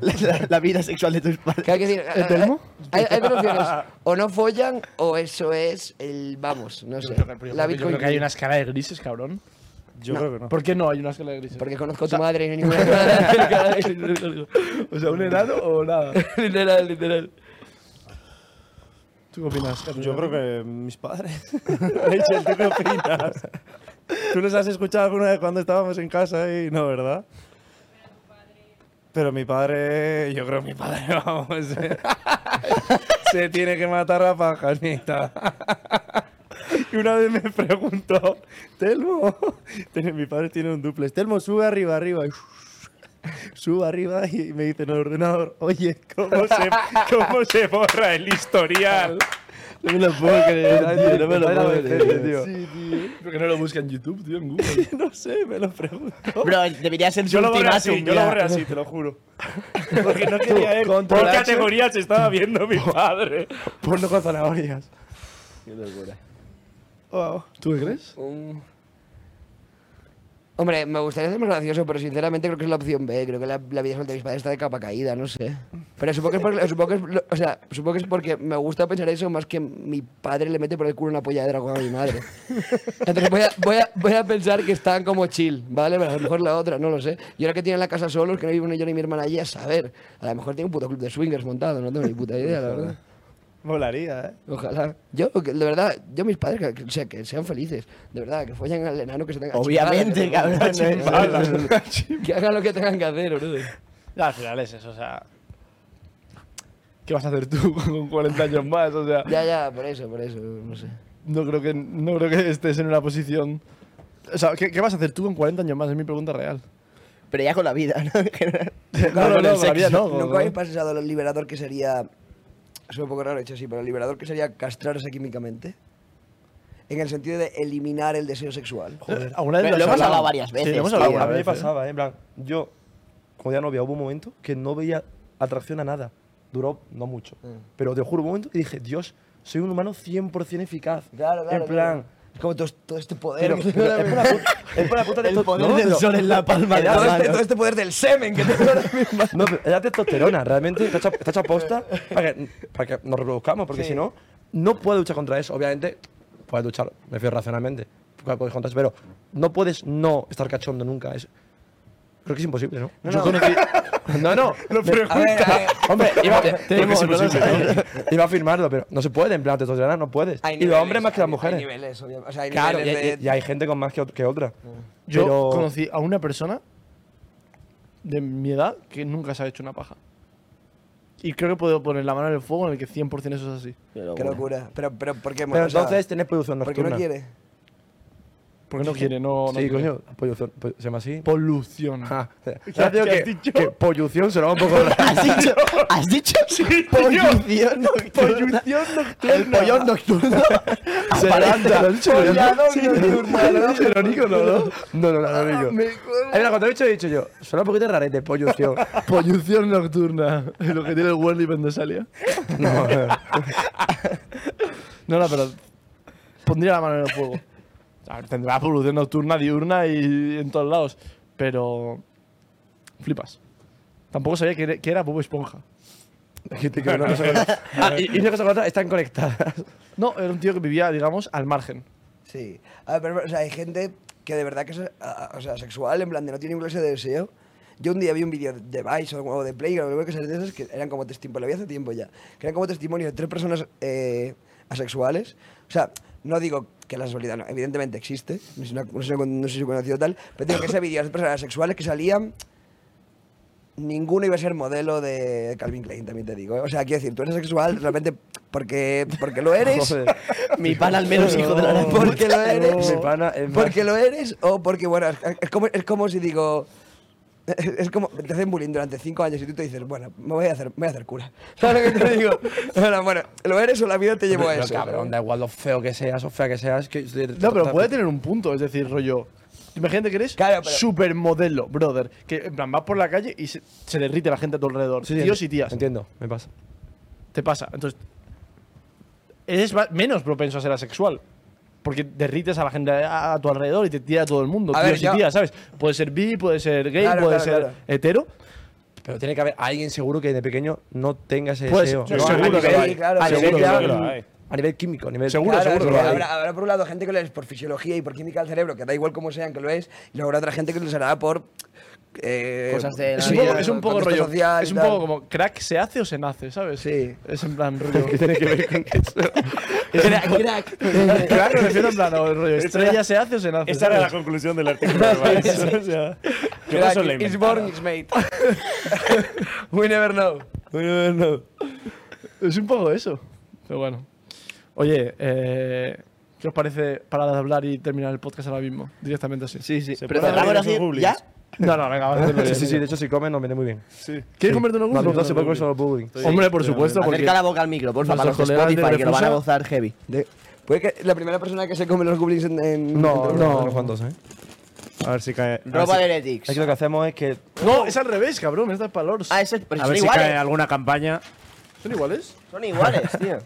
la, la- la vida sexual de tus padres? Que hay que decir, eh, eh, Hay, hay dos opciones. O no follan o eso es el vamos, no sé. Yo creo que- La yo creo Bitcoin. que hay una escala de grises, cabrón. Yo creo que no. ¿Por qué no hay una escala de grises? [laughs] Porque conozco a tu madre y no hay ninguna. o sea, un enano o nada. literal, literal. ¿Tú qué opinas? Catalina? Pues Yo creo que mis padres. [laughs] Rachel, ¿tú qué opinas? ¿Tú los has escuchado alguna vez cuando estábamos en casa y no, verdad? Pero mi padre, yo creo que mi padre, [laughs] vamos, eh, se tiene que matar a pajanita. Y una vez me preguntó, Telmo, tiene- mi padre tiene un duplex, Telmo, sube arriba, arriba. Y subo arriba y me dice en el ordenador, oye, ¿cómo se, cómo se borra el historial? No me lo puedo creer, tío, no me lo puedo creer. Sí, tío. Pero que no lo busca en YouTube, tío, en Google. No sé, me lo pregunto. Bro, debería ser su Yo lo borré ultimátum. así, yo lo ya. borré así, te lo [laughs] juro. Porque no quería eh. ver por H. categorías estaba viendo mi padre. Ponlo con zanahorias. Wow. ¿Tú qué crees? Hombre, me gustaría ser más gracioso, pero sinceramente creo que es la opción B. Creo que la, la vida suelta de mis padres está de capa caída, no sé. Pero supongo que, es porque, supongo, que es, lo- o sea, supongo que es porque me gusta pensar eso más que mi padre le mete por el culo una polla de dragón a mi madre. Entonces voy a, voy a- voy a pensar que están como chill, ¿vale? Pero a lo mejor la otra, no lo sé. Y ahora que tienen la casa solos, que no vivo ni yo ni mi hermana allí, a saber. A lo mejor tiene un puto club de swingers montado, no tengo ni puta idea, la verdad. Molaría, ¿eh? Ojalá. Yo, que- de verdad, yo mis padres, que, que- o sea, que sean felices. De verdad, que follen al enano que se tengan Obviamente, cabrón. Chimbalas. [laughs] Que hagan lo que tengan que hacer, bro. Ya, al final es eso, o sea. ¿Qué vas a hacer tú [laughs] con 40 años más? O sea, Ya, ya, por eso, por eso, no sé. no creo que, no creo que estés en una posición. O sea, ¿qué, qué vas a hacer tú con 40 años más? Es mi pregunta real. Pero ya con la vida, ¿no? [laughs] En general. No, no, con no, el todavía sexo. no. Nunca habéis pasado el liberador que sería. Es un poco raro hecho así, pero el liberador que sería castrarse químicamente. En el sentido de eliminar el deseo sexual. Joder. ¿Alguna vez Pero has lo hemos hablado varias veces, Sí, lo hemos tío. hablado A alguna mí A mí vez. ¿eh? pasaba, ¿eh? En plan, yo, como ya novia, hubo un momento que no veía atracción a nada. Duró no mucho. Pero te juro, un momento y dije, Dios, soy un humano 100% eficaz. Claro, claro. En plan, Es como todo, todo este poder. pero, que- pero [laughs] es por la puta, es por la puta El testo- poder no, del pero- sol en [laughs] la palma de la [laughs] todo, este, mano. todo este poder del [laughs] semen que tengo ahora mismo. No, pero era testosterona, realmente. Está hecha, está hecha posta para que, para que nos reproduzcamos, porque si no, no puedes luchar contra eso. Obviamente, puedes luchar, me refiero racionalmente, porque puedes contra eso, pero no puedes no estar cachondo nunca. Es, creo que es imposible, ¿no? No, no. [laughs] [laughs] no, [laughs] Lo A ver, a ver. [laughs] Hombre, iba, creo que es no lo imposible, ¿no? Iba a afirmarlo, pero no se puede, en plan, testosterona no puedes. [laughs] y Hay los niveles, hombres más que las hay- mujeres. Hay niveles, obviamente. O sea, hay claro, y, niveles de- y- y hay gente con más que, ot- que otra. Yo Pero- conocí a una persona de mi edad que nunca se ha hecho una paja. Y creo que puedo poner la mano en el fuego en el que 100% eso es así. Qué locura. Pero, pero, ¿por qué? Pero O sea, entonces tienes producción ¿Por qué nocturna. no quiere? Porque no quiere, no. no Sí, quiere. coño, pollución, po- se llama así. Polución. Ah, ¿Qué has- digo qué has que, dicho? que pollución sonaba [laughs] un poco raro. ¿Has dicho? ¿Has dicho? [laughs] Pollución [laughs] nocturna. El pollón [laughs] nocturno. Aparenta. [laughs] Jerónico, no, no. No, no, no, no, no. Hay una cuando he dicho, he dicho yo. Suena un poquito rarete, pollución. Pollución nocturna. Es lo que tiene el Wendy cuando salía. No, no. [laughs] No, no, pero. Pondría la mano en el fuego. A ver, tendrá polución nocturna, diurna y en todos lados. Pero. Flipas. Tampoco sabía que era, que era Bob Esponja. Dijiste [laughs] que una cosa con- Ah, y, y una cosa con otra están conectadas. [laughs] No, era un tío que vivía, digamos, al margen. Sí. Ah, eh, A ver, pero, o sea, hay gente que de verdad que es a- a- o sea, sexual, en plan de no tiene ningún ese deseo. Yo un día vi un vídeo de Vice o o de Playground, o cosas de esas que eran como testimonio, lo vi hace tiempo ya, que eran como testimonio de tres personas eh, asexuales. O sea, no digo que la sexualidad, no, evidentemente existe, no sé, no sé, no sé si conocido tal, pero digo que ese vídeo de tres personas asexuales que salían ninguno iba a ser modelo de Calvin Klein, también te digo. ¿eh? O sea, quiero decir, tú eres sexual realmente porque, porque [laughs] lo eres. Mi pan al menos, hijo de la gran puta. porque lo eres. Mi pana es más- porque lo eres o porque, bueno, es, es como, es como si digo... Es como, te hacen bullying durante cinco años y tú te dices, bueno, me voy a hacer, me voy a hacer cura. [laughs] ¿Sabes lo que te digo? [laughs] Bueno, bueno, lo eres o la vida te llevó a Pero, eso. cabrón, da igual lo feo que seas o fea que seas. Que, pues, No, pero puede tener un punto, es decir, rollo. Imagínate que eres Claro, pero- supermodelo, brother. Que en plan vas por la calle y se, se derrite la gente a tu alrededor. Tíos y tías. Entiendo, me pasa. Te pasa. Entonces, eres va- menos propenso a ser asexual. Porque derrites a la gente a, a tu alrededor y te tira a todo el mundo. A ver, tíos yo- y tías, ¿sabes? Puede ser bi, puede ser gay, Claro, puede claro, ser claro. hetero. Pero tiene que haber alguien seguro que de pequeño no tenga ese Pues, deseo. sí, No, a seguro nivel- que lo hay. Claro, a seguro nivel que ya, lo mm, hay. A nivel químico, a nivel. Seguro, Claro, seguro es que que lo hay. habrá, habrá por un lado gente que lo es por fisiología y por química del cerebro, que da igual como sean que lo es, y luego habrá otra gente que lo será por. eh, Cosas de la Es sí, un poco, es un eh, poco contexto rollo. social y Es un tal. poco como crack se hace o se nace, ¿sabes? [laughs] Sí. Es en plan rollo. [laughs] Crack, crack. [laughs] Crack me refiero en plan o rollo. Estrella se hace o se nace. Esta era ¿sabes? la conclusión del artículo de [laughs] Vice. o sea, ¿qué Crack, pasó? La it's inventaron. born, it's made. We never know. Es un poco eso. Pero bueno. Oye, eh, ¿qué os parece parar de hablar y terminar el podcast ahora mismo? Directamente así. Sí, sí. Se Pero puede cerramos abrir así, esos bublis. ¿ya? No, no, venga, vamos a hacerlo. [laughs] Sí, bien. sí, sí, de hecho, si comes, nos viene muy bien. Sí. ¿Quieres comerte unos Me ha preguntado gustos? si puedo comer solo pudding. Hombre, por supuesto, porque Acerca la boca al micro, porfa, para los de Nuestros colegas de Spotify, que lo van a Refusa- gozar heavy. De- puede que la primera persona que se come los goblins en. en- No, en- no, no, cuantos, ¿eh? A ver si cae. a ver Ropa si- de Aquí Heretics. lo que hacemos es que. No, es al revés, cabrón. Estas palabras Ah, ese, pero A son ver si cae iguales. alguna campaña. son iguales. Son iguales, tío.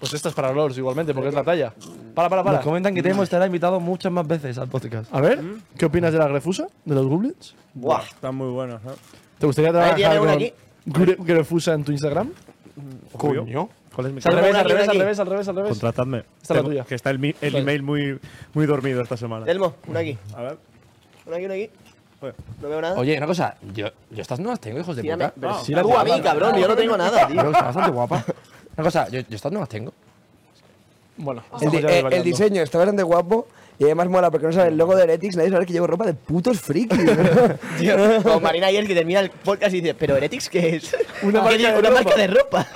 Pues estas para Lords igualmente, porque es la talla. Para, para, Nos para. comentan que te hemos estará invitado muchas más veces al podcast. A ver, ¿qué opinas de la refusa? ¿De los goblins? Buah. Están muy buenos, ¿no? ¿Te gustaría tiene trabajar una con aquí. Gre- Grefusa en tu Instagram? Coño. ¿Cuál es mi Es al Una revés, al aquí, una revés, al aquí. revés, al revés, al revés. Contratadme. Esta es la Tengo- tuya. Que está el, mi- el Vale. email muy, muy dormido esta semana. Telmo, una aquí. A ver. Una aquí, una aquí. Joder. No veo nada. Oye, una cosa. Yo, yo estas nuevas tengo, hijos de Tírame. puta. Pero Sí, si la tú a mí, guapa. cabrón, yo no tengo nada, tío. Pero está bastante guapa. Una cosa, yo, yo estas nuevas tengo. Bueno, El, Pues estamos di- ya eh, el divagando. diseño está bastante guapo y además mola porque no sabe el logo de Heretics, nadie sabe que llevo ropa de putos [laughs] frikis. [laughs] ¿no? Tío, Como Marina ayer que termina el podcast y dice, ¿pero Heretics qué es? Una [laughs] ¿Qué marca dice? de una ropa. marca de ropa.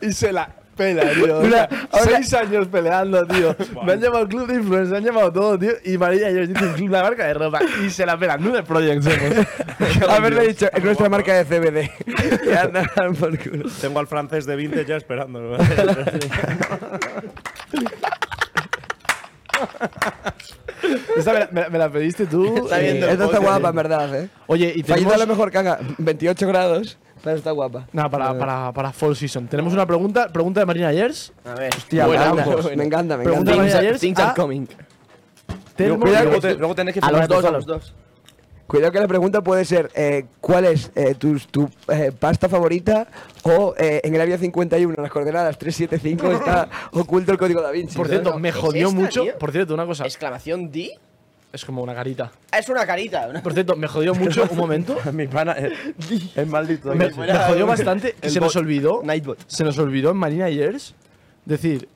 Y se la pela, tío. O sea, seis años peleando, tío. Me han llamado club de influencers, me han llamado todo, tío. Y María y yo dicen club la marca de ropa. Y se la pelan. Nude Project somos. [laughs] [laughs] Haberle dicho, es nuestra marca de CBD. Ya, no, por culo. Tengo al francés de 20 ya esperando. Esta me la, me la- me la pediste tú. Está eh, viendo. Esta está guapa, en verdad, eh. Oye, y Fallita tenemos. a lo mejor, caga, 28 grados, pero está guapa. Nada, para, para, para Fall Season. Tenemos una pregunta. Pregunta de Marina Ayers. A ver. Tía, Buena, me, encanta, ambos. me encanta, me Pregunta encanta. Marina Things, are, Ayers. things a are coming. Telmo- Luego, te- luego tenés que A los firmar dos, a el los dos. Cuidado que la pregunta puede ser eh, ¿Cuál es eh, tu, tu, eh, pasta favorita? O eh, en el área 51, en las coordenadas 375, [laughs] está oculto el código da Vinci. Por ¿sabes? cierto, me ¿Es jodió esta, mucho. tío? Por cierto, una Ah. cosa. Exclamación D. Es como una carita. Ah, es una carita. una- [laughs] Por cierto, me jodió mucho. Un momento. botón. [laughs] Mi pana eh, es, es maldito. Me, Sí. me jodió bastante. que El se nos bot. olvidó. Nightbot. Se nos olvidó en Marina Yers decir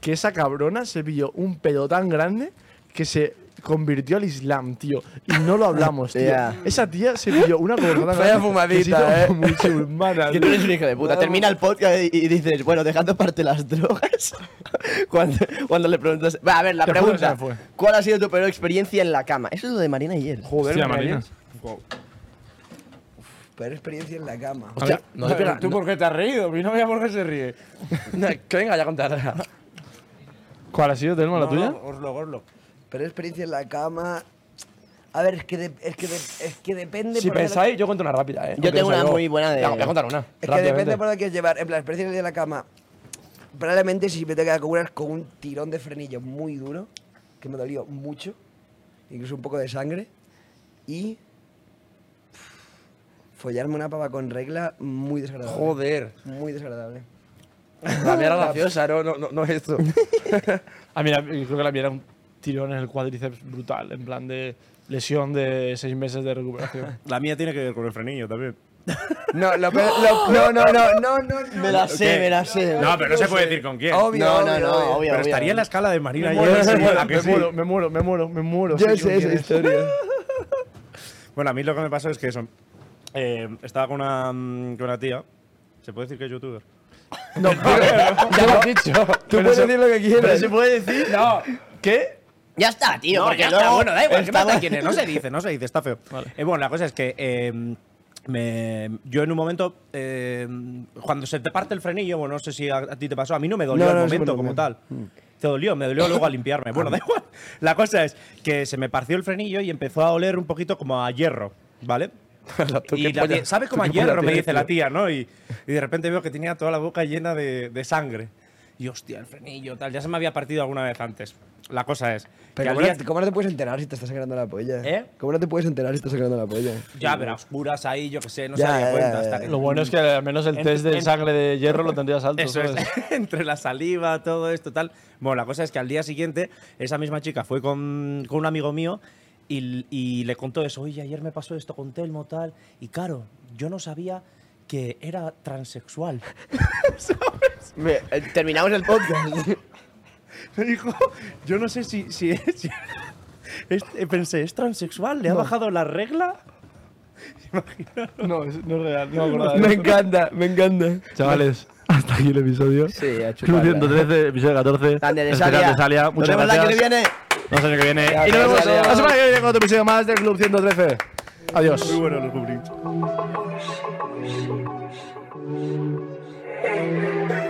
que esa cabrona se pilló un pedo tan grande que se convirtió al Islam, tío. Y no lo hablamos, tío. Ya. Esa tía se pilló una cobertura [laughs] Vaya fumadita, eh. musulmana. Que tú eres un hijo de puta. [laughs] Termina el podcast y, y dices, bueno, dejando aparte las drogas. [laughs] cuando, cuando le preguntas. Va, a ver, la Te juro que pregunta. se me fue. ¿Cuál ha sido tu peor experiencia en la cama? Eso es lo de Marina ayer. Joder, Hostia, Marina. Marina. Peor experiencia en la cama. Hostia, no le pega- no- por qué te has reído? Mi novia por qué se ríe. no, que venga, ya contará. ¿Cuál ha sido, Telma, la tuya? Orlo, orlo. Peor experiencia en la cama... A ver, es que, de- es que, de- es que depende... Si por dónde- pensáis, yo cuento una rápida, ¿eh? Yo tengo una muy buena de- Ya, voy a contar una. Es que depende rápidamente. por dónde quieres llevar. En plan, experiencia en la cama... Probablemente si me tengo que quedar con una es con un tirón de frenillo muy duro, que me dolió mucho, incluso un poco de sangre, y... Follarme una pava con regla muy desagradable. Joder. Muy desagradable. [laughs] La mía era graciosa, no, no, no, no es esto. Ah, mira, yo creo que la mía era un tirón en el cuádriceps brutal, en plan de lesión de seis meses de recuperación. [laughs] La mía tiene que ver con el frenillo también. No, lo peor- [laughs] lo- no, no, no, no, no, no. Me la sé, ¿Qué? me la sé. No, pero no se puede decir con quién. Obvio, No, no, obvio, no, obvio. obvio, Pero obvio. estaría en la escala de Marina. Me ayer, muero, me sí, muero, ¿a que me sí? muero, me muero, me muero, me muero. Yo sí, sé esa ¿quién es? [laughs] historia. Bueno, a mí lo que me pasó es que eso. eh, estaba con una, mm, con una tía. ¿Se puede decir que es youtuber? [laughs] Ya lo has dicho. Tú puedes decir lo que ¿Pero quieras. se puede decir? No. ¿Qué? Ya está, tío. porque ya luego está, bueno, da igual, ¿qué estamos- pasa? ¿Quién es? No se dice, no se dice, está feo. Eh, bueno, la cosa es que eh, me- yo en un momento, eh, cuando se te parte el frenillo, bueno, no sé si a, a ti te pasó, a mí no me dolió No, Mm. el no, sí me momento dolió. como tal. Te dolió, me dolió luego a limpiarme. Ah. Bueno, da igual. La cosa es que se me partió el frenillo y empezó a oler un poquito como a hierro, [laughs] ¿vale? y la tía- ¿sabe como a hierro? Me dice la tía, ¿no? Y, y de repente veo que tenía toda la boca llena de, de sangre. Y hostia, el frenillo, tal. Ya se me había partido alguna vez antes. La cosa es. que Pero al ¿cómo no, día- te- ¿cómo no te puedes enterar si te estás sangrando la polla? ¿Eh? ¿Cómo no te puedes enterar si te estás sangrando la polla? Ya, pero a oscuras ahí, yo qué sé, no Ya, se daría ya, cuenta ya, hasta ya. que. Lo bueno es que al menos el En- test de en- sangre de hierro lo tendrías alto. Eso es, ¿sabes? [laughs] entre la saliva, todo esto, tal. Bueno, la cosa es que al día siguiente, esa misma chica fue con, con un amigo mío y, y le contó eso. Oye, ayer me pasó esto con Telmo, tal. Y claro, yo no sabía que era transexual. [laughs] [laughs] Me- eh, Terminamos el [laughs] podcast. Me dijo, yo no sé si. si es, si- es- eh, pensé, ¿es transexual? ¿Le ha bajado la regla? No, es, no es real. No me acordaba de Me esto. encanta, me encanta. Chavales, [laughs] hasta aquí el episodio. Sí, a chuparla. Club 113, episodio 14. Grande de Especial Salia. de Salia. Nos Muchas vemos la gracias. que viene. Nos vemos la que viene. Y nos Gracias, vemos Salia. la semana que viene con otro episodio más del Club 113. Adiós. Muy bueno los cubritos. Thank